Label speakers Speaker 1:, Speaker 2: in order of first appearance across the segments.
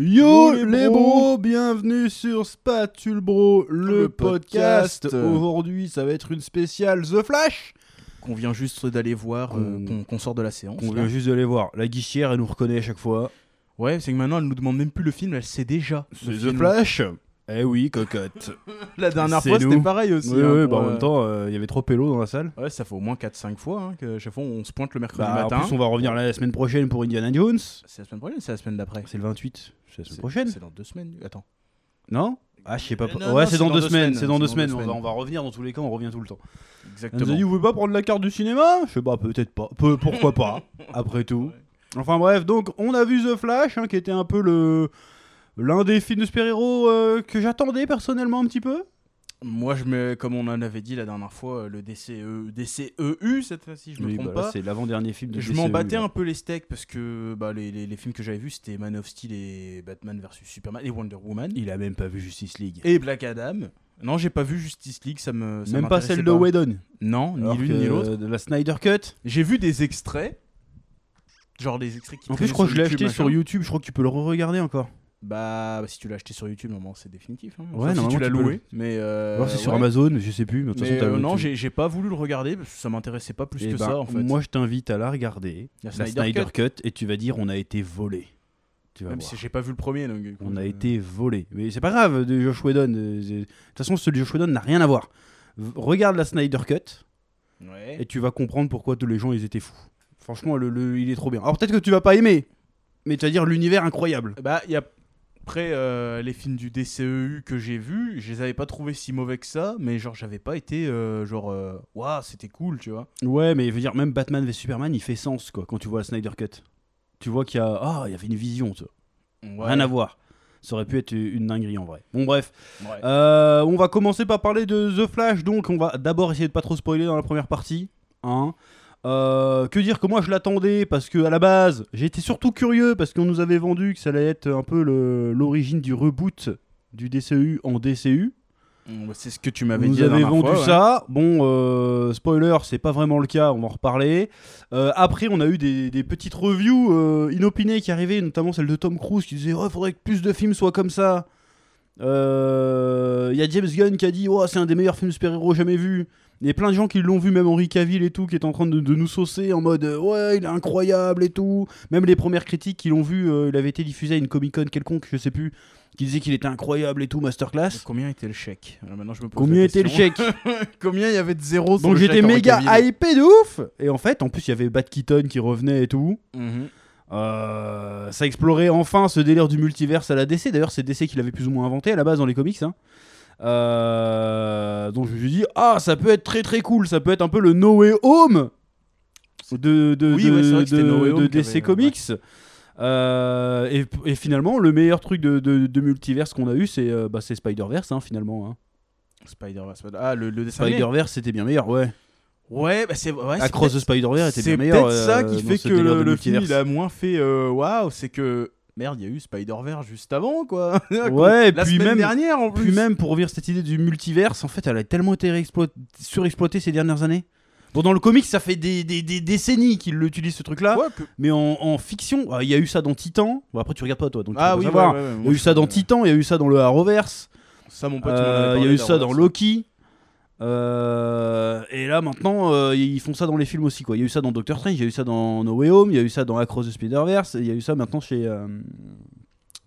Speaker 1: Yo
Speaker 2: Yo, les
Speaker 1: les
Speaker 2: bros.
Speaker 1: bros, bienvenue sur Spatule Bro, le,
Speaker 2: Le podcast.
Speaker 1: podcast. Aujourd'hui, ça va être une spéciale The Flash.
Speaker 2: qu'on vient juste d'aller voir, euh,
Speaker 1: Qu'on-
Speaker 2: qu'on qu'on sort de la séance.
Speaker 1: On
Speaker 2: là.
Speaker 1: vient juste de les voir. La guichière, elle nous reconnaît à chaque fois.
Speaker 2: Ouais, c'est que maintenant elle nous demande même plus le film, elle sait déjà. le
Speaker 1: C'est The
Speaker 2: film.
Speaker 1: Flash. Eh oui, cocotte.
Speaker 2: La dernière
Speaker 1: C'est
Speaker 2: fois c'était
Speaker 1: nous.
Speaker 2: pareil aussi.
Speaker 1: oui,
Speaker 2: hein,
Speaker 1: oui,
Speaker 2: pour,
Speaker 1: bah, en
Speaker 2: euh,
Speaker 1: même temps, euh, il y avait trop pélo dans la salle.
Speaker 2: Ouais, ça fait au moins 4-5 fois hein, que chaque fois on se pointe le mercredi
Speaker 1: Bah,
Speaker 2: matin.
Speaker 1: En plus, on va revenir la semaine prochaine pour Indiana Jones.
Speaker 2: C'est la semaine prochaine, c'est la semaine d'après.
Speaker 1: C'est le 28. C'est la semaine
Speaker 2: C'est-
Speaker 1: prochaine.
Speaker 2: C'est dans deux semaines. Attends.
Speaker 1: Non Ah, je sais pas.
Speaker 2: Non,
Speaker 1: ouais,
Speaker 2: non,
Speaker 1: c'est dans, deux semaines. C'est dans deux semaines.
Speaker 2: semaines.
Speaker 1: On va, on va revenir dans tous les cas, on revient tout le temps. Elle nous a dit,
Speaker 2: Exactement.
Speaker 1: vous voulez pas prendre la carte du cinéma Je sais pas, peut-être pas. Peu, pourquoi pas, après tout. Enfin bref, donc on a vu The Flash, hein, qui était un peu le l'un des films de super-héros euh, que j'attendais personnellement un petit peu.
Speaker 2: Moi, je me, comme on en avait dit la dernière fois, euh, le DCE, DCEU E cette fois-ci, je me trompe pas.
Speaker 1: bah, c'est l'avant-dernier film
Speaker 2: Je m'en
Speaker 1: E
Speaker 2: battais un peu les steaks parce que bah, les, les- les films que j'avais vus c'était Man of Steel et Batman vs Superman et Wonder Woman
Speaker 1: Il a même pas vu Justice League.
Speaker 2: et Black Adam. Non, j'ai pas vu Justice League, ça me. ça
Speaker 1: même pas
Speaker 2: m'intéressait
Speaker 1: celle de Whedon.
Speaker 2: Non, ni
Speaker 1: Alors
Speaker 2: l'une
Speaker 1: que,
Speaker 2: ni l'autre.
Speaker 1: euh, De la Snyder Cut.
Speaker 2: J'ai vu des extraits. Genre des extraits qui.
Speaker 1: En plus, je
Speaker 2: traînaient
Speaker 1: crois que je l'ai
Speaker 2: sur
Speaker 1: acheté sur
Speaker 2: machin.
Speaker 1: YouTube. Je crois que tu peux le re-regarder encore.
Speaker 2: Bah, bah, si tu l'as acheté sur YouTube, normalement c'est définitif. hein.
Speaker 1: Ouais,
Speaker 2: Sauf
Speaker 1: normalement,
Speaker 2: si tu l'as
Speaker 1: tu peux
Speaker 2: loué. Mais. euh,
Speaker 1: Alors, c'est sur
Speaker 2: ouais.
Speaker 1: Amazon, je sais plus. Mais de toute
Speaker 2: Mais,
Speaker 1: façon, t'as
Speaker 2: euh,
Speaker 1: le-
Speaker 2: non,
Speaker 1: tu-
Speaker 2: j'ai j'ai pas voulu le regarder parce que ça m'intéressait pas plus
Speaker 1: Eh
Speaker 2: que
Speaker 1: ben,
Speaker 2: ça en fait.
Speaker 1: Moi, je t'invite à la regarder.
Speaker 2: La
Speaker 1: La
Speaker 2: Snyder
Speaker 1: Snyder Cut. Et tu vas dire, on a été volé. Tu vas
Speaker 2: Même
Speaker 1: voir.
Speaker 2: si Euh. j'ai pas vu le premier, donc. du coup,
Speaker 1: On a
Speaker 2: je-
Speaker 1: été volé. Mais c'est pas grave, de Josh Whedon. euh, c'est- De toute façon, celui de Josh Whedon n'a rien à voir. V- Regarde la Snyder Cut
Speaker 2: Ouais.
Speaker 1: et tu vas comprendre pourquoi tous les gens ils étaient fous. Franchement, le, le- il est trop bien. Alors peut-être que tu vas pas aimer, mais tu vas dire l'univers incroyable.
Speaker 2: Bah, il y a. Après, euh, les films du DCEU que j'ai vus, je les avais pas trouvés si mauvais que ça, mais genre, j'avais pas été euh, genre, euh, waouh, c'était cool, tu vois.
Speaker 1: Ouais, mais je veux dire, même Batman vs Superman, il fait sens quoi quand tu vois la Snyder Cut. Tu vois qu'il y a. Ah, il y avait une vision, tu vois.
Speaker 2: Ouais.
Speaker 1: Rien à voir. Ça aurait pu être une dinguerie en vrai. Bon, bref.
Speaker 2: Ouais.
Speaker 1: Euh, on va commencer par parler de The Flash, donc on va d'abord essayer de pas trop spoiler dans la première partie. hein. Euh, que dire que moi je l'attendais parce que à la base j'étais surtout curieux parce qu'on nous avait vendu que ça allait être un peu le- l'origine du reboot du DCU en DCU. Euh, bah,
Speaker 2: Mm, C'est ce que tu
Speaker 1: On
Speaker 2: m'avais dit.
Speaker 1: nous
Speaker 2: la
Speaker 1: avait
Speaker 2: dernière
Speaker 1: vendu
Speaker 2: fois, ouais.
Speaker 1: ça. Bon, euh, spoiler, c'est pas vraiment le cas, on va en reparler. Euh, après, on a eu des, des petites reviews euh, inopinées qui arrivaient, notamment celle de Tom Cruise qui disait Oh, faudrait que plus de films soient comme ça. Euh, Il y a James Gunn qui a dit Oh, c'est un des meilleurs films super-héros jamais vu. Et plein de gens qui l'ont vu, même Henri Cavill et tout, qui est en train de, de nous saucer en mode euh, Ouais, il est incroyable et tout. Même les premières critiques qui l'ont vu, euh, il avait été diffusé à une Comic-Con quelconque, je sais plus, qui disait qu'il était incroyable et tout, masterclass.
Speaker 2: Mais Combien était le
Speaker 1: Euh,
Speaker 2: chèque Voilà, Maintenant, je me pose
Speaker 1: Combien
Speaker 2: la
Speaker 1: était le
Speaker 2: question.
Speaker 1: chèque
Speaker 2: Combien il y avait de zéro sur
Speaker 1: Donc
Speaker 2: le
Speaker 1: j'étais
Speaker 2: chèque en
Speaker 1: méga
Speaker 2: Wacaville
Speaker 1: hypé de ouf Et en fait, en plus, il y avait Bat Keaton qui revenait et tout.
Speaker 2: Mhm.
Speaker 1: Euh, ça explorait enfin ce délire du multiverse à la DC. D'ailleurs, c'est DC qui l'avait plus ou moins inventé à la base dans les comics. hein. Euh, donc je me suis dit, ah, ça peut être très très cool, ça peut être un peu le No Way Home de, de,
Speaker 2: Oui,
Speaker 1: de-
Speaker 2: ouais, c'est vrai que c'était
Speaker 1: de-
Speaker 2: No Way Home
Speaker 1: de
Speaker 2: qui avait-
Speaker 1: DC Comics. Euh, et, et finalement, le meilleur truc de, de- de multiverse qu'on a eu, c'est euh, bah, c'est Spider-Verse, hein, finalement. hein.
Speaker 2: Spider-Verse. Spider- Ah, le, le dessin animé.
Speaker 1: Spider-Verse, c'était bien meilleur, ouais.
Speaker 2: Ouais, bah c'est ouais, c'est
Speaker 1: Across the Spider-Verse
Speaker 2: peut-être-
Speaker 1: était
Speaker 2: C'est
Speaker 1: bien meilleur.
Speaker 2: peut-être ça
Speaker 1: euh,
Speaker 2: qui
Speaker 1: dans
Speaker 2: fait
Speaker 1: ce
Speaker 2: que
Speaker 1: délire de
Speaker 2: le, le film il
Speaker 1: multivers.
Speaker 2: a moins fait euh, waouh, c'est que merde, il y a eu Spider-Verse juste avant quoi.
Speaker 1: Ouais, et
Speaker 2: La
Speaker 1: puis
Speaker 2: semaine
Speaker 1: même,
Speaker 2: dernière en plus.
Speaker 1: puis même pour revenir à cette idée du multiverse, en fait, elle a tellement été réexplo- surexploitée ces dernières années. Bon, dans le comics, ça fait des, des- des décennies qu'ils l'utilisent ce truc-là,
Speaker 2: Ouais, que-
Speaker 1: mais en, en fiction, ah, il y a eu ça dans Titan. Bon, après, tu regardes pas toi, donc tu
Speaker 2: Ah
Speaker 1: peux
Speaker 2: oui,
Speaker 1: pas savoir.
Speaker 2: ouais, ouais, ouais,
Speaker 1: Il y a
Speaker 2: moi,
Speaker 1: eu
Speaker 2: je-
Speaker 1: ça dans Titan, il y a eu ça dans le Arrowverse.
Speaker 2: Ça mon pote, il m'en avait
Speaker 1: Euh, Il y a
Speaker 2: parlé
Speaker 1: eu ça dans
Speaker 2: d'Arrowverse.
Speaker 1: Loki. Euh, et là maintenant, euh, ils font ça dans les films aussi. quoi. Il y a eu ça dans Doctor Strange, il y a eu ça dans No Way Home, il y a eu ça dans Across the Spider-Verse, et il y a eu ça maintenant chez. euh,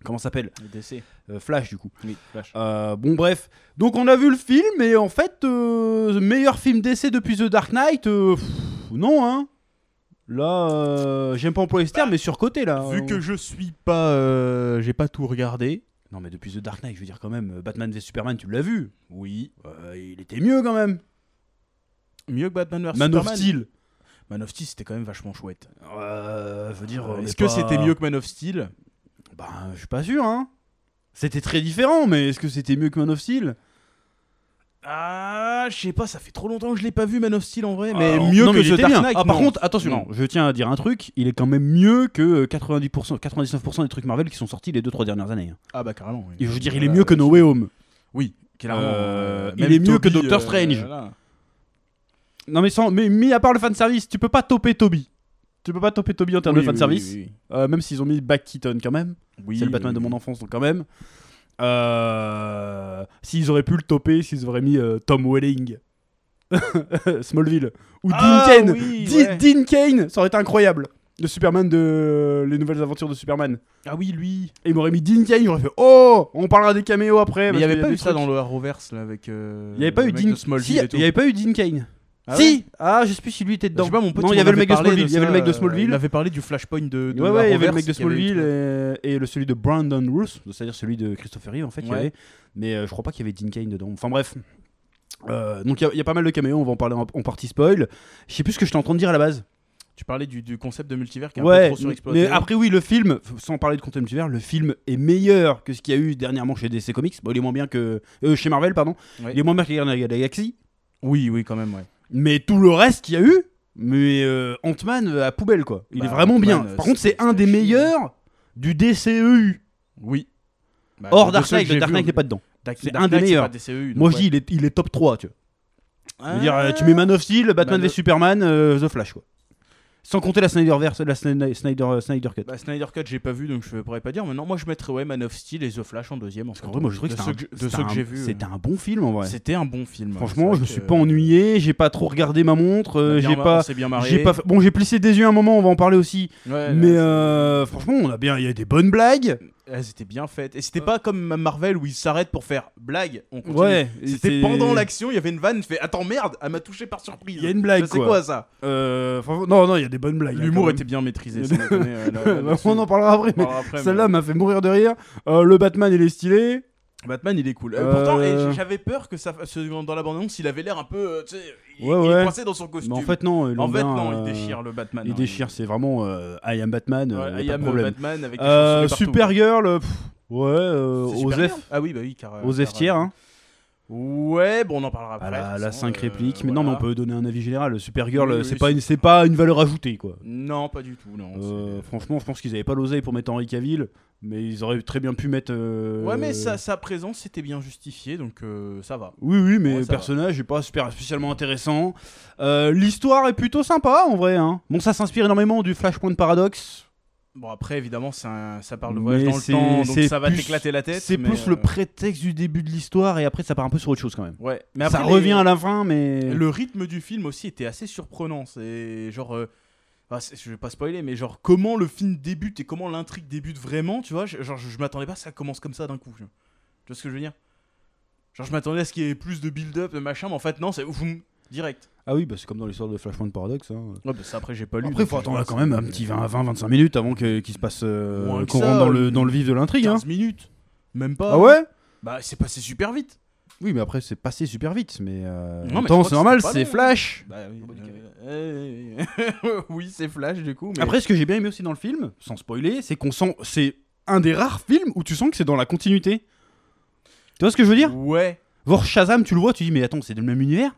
Speaker 1: comment ça s'appelle
Speaker 2: Le DC.
Speaker 1: Euh, Flash du coup.
Speaker 2: Oui, Flash.
Speaker 1: Euh, bon, bref. Donc on a vu le film, et en fait, euh, meilleur film d'essai depuis The Dark Knight euh, pff, Non, hein Là, euh, j'aime pas employer ce terme, mais surcoté là.
Speaker 2: Bah, Vu que je suis pas euh, j'ai pas tout regardé.
Speaker 1: Non, mais depuis The Dark Knight, je veux dire quand même, euh, Batman vs Superman, tu l'as vu
Speaker 2: Oui.
Speaker 1: Euh, Il était mieux quand même.
Speaker 2: Mieux que Batman vs
Speaker 1: Man of
Speaker 2: Superman.
Speaker 1: Steel.
Speaker 2: Man of Steel, c'était quand même vachement chouette.
Speaker 1: Euh, je veux dire, on
Speaker 2: Est-ce
Speaker 1: est
Speaker 2: que
Speaker 1: pas-
Speaker 2: c'était mieux que Man of Steel
Speaker 1: Ben, je suis pas sûr, hein. C'était très différent, mais est-ce que c'était mieux que Man of Steel
Speaker 2: Ah, je sais pas, ça fait trop longtemps que je l'ai pas vu Man of Steel en vrai, mais
Speaker 1: Alors,
Speaker 2: mieux
Speaker 1: non,
Speaker 2: que
Speaker 1: mais il
Speaker 2: The
Speaker 1: était
Speaker 2: Dark
Speaker 1: bien.
Speaker 2: Knight.
Speaker 1: Ah, par
Speaker 2: non.
Speaker 1: contre, attention,
Speaker 2: Non.
Speaker 1: je tiens à dire un truc, il est quand même mieux que euh, 90%, 99% des trucs Marvel qui sont sortis les 2-3 dernières années. hein.
Speaker 2: ah bah carrément. oui.
Speaker 1: Et je veux dire, il est
Speaker 2: Voilà,
Speaker 1: mieux que No Way Home.
Speaker 2: Oui, clairement.
Speaker 1: Euh,
Speaker 2: même
Speaker 1: il est mieux que
Speaker 2: Toby,
Speaker 1: Doctor
Speaker 2: euh,
Speaker 1: Strange.
Speaker 2: voilà.
Speaker 1: Non mais sans, mais mis à part le fanservice, tu peux pas toper Toby. tu peux pas topper Toby en termes de
Speaker 2: Oui,
Speaker 1: fan
Speaker 2: oui,
Speaker 1: service.
Speaker 2: oui, oui.
Speaker 1: Euh, même s'ils ont mis Back Keaton quand même.
Speaker 2: Oui,
Speaker 1: c'est le Batman
Speaker 2: oui,
Speaker 1: de mon
Speaker 2: oui.
Speaker 1: enfance, donc quand même. Euh, S'ils auraient pu le toper, s'ils auraient mis euh, Tom Welling, Smallville, ou
Speaker 2: Ah,
Speaker 1: Dean Kane.
Speaker 2: oui,
Speaker 1: Di-
Speaker 2: ouais.
Speaker 1: Dean Kane, ça aurait été incroyable. Le Superman de euh, les nouvelles aventures de Superman.
Speaker 2: Ah oui, lui.
Speaker 1: Et il m'aurait mis Dean Kane, j'aurais fait Oh On parlera des caméos après.
Speaker 2: Mais
Speaker 1: parce
Speaker 2: il n'y avait
Speaker 1: qu'il y a
Speaker 2: pas
Speaker 1: des
Speaker 2: eu ça
Speaker 1: trucs.
Speaker 2: dans le Arrowverse là avec. euh,
Speaker 1: Il n'y avait pas
Speaker 2: le
Speaker 1: eu
Speaker 2: mec
Speaker 1: Dean
Speaker 2: de Smallville
Speaker 1: Si,
Speaker 2: et tout.
Speaker 1: Il n'y avait pas eu Dean Kane.
Speaker 2: Ah
Speaker 1: si
Speaker 2: ouais
Speaker 1: Ah, je sais plus si lui était dedans.
Speaker 2: Je sais pas, mon pote,
Speaker 1: non, il y
Speaker 2: m'en
Speaker 1: avait le mec de
Speaker 2: parlé
Speaker 1: Smallville. Il y avait le
Speaker 2: ça,
Speaker 1: mec de
Speaker 2: euh,
Speaker 1: Smallville.
Speaker 2: Il avait parlé du Flashpoint de. de
Speaker 1: ouais,
Speaker 2: la
Speaker 1: ouais, il y avait le
Speaker 2: Arrowverse,
Speaker 1: mec de
Speaker 2: qu'il y avait eu
Speaker 1: Smallville
Speaker 2: tout.
Speaker 1: euh, et, le celui de Brandon Ruth, c'est-à-dire celui de Christopher Reeve en fait. il y
Speaker 2: Ouais.
Speaker 1: avait. Mais euh, je crois pas qu'il y avait Dean Kane dedans. Enfin bref. Euh, donc il y a- il y, a pas mal de caméos, on va en parler en, en partie spoil. Je sais plus ce que j'étais en train de dire à la base.
Speaker 2: Tu parlais du, du concept de multivers qui est un peu
Speaker 1: Ouais,
Speaker 2: trop surexploité.
Speaker 1: mais après oui, le film, f- sans parler de contenu multivers, le film est meilleur que ce qu'il y a eu dernièrement chez DC Comics. Bon, il est moins bien que euh, chez Marvel, pardon.
Speaker 2: Ouais.
Speaker 1: Il est moins bien que les Gardiens de la Galaxie.
Speaker 2: Oui, oui, quand même, ouais.
Speaker 1: Mais tout le reste qu'il y a eu, mais euh, Ant-Man euh, à poubelle quoi. Il
Speaker 2: Bah,
Speaker 1: est vraiment bien.
Speaker 2: Ant-Man, euh,
Speaker 1: Par contre,
Speaker 2: c'est-
Speaker 1: c'est un
Speaker 2: c'est
Speaker 1: des
Speaker 2: à chier.
Speaker 1: meilleurs du E DCEU.
Speaker 2: Oui. Bah,
Speaker 1: Hors
Speaker 2: de
Speaker 1: Dark
Speaker 2: ceux que
Speaker 1: Knight,
Speaker 2: j'ai
Speaker 1: Dark
Speaker 2: vus,
Speaker 1: Knight
Speaker 2: en
Speaker 1: n'est
Speaker 2: fait.
Speaker 1: pas dedans.
Speaker 2: Dark-
Speaker 1: C'est
Speaker 2: Dark
Speaker 1: un des
Speaker 2: Knight, c'est
Speaker 1: meilleurs.
Speaker 2: pas DCEU, donc
Speaker 1: Moi je
Speaker 2: ouais.
Speaker 1: dis, il est, il est top 3, tu vois. Je veux dire, euh, tu
Speaker 2: Ah.
Speaker 1: mets Man of Steel, Batman
Speaker 2: Man
Speaker 1: v
Speaker 2: of-
Speaker 1: Superman, euh, The Flash, quoi. Sans compter la Snyderverse, la Snyder, Snyder, euh, Snyder Cut.
Speaker 2: Bah, Snyder Cut, j'ai pas vu donc je pourrais pas dire. Maintenant, moi je mettrais ouais, Man of Steel et The Flash en deuxième. En
Speaker 1: Parce
Speaker 2: fait.
Speaker 1: qu'en vrai, moi je trouvais
Speaker 2: de
Speaker 1: que
Speaker 2: ceux
Speaker 1: c'était
Speaker 2: que,
Speaker 1: un-
Speaker 2: je- de
Speaker 1: c'était
Speaker 2: ceux que
Speaker 1: un-
Speaker 2: j'ai vu.
Speaker 1: C'était un bon film en vrai.
Speaker 2: C'était un bon film. ouais.
Speaker 1: Franchement,
Speaker 2: bah, C'est
Speaker 1: je
Speaker 2: vrai
Speaker 1: suis
Speaker 2: que- euh,
Speaker 1: pas ennuyé, j'ai pas trop regardé ma montre,
Speaker 2: On a
Speaker 1: euh,
Speaker 2: bien
Speaker 1: j'ai
Speaker 2: mar- on
Speaker 1: pas.
Speaker 2: s'est bien marré.
Speaker 1: J'ai pas fait- Bon, j'ai plissé des yeux un moment, on va en parler aussi.
Speaker 2: Ouais,
Speaker 1: mais
Speaker 2: ouais,
Speaker 1: euh, franchement, on a bien, il y a des bonnes blagues.
Speaker 2: Ah, elles étaient bien faites. Et c'était pas comme Marvel où ils s'arrêtent pour faire blague. On continue.
Speaker 1: Ouais,
Speaker 2: C'était
Speaker 1: c'est-
Speaker 2: pendant l'action, il y avait une vanne. Fait attends merde, elle m'a touché par surprise.
Speaker 1: Il y a une blague,
Speaker 2: Ça, C'est
Speaker 1: quoi.
Speaker 2: quoi ça
Speaker 1: Euh, franchement, non, non, il y a des bonnes blagues. hein,
Speaker 2: L'humour
Speaker 1: quand
Speaker 2: était bien maîtrisé.
Speaker 1: Il y
Speaker 2: sans
Speaker 1: a des-
Speaker 2: déconner, euh, là-
Speaker 1: même.
Speaker 2: là-dessus.
Speaker 1: on en parlera après,
Speaker 2: On en
Speaker 1: mais
Speaker 2: parlera après, mais-
Speaker 1: celle-là m'a fait mourir de rire. Euh, le Batman, il est stylé.
Speaker 2: Batman, il est cool. Euh,
Speaker 1: Euh,
Speaker 2: Pourtant, eh, j'avais peur que ça, fasse- dans la bande-annonce, il avait l'air un peu. euh, tu sais, il,
Speaker 1: Ouais,
Speaker 2: il
Speaker 1: ouais.
Speaker 2: est coincé dans son costume.
Speaker 1: Mais en fait, non, ils
Speaker 2: En
Speaker 1: l'ont
Speaker 2: fait,
Speaker 1: bien,
Speaker 2: non,
Speaker 1: euh,
Speaker 2: il déchire le Batman.
Speaker 1: Il
Speaker 2: hein.
Speaker 1: déchire, c'est vraiment euh, I am Batman, euh,
Speaker 2: Ouais,
Speaker 1: y
Speaker 2: I
Speaker 1: a pas de
Speaker 2: am
Speaker 1: problème.
Speaker 2: Batman avec des
Speaker 1: Euh,
Speaker 2: chaussons de partout. hein.
Speaker 1: Supergirl, euh, pff, ouais, euh,
Speaker 2: C'est Supergirl
Speaker 1: Osef,
Speaker 2: Ah oui, bah oui, car. euh,
Speaker 1: Osef
Speaker 2: car,
Speaker 1: tiers,
Speaker 2: euh,
Speaker 1: hein,
Speaker 2: Ouais, bon, on en parlera après.
Speaker 1: à
Speaker 2: de
Speaker 1: la,
Speaker 2: toute
Speaker 1: la
Speaker 2: façon,
Speaker 1: 5
Speaker 2: euh,
Speaker 1: répliques, mais
Speaker 2: voilà.
Speaker 1: non, mais on peut donner un avis général. Supergirl,
Speaker 2: Oui, oui,
Speaker 1: c'est
Speaker 2: oui,
Speaker 1: pas,
Speaker 2: c'est-
Speaker 1: une- c'est pas une valeur ajoutée, quoi.
Speaker 2: Non, pas du tout, non.
Speaker 1: Euh,
Speaker 2: c'est-
Speaker 1: franchement, je pense qu'ils avaient pas l'oseille pour mettre Henry Cavill, mais ils auraient très bien pu mettre. euh,
Speaker 2: Ouais, mais sa, sa présence était bien justifiée, donc euh, ça va.
Speaker 1: Oui, oui, mais
Speaker 2: Ouais,
Speaker 1: le
Speaker 2: ça va.
Speaker 1: personnage est pas super, spécialement intéressant. Euh, L'histoire est plutôt sympa en vrai. Hein. Bon, ça s'inspire énormément du Flashpoint Paradox.
Speaker 2: Bon, après, évidemment, c'est un- ça parle de voyage
Speaker 1: Mais
Speaker 2: dans le
Speaker 1: c'est-
Speaker 2: temps, donc
Speaker 1: c'est
Speaker 2: ça va
Speaker 1: plus-
Speaker 2: t'éclater la tête.
Speaker 1: C'est
Speaker 2: mais,
Speaker 1: plus le
Speaker 2: euh,
Speaker 1: prétexte du début de l'histoire et après ça part un peu sur autre chose quand même.
Speaker 2: Ouais, mais
Speaker 1: Mais
Speaker 2: après,
Speaker 1: ça
Speaker 2: les-
Speaker 1: revient à la fin, mais.
Speaker 2: Le rythme du film aussi était assez surprenant. C'est genre. euh, ah, c'est- je vais pas spoiler, mais genre comment le film débute et comment l'intrigue débute vraiment, tu vois. je- Genre, je, je m'attendais pas à ce que ça commence comme ça d'un coup. Tu vois Tu vois ce que je veux dire Genre, je m'attendais à ce qu'il y ait plus de build-up, de machin, mais en fait, non, c'est ouf, ouf, direct.
Speaker 1: Ah oui, bah c'est comme dans l'histoire de Flashpoint Paradox. Hein.
Speaker 2: Ouais, bah, ça après, j'ai pas lu.
Speaker 1: Après,
Speaker 2: donc
Speaker 1: faut
Speaker 2: je sais
Speaker 1: attendre
Speaker 2: pas,
Speaker 1: quand
Speaker 2: c'est-
Speaker 1: même un petit 20, 20 25 minutes avant que- qu'il se passe. euh,
Speaker 2: Moins que
Speaker 1: qu'on
Speaker 2: ça,
Speaker 1: rentre dans le,
Speaker 2: euh,
Speaker 1: dans le vif de l'intrigue. hein.
Speaker 2: 15 minutes, même pas.
Speaker 1: Ah ouais
Speaker 2: Bah, c'est passé super vite.
Speaker 1: Oui, mais après, c'est passé super vite. Mais. euh,
Speaker 2: Non,
Speaker 1: en même
Speaker 2: mais
Speaker 1: temps,
Speaker 2: je crois que
Speaker 1: c'est normal,
Speaker 2: c'était pas
Speaker 1: c'est
Speaker 2: long.
Speaker 1: Flash.
Speaker 2: Bah, oui, euh, euh, oui, c'est Flash du coup. Mais...
Speaker 1: Après, ce que j'ai bien aimé aussi dans le film, sans spoiler, c'est qu'on sent. C'est un des rares films où tu sens que c'est dans la continuité. Tu vois ce que je veux dire
Speaker 2: ouais.
Speaker 1: Voir Shazam, tu le vois, tu dis, mais attends, c'est dans le même univers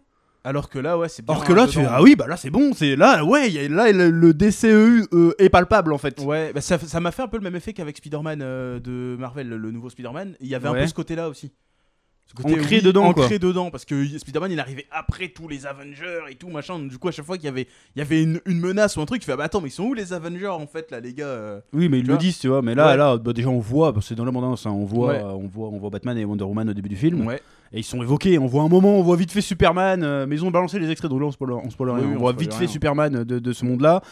Speaker 2: Alors que là, ouais, c'est bien.
Speaker 1: Alors que là, tu
Speaker 2: dedans.
Speaker 1: fais, ah oui, bah là, c'est bon, c'est là, ouais, y a- là, le, le DCEU euh, est palpable en fait.
Speaker 2: Ouais, bah ça ça m'a fait un peu le même effet qu'avec Spider-Man euh, de Marvel, le nouveau Spider-Man. Il y avait un
Speaker 1: Ouais.
Speaker 2: peu ce côté-là aussi. Ce côté,
Speaker 1: Ancré dedans,
Speaker 2: Ancré dedans, parce que Spider-Man il arrivait après tous les Avengers et tout machin. Donc, du coup, à chaque fois qu'il y avait, il y avait une, une menace ou un truc, tu fais ah bah attends, mais ils sont où les Avengers en fait là, les gars euh
Speaker 1: Oui, mais ils
Speaker 2: Tu
Speaker 1: le
Speaker 2: vois
Speaker 1: disent, tu vois, mais là,
Speaker 2: Ouais.
Speaker 1: là, bah, déjà, on voit, parce que c'est dans l'abondance, hein, on, voit,
Speaker 2: Ouais.
Speaker 1: euh, on, voit, on voit Batman et Wonder Woman au début du film,
Speaker 2: Ouais.
Speaker 1: et ils sont évoqués, on voit un moment, on voit vite fait Superman, euh, mais ils ont balancé les extraits, donc là on spoil, on spoil
Speaker 2: Oui,
Speaker 1: rien,
Speaker 2: oui,
Speaker 1: on,
Speaker 2: on
Speaker 1: voit
Speaker 2: spoil
Speaker 1: vite fait
Speaker 2: rien.
Speaker 1: Superman de, de ce monde-là.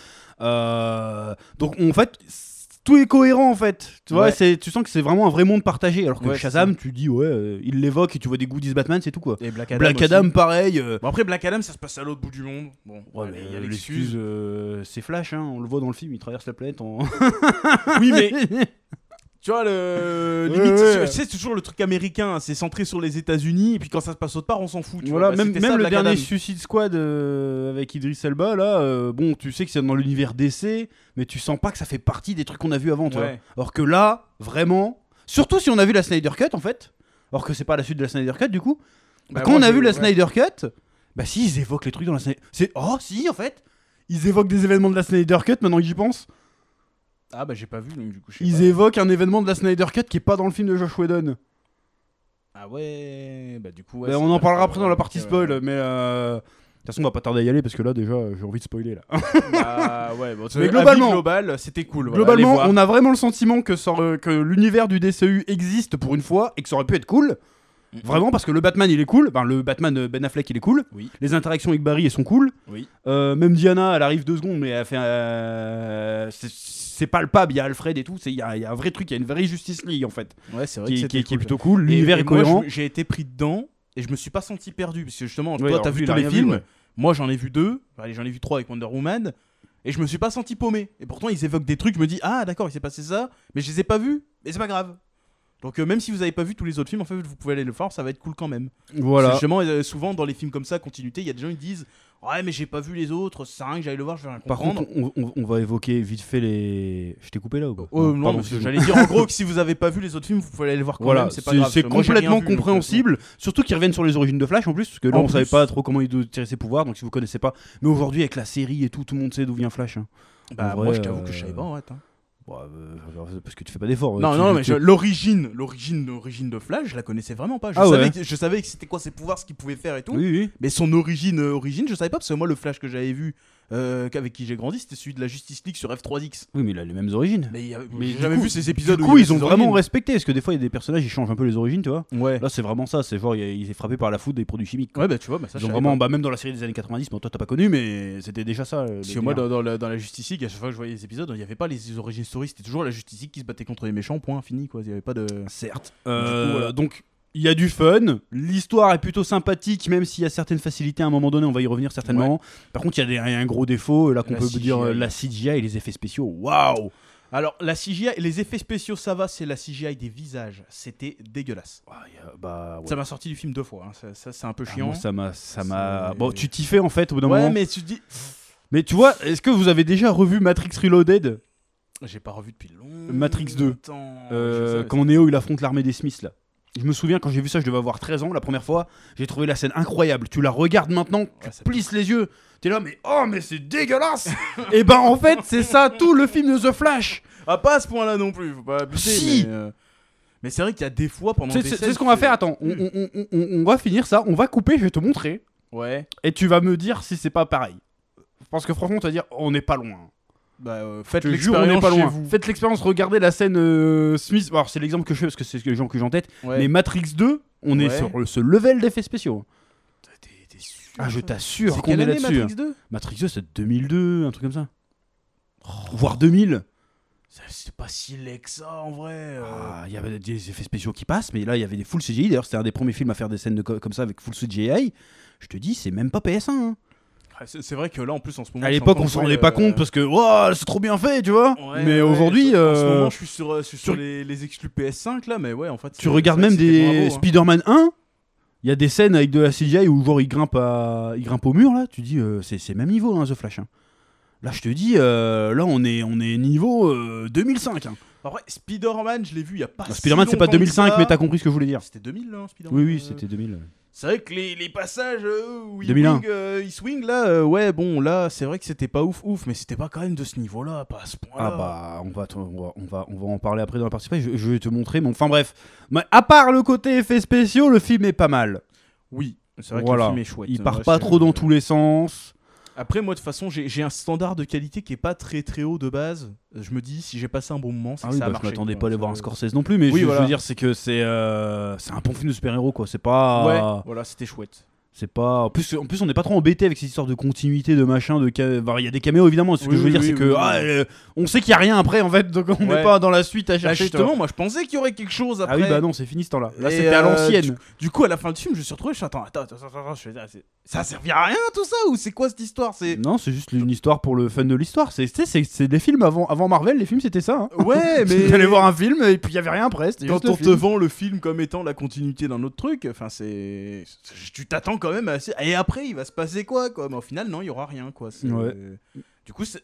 Speaker 1: Euh, donc en fait, c- tout est cohérent en fait, tu vois,
Speaker 2: Ouais.
Speaker 1: c'est, tu sens que c'est vraiment un vrai monde partagé, alors que
Speaker 2: Ouais, c'est
Speaker 1: Shazam, tu dis, ouais, euh, il l'évoque et tu vois des goodies Batman, c'est tout quoi.
Speaker 2: Et Black Adam.
Speaker 1: Black
Speaker 2: aussi.
Speaker 1: Adam, pareil. euh,
Speaker 2: Bon, après, Black Adam, ça se passe à l'autre bout du monde. Bon,
Speaker 1: Ouais,
Speaker 2: allez,
Speaker 1: mais
Speaker 2: il y a
Speaker 1: euh,
Speaker 2: l'excuse.
Speaker 1: l'excuse, euh, c'est Flash, hein, on le voit dans le film, il traverse la planète en.
Speaker 2: oui, mais Tu vois, le.
Speaker 1: Ouais,
Speaker 2: Limite,
Speaker 1: ouais.
Speaker 2: c'est- c'est toujours le truc américain, hein, c'est centré sur les États-Unis, et puis quand ça se passe autre part, on s'en fout. Tu
Speaker 1: voilà,
Speaker 2: vois. Bah,
Speaker 1: même,
Speaker 2: c'était
Speaker 1: même
Speaker 2: ça,
Speaker 1: le
Speaker 2: Black
Speaker 1: dernier
Speaker 2: Adam.
Speaker 1: Suicide Squad euh, avec Idris Elba, là, euh, bon, tu sais que c'est dans l'univers DC, mais tu sens pas que ça fait partie des trucs qu'on a vu avant, tu vois.
Speaker 2: Ouais.
Speaker 1: Alors que là, vraiment, surtout si on a vu la Snyder Cut en fait, alors que c'est pas la suite de la Snyder Cut du coup,
Speaker 2: Bah,
Speaker 1: quand
Speaker 2: moi,
Speaker 1: on a
Speaker 2: j'ai-
Speaker 1: vu la
Speaker 2: ouais.
Speaker 1: Snyder Cut, bah si ils évoquent les trucs dans la Snyder c'est oh si en fait, ils évoquent des événements de la Snyder Cut maintenant que j'y pense.
Speaker 2: Ah bah j'ai pas vu donc du coup je sais
Speaker 1: Ils
Speaker 2: pas.
Speaker 1: évoquent un événement de la Snyder Cut qui est pas dans le film de Josh Whedon.
Speaker 2: Ah ouais bah du coup ouais,
Speaker 1: Bah,
Speaker 2: c'est
Speaker 1: on en
Speaker 2: pas-
Speaker 1: parlera après dans la
Speaker 2: ouais,
Speaker 1: partie
Speaker 2: ok, ouais,
Speaker 1: spoil,
Speaker 2: ouais.
Speaker 1: mais euh, toute façon, on va pas tarder à y aller parce que là, déjà, euh, j'ai envie de spoiler. Là.
Speaker 2: Bah, ouais, bon,
Speaker 1: Mais
Speaker 2: avis
Speaker 1: globalement-
Speaker 2: global, c'était cool. voilà,
Speaker 1: Globalement,
Speaker 2: allez voir.
Speaker 1: on a vraiment le sentiment que, ça aurait- que l'univers du DCU existe pour une fois et que ça aurait pu être cool.
Speaker 2: Mhm.
Speaker 1: Vraiment, parce que le Batman, il est cool. Ben, le Batman euh, Ben Affleck, il est cool.
Speaker 2: Oui.
Speaker 1: Les interactions avec Barry, elles sont cool.
Speaker 2: Oui.
Speaker 1: Euh, même Diana, elle arrive deux secondes, mais elle fait. euh, c'est- C'est palpable, il y a Alfred et tout. c'est- Il y, a il y a un vrai truc, il y a une vraie Justice League en fait,
Speaker 2: Ouais, c'est vrai
Speaker 1: qui,
Speaker 2: que
Speaker 1: est- qui est-
Speaker 2: c'était
Speaker 1: qui est
Speaker 2: cool.
Speaker 1: plutôt cool.
Speaker 2: Et-
Speaker 1: L'univers
Speaker 2: et
Speaker 1: est
Speaker 2: moi,
Speaker 1: cohérent.
Speaker 2: je- J'ai été pris dedans et je me suis pas senti perdu parce que justement,
Speaker 1: Ouais,
Speaker 2: toi,
Speaker 1: alors,
Speaker 2: t'as
Speaker 1: vu
Speaker 2: vu
Speaker 1: que t'as
Speaker 2: tous les
Speaker 1: rien vu,
Speaker 2: films.
Speaker 1: ouais.
Speaker 2: Moi, j'en ai vu deux. Allez, j'en ai vu trois avec Wonder Woman et je me suis pas senti paumé. Et pourtant, ils évoquent des trucs. Je me dis, ah, d'accord, il s'est passé ça, mais je les ai pas vus. Mais c'est pas grave. Donc, euh, même si vous avez pas vu tous les autres films, en fait, vous pouvez aller le voir, ça va être cool quand même. Parce que
Speaker 1: Voilà.
Speaker 2: Justement, euh, souvent dans les films comme ça, continuité, il y a des gens qui disent Ouais, mais j'ai pas vu les autres, c'est rien que j'aille le voir, je vais rien
Speaker 1: Par
Speaker 2: comprendre.
Speaker 1: contre, on, on- on va évoquer vite fait les. Je t'ai coupé là ou pas
Speaker 2: Oh, non,
Speaker 1: Pardon,
Speaker 2: parce que
Speaker 1: excuse-moi.
Speaker 2: j'allais dire en gros que si vous avez pas vu les autres films, vous pouvez aller les voir quand
Speaker 1: Voilà,
Speaker 2: même, c'est pas
Speaker 1: c'est-
Speaker 2: grave.
Speaker 1: c'est
Speaker 2: parce que moi, j'ai rien
Speaker 1: complètement
Speaker 2: vu, donc, euh,
Speaker 1: compréhensible. Surtout qu'ils reviennent sur les origines de Flash en plus, parce que là
Speaker 2: En
Speaker 1: on savait
Speaker 2: plus.
Speaker 1: pas trop comment il tirer ses pouvoirs, donc si vous connaissez pas. Mais aujourd'hui, avec la série et tout, tout le monde sait d'où vient Flash. hein.
Speaker 2: euh, Bah,
Speaker 1: En vrai,
Speaker 2: moi, je t'avoue que je
Speaker 1: euh,
Speaker 2: savais pas en fait. hein.
Speaker 1: Bon, euh, alors, c'est parce que tu fais pas d'efforts. euh,
Speaker 2: Non,
Speaker 1: tu-
Speaker 2: non,
Speaker 1: tu-
Speaker 2: mais je- l'origine, l'origine, l'origine de Flash, je la connaissais vraiment pas. Je,
Speaker 1: Ah
Speaker 2: savais,
Speaker 1: ouais.
Speaker 2: que- je savais que c'était quoi ses pouvoirs, ce qu'il pouvait faire et tout.
Speaker 1: Oui, oui.
Speaker 2: Mais son origine, euh, origine, je savais pas parce que moi, le Flash que j'avais vu, euh, avec qui j'ai grandi, c'était celui de la Justice League sur F3X.
Speaker 1: Oui, mais il a les mêmes origines.
Speaker 2: Mais, il y avait-
Speaker 1: Mais
Speaker 2: j'ai
Speaker 1: du
Speaker 2: jamais
Speaker 1: coup-
Speaker 2: vu ces épisodes.
Speaker 1: du
Speaker 2: où
Speaker 1: coup,
Speaker 2: il y avait
Speaker 1: ils ont
Speaker 2: ses
Speaker 1: vraiment
Speaker 2: origines.
Speaker 1: respecté, parce que des fois, il y a des personnages, ils changent un peu les origines, tu vois.
Speaker 2: Ouais.
Speaker 1: Là, c'est vraiment ça, c'est genre, il, y a- il est frappé par la foudre des produits chimiques. quoi.
Speaker 2: Ouais, bah tu vois, bah, ça,
Speaker 1: Ils
Speaker 2: je
Speaker 1: ont
Speaker 2: savais
Speaker 1: vraiment,
Speaker 2: pas.
Speaker 1: bah, même dans la série des années 90, bon, toi t'as pas connu, mais c'était déjà ça. euh, le
Speaker 2: Parce que moi,
Speaker 1: délire.
Speaker 2: dans, dans la, dans la Justice League, à chaque fois que je voyais les épisodes, il n'y avait pas les origines story, c'était toujours la Justice League qui se battait contre les méchants, point, fini, quoi. Il n'y avait pas de.
Speaker 1: Certes.
Speaker 2: Du coup, voilà.
Speaker 1: Euh, Donc, il y a du fun. L'histoire est plutôt sympathique, même s'il y a certaines facilités à un moment donné, on va y revenir certainement. Par contre, il y a des- un gros défaut, là qu'on
Speaker 2: La
Speaker 1: peut
Speaker 2: CGI.
Speaker 1: dire euh, la CGI et les effets spéciaux. Waouh
Speaker 2: Alors, la CGI, les effets spéciaux, ça va, c'est la CGI des visages. C'était dégueulasse.
Speaker 1: Ah, y a- bah, ouais.
Speaker 2: Ça m'a sorti du film deux fois, hein. ça, ça, c'est un peu
Speaker 1: Ah,
Speaker 2: chiant.
Speaker 1: moi, ça m'a, ça m'a.
Speaker 2: C'est-
Speaker 1: Bon, tu t'y fais en fait au bout d'un
Speaker 2: ouais,
Speaker 1: moment. Mais...
Speaker 2: mais tu te dis.
Speaker 1: tu vois, est-ce que vous avez déjà revu Matrix Reloaded
Speaker 2: J'ai pas revu depuis longtemps.
Speaker 1: Matrix 2.
Speaker 2: je
Speaker 1: euh,
Speaker 2: sais, mais
Speaker 1: Quand Neo il affronte l'armée des Smiths là. Je me souviens quand j'ai vu ça, je devais avoir 13 ans la première fois. J'ai trouvé la scène incroyable. Tu la regardes maintenant,
Speaker 2: c'est- ouais, ça-
Speaker 1: plisse les yeux. T'es là, mais oh, mais c'est dégueulasse! et ben en fait, c'est ça tout le film de The Flash!
Speaker 2: Ah, pas à ce point-là non plus, faut pas abuser.
Speaker 1: Si.
Speaker 2: Mais, euh, mais c'est vrai qu'il y a des fois pendant.
Speaker 1: C'est
Speaker 2: des
Speaker 1: c'est-
Speaker 2: scènes,
Speaker 1: c'est Hmm. ce qu'on va
Speaker 2: tu-
Speaker 1: faire, attends, on, on- on- on- on va finir ça, on va couper, je vais te montrer,
Speaker 2: Ouais.
Speaker 1: et tu vas me dire si c'est pas pareil. Parce que franchement, tu vas dire, on n'est pas loin.
Speaker 2: Bah, euh, faites
Speaker 1: Je te jure, on n'est
Speaker 2: l'expérience
Speaker 1: pas
Speaker 2: chez
Speaker 1: loin.
Speaker 2: vous.
Speaker 1: Faites l'expérience, regardez la scène euh, Smith. Alors, c'est l'exemple que je fais parce que c'est les gens que j'ai en tête,
Speaker 2: Ouais.
Speaker 1: mais Matrix 2, on est
Speaker 2: Ouais.
Speaker 1: sur le- ce level d'effets spéciaux.
Speaker 2: T'es- t'es sûr,
Speaker 1: Ah, je
Speaker 2: toi
Speaker 1: t'assure
Speaker 2: C'est
Speaker 1: qu'on
Speaker 2: quelle
Speaker 1: est
Speaker 2: année,
Speaker 1: là-dessus. hein.
Speaker 2: Matrix 2
Speaker 1: Matrix 2, c'est 2002, un truc comme ça. Voire 2000.
Speaker 2: Ça, C'est pas si laid que ça en vrai. euh.
Speaker 1: Ah, Il y avait des effets spéciaux qui passent, mais là il y avait des full CGI. D'ailleurs, c'était un des premiers films à faire des scènes de co- comme ça avec full CGI. Je te dis, c'est même pas PS1. hein.
Speaker 2: Ouais, Ah, c'est c'est vrai que là en plus en ce moment.
Speaker 1: À
Speaker 2: je suis
Speaker 1: l'époque,
Speaker 2: en
Speaker 1: on
Speaker 2: train
Speaker 1: s'en
Speaker 2: de
Speaker 1: rendait
Speaker 2: jouer,
Speaker 1: pas
Speaker 2: euh,
Speaker 1: compte parce que Waouh, c'est trop bien fait, tu vois.
Speaker 2: ouais,
Speaker 1: mais
Speaker 2: ouais,
Speaker 1: aujourd'hui,
Speaker 2: je- En ce
Speaker 1: euh,
Speaker 2: moment, je suis sur, euh, je suis sur
Speaker 1: tu-
Speaker 2: les, les exclus PS5 là, mais ouais, en fait.
Speaker 1: tu regardes même des
Speaker 2: hein.
Speaker 1: Spider-Man 1. Il y a des scènes avec de la CGI où genre il grimpe, à... il grimpe au mur là. Tu dis, euh, c'est c'est même niveau hein, The Flash. hein. Là, je te dis, euh, là on est, on est niveau euh, 2005. hein.
Speaker 2: En vrai, Spider-Man, je l'ai vu il y a pas. Ah, si
Speaker 1: Ah, Spider-Man, c'est pas
Speaker 2: longtemps que
Speaker 1: 2005,
Speaker 2: ça.
Speaker 1: mais t'as compris ce que je voulais dire.
Speaker 2: C'était 2000 là, hein, Spider-Man.
Speaker 1: Oui, oui,
Speaker 2: euh,
Speaker 1: c'était 2000.
Speaker 2: C'est vrai que les, les passages euh, où il
Speaker 1: 2001.
Speaker 2: swing, euh, il swing là, euh, ouais, bon, là, c'est vrai que c'était pas ouf, ouf, mais c'était pas quand même de ce niveau-là, pas à ce point-là.
Speaker 1: Ah bah on va, t- on va, on va, on va en parler après dans la partie. Je, je vais te montrer. Mais enfin bref, Ma- à part le côté effets spéciaux, le film est pas mal.
Speaker 2: Oui, c'est vrai
Speaker 1: Voilà.
Speaker 2: que le film est chouette.
Speaker 1: Il
Speaker 2: hein,
Speaker 1: part
Speaker 2: ouais,
Speaker 1: pas
Speaker 2: c'est-
Speaker 1: trop dans tous les sens.
Speaker 2: Après, moi, de toute façon, j'ai j'ai un standard de qualité qui est pas très très haut de base. Euh, Je me dis, si j'ai passé un bon moment, c'est
Speaker 1: Ah
Speaker 2: que
Speaker 1: oui,
Speaker 2: ça
Speaker 1: bah,
Speaker 2: a
Speaker 1: je
Speaker 2: marché.
Speaker 1: m'attendais pas à
Speaker 2: quoi.
Speaker 1: aller
Speaker 2: Ça-
Speaker 1: voir un Scorsese non plus. Mais
Speaker 2: Oui,
Speaker 1: je, je
Speaker 2: voilà.
Speaker 1: veux dire, c'est que c'est, euh, c'est un bon film de super héros quoi. C'est pas,
Speaker 2: euh, Ouais, voilà, c'était chouette.
Speaker 1: c'est pas. En plus, en plus, on n'est pas trop embêté avec cette histoire de continuité, de machin, de. ca- enfin, il y a des caméos évidemment. Ce que
Speaker 2: Oui,
Speaker 1: je veux
Speaker 2: oui,
Speaker 1: dire,
Speaker 2: oui,
Speaker 1: c'est que
Speaker 2: oui, oui.
Speaker 1: ah, euh, on sait qu'il y a rien après en fait, donc on n'est
Speaker 2: Ouais.
Speaker 1: pas dans la suite à chercher. tu vois.
Speaker 2: justement, moi, je pensais qu'il y aurait quelque chose après.
Speaker 1: Ah oui, bah non, c'est fini ce temps-là. Là,
Speaker 2: Et,
Speaker 1: c'était à
Speaker 2: euh,
Speaker 1: l'ancienne.
Speaker 2: Du coup, à la fin du film, je me suis retrouvé, je suis attends, attends, attends, attends, attends, je fais, ah, c'est- ça servira à rien tout ça ou c'est quoi cette histoire C'est
Speaker 1: Non, c'est juste une histoire pour le fun de l'histoire. C'est- C'est c'est- c'est des films avant, avant Marvel, les films c'était ça. Hein.
Speaker 2: ouais, mais
Speaker 1: T'allais voir un film et puis il y avait rien après. c'était juste
Speaker 2: quand
Speaker 1: le
Speaker 2: on te
Speaker 1: film.
Speaker 2: vend le film comme étant la continuité d'un autre truc, enfin c'est, c'est- tu t'attends quand même à et après il va se passer quoi quoi, mais au final non, il y aura rien quoi. C'est-
Speaker 1: Ouais.
Speaker 2: Du coup, c'est-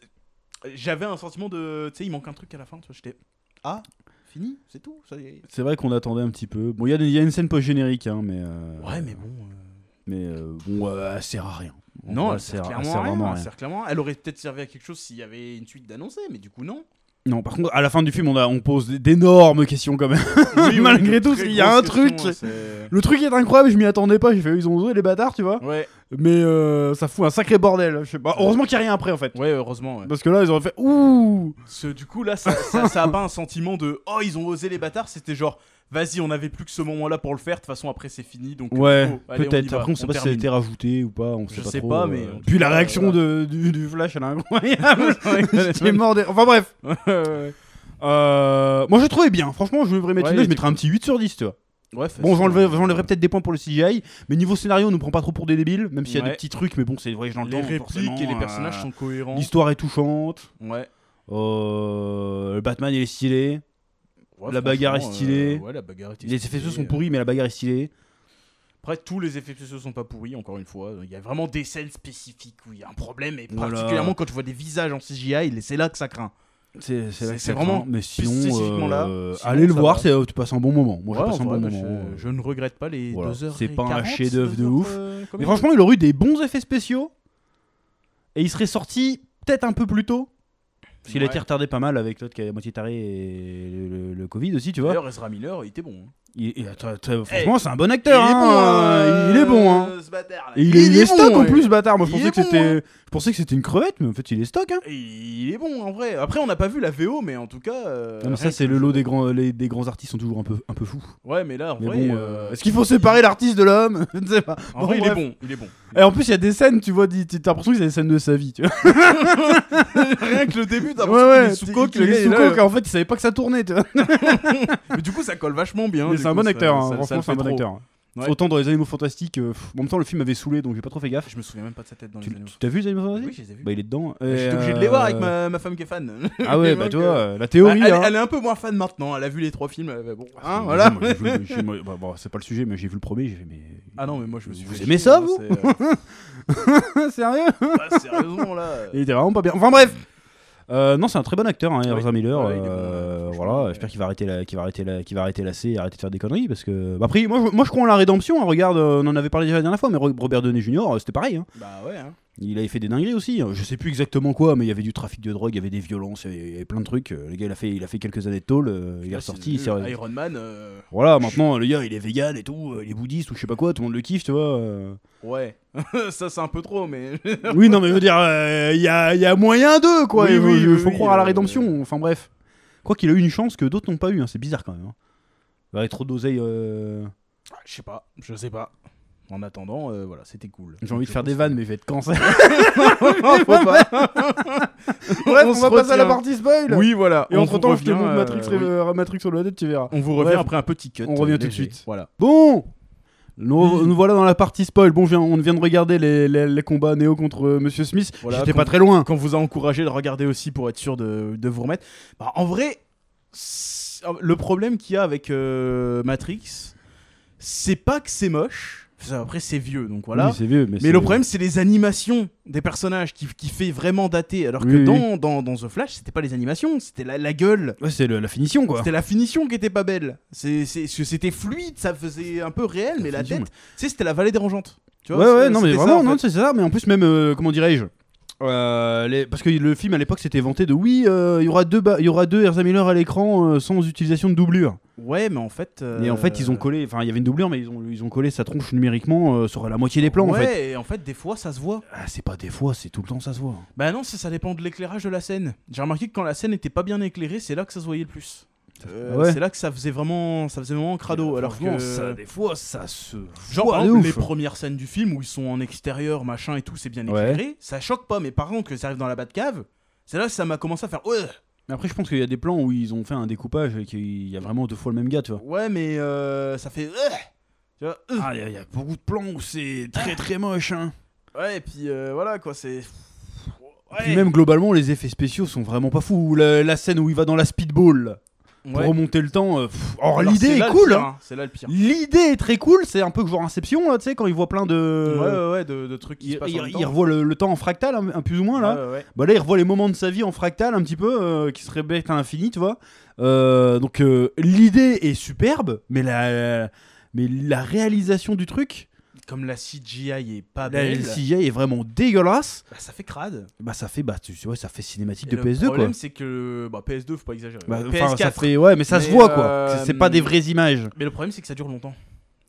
Speaker 2: j'avais un sentiment de, tu sais, il manque un truc à la fin, tu vois, j'étais ah fini, c'est tout, ça y est.
Speaker 1: C'est vrai qu'on attendait un petit peu. Bon, il y, a- il y a une scène post générique, hein, mais. euh,
Speaker 2: Ouais, mais bon. euh,
Speaker 1: Mais euh, bon, euh, elle sert à rien. En
Speaker 2: Non,
Speaker 1: vrai,
Speaker 2: elle sert
Speaker 1: elle
Speaker 2: clairement
Speaker 1: sert
Speaker 2: à rien,
Speaker 1: vraiment à
Speaker 2: elle
Speaker 1: rien.
Speaker 2: sert clairement à rien. Elle aurait peut-être servi à quelque chose s'il y avait une suite d'annoncer, mais du coup non.
Speaker 1: Non, par contre, à la fin du film, on, a, on pose d- d'énormes questions quand même. Malgré
Speaker 2: de
Speaker 1: tout,
Speaker 2: très
Speaker 1: il y a un
Speaker 2: grosses
Speaker 1: truc.
Speaker 2: questions, hein, c'est-
Speaker 1: Le truc est incroyable, je m'y attendais pas. J'ai fait, ils ont osé les bâtards, tu vois.
Speaker 2: Ouais.
Speaker 1: Mais euh, ça fout un sacré bordel. Je sais pas. Heureusement qu'il n'y a rien après en fait.
Speaker 2: Ouais, heureusement. ouais.
Speaker 1: Parce que là, ils auraient fait Ouh
Speaker 2: Ce- du coup, là, ça, ça, ça a pas un sentiment de oh, ils ont osé les bâtards. C'était genre, vas-y, on avait plus que ce moment-là pour le faire. De toute façon, après, c'est fini. Donc, euh,
Speaker 1: Ouais,
Speaker 2: go, allez, on y
Speaker 1: peut-être.
Speaker 2: va,
Speaker 1: Après, on sait pas si ça a
Speaker 2: termine.
Speaker 1: été rajouté ou pas. On sait
Speaker 2: Je
Speaker 1: pas
Speaker 2: sais
Speaker 1: trop,
Speaker 2: pas,
Speaker 1: euh.
Speaker 2: mais en tout
Speaker 1: Puis la
Speaker 2: cas,
Speaker 1: réaction
Speaker 2: voilà.
Speaker 1: de, du, du Flash, elle est incroyable.
Speaker 2: Ouais,
Speaker 1: J'étais mort de- Enfin bref. Euh, Moi, je le trouvais bien. Franchement, je devrais mettre
Speaker 2: Ouais,
Speaker 1: une
Speaker 2: il
Speaker 1: note,
Speaker 2: était
Speaker 1: je mettrais un petit 8 sur 10, tu vois.
Speaker 2: Ouais, facile. hein.
Speaker 1: Bon, j'enlèverai j'enlèverai peut-être des points pour le CGI, mais niveau scénario, on nous prend pas trop pour des débiles, même s'il y a
Speaker 2: Ouais.
Speaker 1: des petits trucs, mais bon, c'est vrai que dans le
Speaker 2: les
Speaker 1: temps,
Speaker 2: répliques et
Speaker 1: forcément,
Speaker 2: les personnages
Speaker 1: euh,
Speaker 2: sont cohérents.
Speaker 1: L'histoire est touchante.
Speaker 2: Ouais.
Speaker 1: euh, le Batman, il est stylé.
Speaker 2: Ouais,
Speaker 1: La bagarre est
Speaker 2: franchement,
Speaker 1: stylée.
Speaker 2: euh, ouais, la bagarre était
Speaker 1: Les effets
Speaker 2: stylée,
Speaker 1: spéciaux sont
Speaker 2: euh.
Speaker 1: pourris, mais la bagarre est stylée.
Speaker 2: Après, tous les effets spéciaux sont pas pourris, encore une fois. Il y a vraiment des scènes spécifiques où il y a un problème, et
Speaker 1: Voilà.
Speaker 2: particulièrement quand tu vois des visages en CGI, et c'est là que ça craint.
Speaker 1: C'est
Speaker 2: C'est-
Speaker 1: c'est là que
Speaker 2: c'est
Speaker 1: ça
Speaker 2: vraiment
Speaker 1: craint, Mais sinon,
Speaker 2: spécifiquement là,
Speaker 1: euh,
Speaker 2: sinon,
Speaker 1: allez le
Speaker 2: ça
Speaker 1: voir,
Speaker 2: va.
Speaker 1: c'est- euh, tu passes un bon moment. Moi, je
Speaker 2: Ouais, bah,
Speaker 1: passe un
Speaker 2: en
Speaker 1: bon
Speaker 2: vrai,
Speaker 1: moment.
Speaker 2: je,
Speaker 1: euh.
Speaker 2: je ne regrette pas les
Speaker 1: Voilà.
Speaker 2: 2 heures.
Speaker 1: C'est
Speaker 2: et
Speaker 1: pas un
Speaker 2: 40,
Speaker 1: chef-d'œuvre de
Speaker 2: 2 heures,
Speaker 1: ouf.
Speaker 2: euh, combien
Speaker 1: Mais franchement, il aurait eu des bons effets spéciaux. Et il serait sorti peut-être un peu plus tôt. Parce qu'il a
Speaker 2: Ouais.
Speaker 1: été retardé pas mal avec l'autre qui est à moitié taré et le, le- le Covid aussi, tu vois.
Speaker 2: D'ailleurs, Ezra Miller, il était bon. hein.
Speaker 1: Il- il- attends, attends, franchement, c'est un bon acteur.
Speaker 2: Il est
Speaker 1: hein,
Speaker 2: bon, euh,
Speaker 1: il est bon, hein.
Speaker 2: ce bâtard, là.
Speaker 1: Et il, est, il est
Speaker 2: bon,
Speaker 1: stock en
Speaker 2: ouais.
Speaker 1: plus, ce bâtard. Moi, je
Speaker 2: Il
Speaker 1: pensais,
Speaker 2: est
Speaker 1: que
Speaker 2: bon, hein.
Speaker 1: c'était, je pensais que c'était une crevette, mais en fait, il est stock. Hein.
Speaker 2: Et Il est bon en vrai. Après, on n'a pas vu la VO, mais en tout cas. euh,
Speaker 1: Non, mais ça,
Speaker 2: rien
Speaker 1: c'est
Speaker 2: que
Speaker 1: le lot
Speaker 2: jeu-
Speaker 1: des grands, les- des grands artistes sont toujours un peu, un peu fous.
Speaker 2: Ouais, mais là, en
Speaker 1: Mais
Speaker 2: vrai.
Speaker 1: bon,
Speaker 2: euh,
Speaker 1: euh, est-ce qu'il faut séparer l'artiste de l'homme Je ne sais pas.
Speaker 2: En
Speaker 1: Bon,
Speaker 2: vrai, il est
Speaker 1: bref.
Speaker 2: bon. Il est bon.
Speaker 1: Et en plus, il y a des scènes, tu vois, dis- t'as l'impression que c'est des scènes de sa vie, tu vois.
Speaker 2: Rien que le début, t'as
Speaker 1: Ouais,
Speaker 2: l'impression qu'il
Speaker 1: ouais,
Speaker 2: est sous coque, le
Speaker 1: il
Speaker 2: gars,
Speaker 1: est
Speaker 2: il
Speaker 1: sous
Speaker 2: est là,
Speaker 1: coke, hein, en fait, il savait pas que ça tournait, tu vois.
Speaker 2: Mais du coup, ça colle vachement bien.
Speaker 1: Mais
Speaker 2: du
Speaker 1: c'est un
Speaker 2: coup,
Speaker 1: bon
Speaker 2: ça-
Speaker 1: acteur, hein,
Speaker 2: ça- ça le
Speaker 1: franchement, c'est
Speaker 2: fait
Speaker 1: un bon
Speaker 2: trop.
Speaker 1: acteur.
Speaker 2: Ouais.
Speaker 1: Autant dans les Animaux Fantastiques, euh, pff, en même temps, le film avait saoulé, donc j'ai pas trop fait gaffe.
Speaker 2: Je me souviens même pas de sa tête dans
Speaker 1: Tu
Speaker 2: les animaux.
Speaker 1: tu t'as vu les Animaux
Speaker 2: Oui,
Speaker 1: Fantastiques
Speaker 2: je les ai vus.
Speaker 1: Bah, il est dedans.
Speaker 2: Ah, J'étais
Speaker 1: Et,
Speaker 2: obligé de les voir avec
Speaker 1: euh,
Speaker 2: ma, ma femme qui est fan.
Speaker 1: Ah ouais,
Speaker 2: Les
Speaker 1: bah,
Speaker 2: mecs,
Speaker 1: tu vois,
Speaker 2: euh,
Speaker 1: euh, la théorie,
Speaker 2: elle, elle-
Speaker 1: hein.
Speaker 2: elle est un peu moins fan maintenant. Elle a vu les trois films. elle- bon, hein,
Speaker 1: Moi,
Speaker 2: voilà.
Speaker 1: j'ai- moi, j'ai- j'ai- moi, bah, bon, c'est pas le sujet, mais j'ai vu le premier, j'ai fait mais.
Speaker 2: Ah non, mais moi je me suis.
Speaker 1: Vous
Speaker 2: fait
Speaker 1: aimez
Speaker 2: chier,
Speaker 1: ça,
Speaker 2: hein,
Speaker 1: vous
Speaker 2: c'est, euh,
Speaker 1: Sérieux
Speaker 2: bah, Sérieusement là. euh,
Speaker 1: Il était vraiment pas bien. Enfin bref. Euh, non, c'est un très bon acteur, hein,
Speaker 2: Oui.
Speaker 1: Ezra Miller.
Speaker 2: Ouais, il est bon,
Speaker 1: euh,
Speaker 2: ouais, franchement,
Speaker 1: voilà,
Speaker 2: ouais.
Speaker 1: j'espère qu'il va arrêter la, qu'il va arrêter la, qu'il va arrêter la C et arrêter de faire des conneries parce que. bah, après, moi, je- moi, je crois en la rédemption. hein, regarde, euh, on en avait parlé déjà la dernière fois, mais Ro- Robert Downey Jr. euh, c'était pareil. hein.
Speaker 2: Bah ouais. hein.
Speaker 1: Il avait fait des dingueries aussi. hein. Je sais plus exactement quoi, mais il y avait du trafic de drogue, il y avait des violences, il y avait- il y avait plein de trucs. Euh, Le gars, il a fait, il a fait quelques années de tôle. euh, il est
Speaker 2: Là, c'est
Speaker 1: ressorti. il s'est-
Speaker 2: devenu Iron Man. euh,
Speaker 1: Voilà, maintenant, le gars, il est vegan et tout, euh, il est bouddhiste ou je sais pas quoi, tout le monde le kiffe, tu vois. euh.
Speaker 2: Ouais. ça c'est un peu trop, mais.
Speaker 1: oui, non, mais je veux dire, il y, a, y a moyen d'eux, quoi.
Speaker 2: Oui,
Speaker 1: Il faut-
Speaker 2: oui,
Speaker 1: il
Speaker 2: oui,
Speaker 1: faut
Speaker 2: oui,
Speaker 1: croire à
Speaker 2: euh,
Speaker 1: la rédemption. Enfin, bref. Quoi qu'il a eu une chance que d'autres n'ont pas eu, hein, c'est bizarre quand même. hein. Ouais, trop d'oseille. euh,
Speaker 2: Ah, Je sais pas. Je sais pas. En attendant, euh, voilà, c'était cool.
Speaker 1: J'ai envie de
Speaker 2: Je
Speaker 1: faire
Speaker 2: pense
Speaker 1: des vannes, mais je vais être cancer.
Speaker 2: que- Faut pas.
Speaker 1: bref,
Speaker 2: On
Speaker 1: on,
Speaker 2: se
Speaker 1: va passer à la
Speaker 2: retient.
Speaker 1: partie spoil.
Speaker 2: Oui, voilà.
Speaker 1: Et
Speaker 2: on
Speaker 1: entre temps,
Speaker 2: vous
Speaker 1: je te
Speaker 2: revient,
Speaker 1: montre
Speaker 2: euh,
Speaker 1: Matrix,
Speaker 2: oui.
Speaker 1: euh, Matrix sur le net, tu verras.
Speaker 2: On vous revient
Speaker 1: Bref.
Speaker 2: après un petit cut.
Speaker 1: On revient
Speaker 2: euh,
Speaker 1: tout de
Speaker 2: léger.
Speaker 1: suite.
Speaker 2: Voilà.
Speaker 1: Bon nous,
Speaker 2: Mm.
Speaker 1: nous voilà dans la partie spoil. Bon, je viens- on vient de regarder les, les- les combats Néo contre euh, Monsieur Smith.
Speaker 2: Voilà,
Speaker 1: J'étais
Speaker 2: qu'on-
Speaker 1: pas très loin.
Speaker 2: Quand vous a encouragé de regarder aussi pour être sûr de, de vous remettre. Bah, en vrai, c'est- euh, le problème qu'il y a avec euh, Matrix, c'est pas que c'est moche. Ça, Après, c'est vieux, donc voilà.
Speaker 1: Oui, c'est vieux, mais,
Speaker 2: mais
Speaker 1: c'est-
Speaker 2: le problème, c'est les animations des personnages qui, qui fait vraiment dater. Alors que
Speaker 1: Oui, oui.
Speaker 2: dans, dans, dans The Flash, c'était pas les animations, c'était la, la gueule.
Speaker 1: Ouais, c'est le- la finition, quoi.
Speaker 2: C'était la finition qui était pas belle. C'est- c'est- C'était fluide, ça faisait un peu réel, mais la
Speaker 1: finition,
Speaker 2: tête. Tu sais, c'était la vallée dérangeante. Tu vois,
Speaker 1: ouais, ouais,
Speaker 2: c'est-
Speaker 1: non, mais
Speaker 2: c'était ça,
Speaker 1: vraiment,
Speaker 2: en
Speaker 1: non,
Speaker 2: fait.
Speaker 1: c'est ça. Mais en plus, même, euh, comment dirais-je euh, les- Parce que le film à l'époque s'était vanté de oui, euh, il y aura deux, ba- il y aura deux Ezra Miller à l'écran euh, sans utilisation de doublure.
Speaker 2: Ouais, mais en fait.
Speaker 1: Et en fait, ils ont
Speaker 2: euh,
Speaker 1: collé, enfin, il y avait une doublure, mais ils ont, ils ont collé sa tronche numériquement euh, sur la moitié des plans en
Speaker 2: ouais,
Speaker 1: fait.
Speaker 2: et en fait, des fois, ça se voit.
Speaker 1: Ah, c'est pas des fois, c'est tout le temps, ça se voit.
Speaker 2: Bah non, ça, ça dépend de l'éclairage de la scène. J'ai remarqué que quand la scène n'était pas bien éclairée, c'est là que ça se voyait le plus. Euh,
Speaker 1: Ah ouais.
Speaker 2: C'est là que ça faisait vraiment, ça faisait vraiment crado. alors que,
Speaker 1: Franchement, ça, des fois, ça se.
Speaker 2: genre,
Speaker 1: voit
Speaker 2: par
Speaker 1: de
Speaker 2: exemple, les
Speaker 1: ouf.
Speaker 2: premières scènes du film où ils sont en extérieur, machin et tout, c'est bien
Speaker 1: Ouais.
Speaker 2: éclairé, ça choque pas. Mais par contre, que ça arrive dans la Batcave, c'est là que ça m'a commencé à faire. Ouais,
Speaker 1: Mais après, je pense qu'il y a des plans où ils ont fait un découpage et qu'il y a vraiment deux fois le même gars, tu vois.
Speaker 2: ouais, mais euh, ça fait. euh, tu vois, euh. Ah.
Speaker 1: Ah, il y a- il y, a beaucoup de plans où c'est très très moche, hein.
Speaker 2: Ouais, et puis euh, voilà quoi, c'est.
Speaker 1: Puis même globalement, les effets spéciaux sont vraiment pas fous. La, la scène où il va dans la speedball. là,
Speaker 2: Ouais.
Speaker 1: pour remonter le temps. euh, pff, alors,
Speaker 2: Alors,
Speaker 1: l'idée
Speaker 2: c'est
Speaker 1: est,
Speaker 2: là le
Speaker 1: cool.
Speaker 2: pire,
Speaker 1: hein.
Speaker 2: hein, C'est là le pire.
Speaker 1: L'idée est très cool. C'est un peu que genre Inception, là, tu sais, quand il voit plein de.
Speaker 2: Ouais, ouais, ouais, de, de trucs qui
Speaker 1: il,
Speaker 2: se passent en
Speaker 1: il-
Speaker 2: même
Speaker 1: il
Speaker 2: temps.
Speaker 1: revoit le, le temps en fractal, hein, un, un plus ou moins là.
Speaker 2: Ouais, ouais, ouais.
Speaker 1: Bah là, il revoit les moments de sa vie en fractal, un petit peu, euh, qui se répètent à l'infini, tu vois. Euh, donc euh, l'idée est superbe, mais la, mais la réalisation du truc,
Speaker 2: Comme la CGI est pas
Speaker 1: la
Speaker 2: belle,
Speaker 1: CGI est vraiment dégueulasse.
Speaker 2: bah, ça fait crade.
Speaker 1: Bah ça fait, bah tu tu vois, ça fait cinématique
Speaker 2: Et
Speaker 1: de
Speaker 2: le
Speaker 1: PS2 quoi.
Speaker 2: problème, c'est que bah, PS2, faut pas exagérer.
Speaker 1: Bah, enfin,
Speaker 2: PS4.
Speaker 1: ça fait, ouais, mais ça se
Speaker 2: Mais,
Speaker 1: voit quoi.
Speaker 2: euh,
Speaker 1: C'est- C'est pas des vraies images.
Speaker 2: Mais le problème, c'est que ça dure longtemps.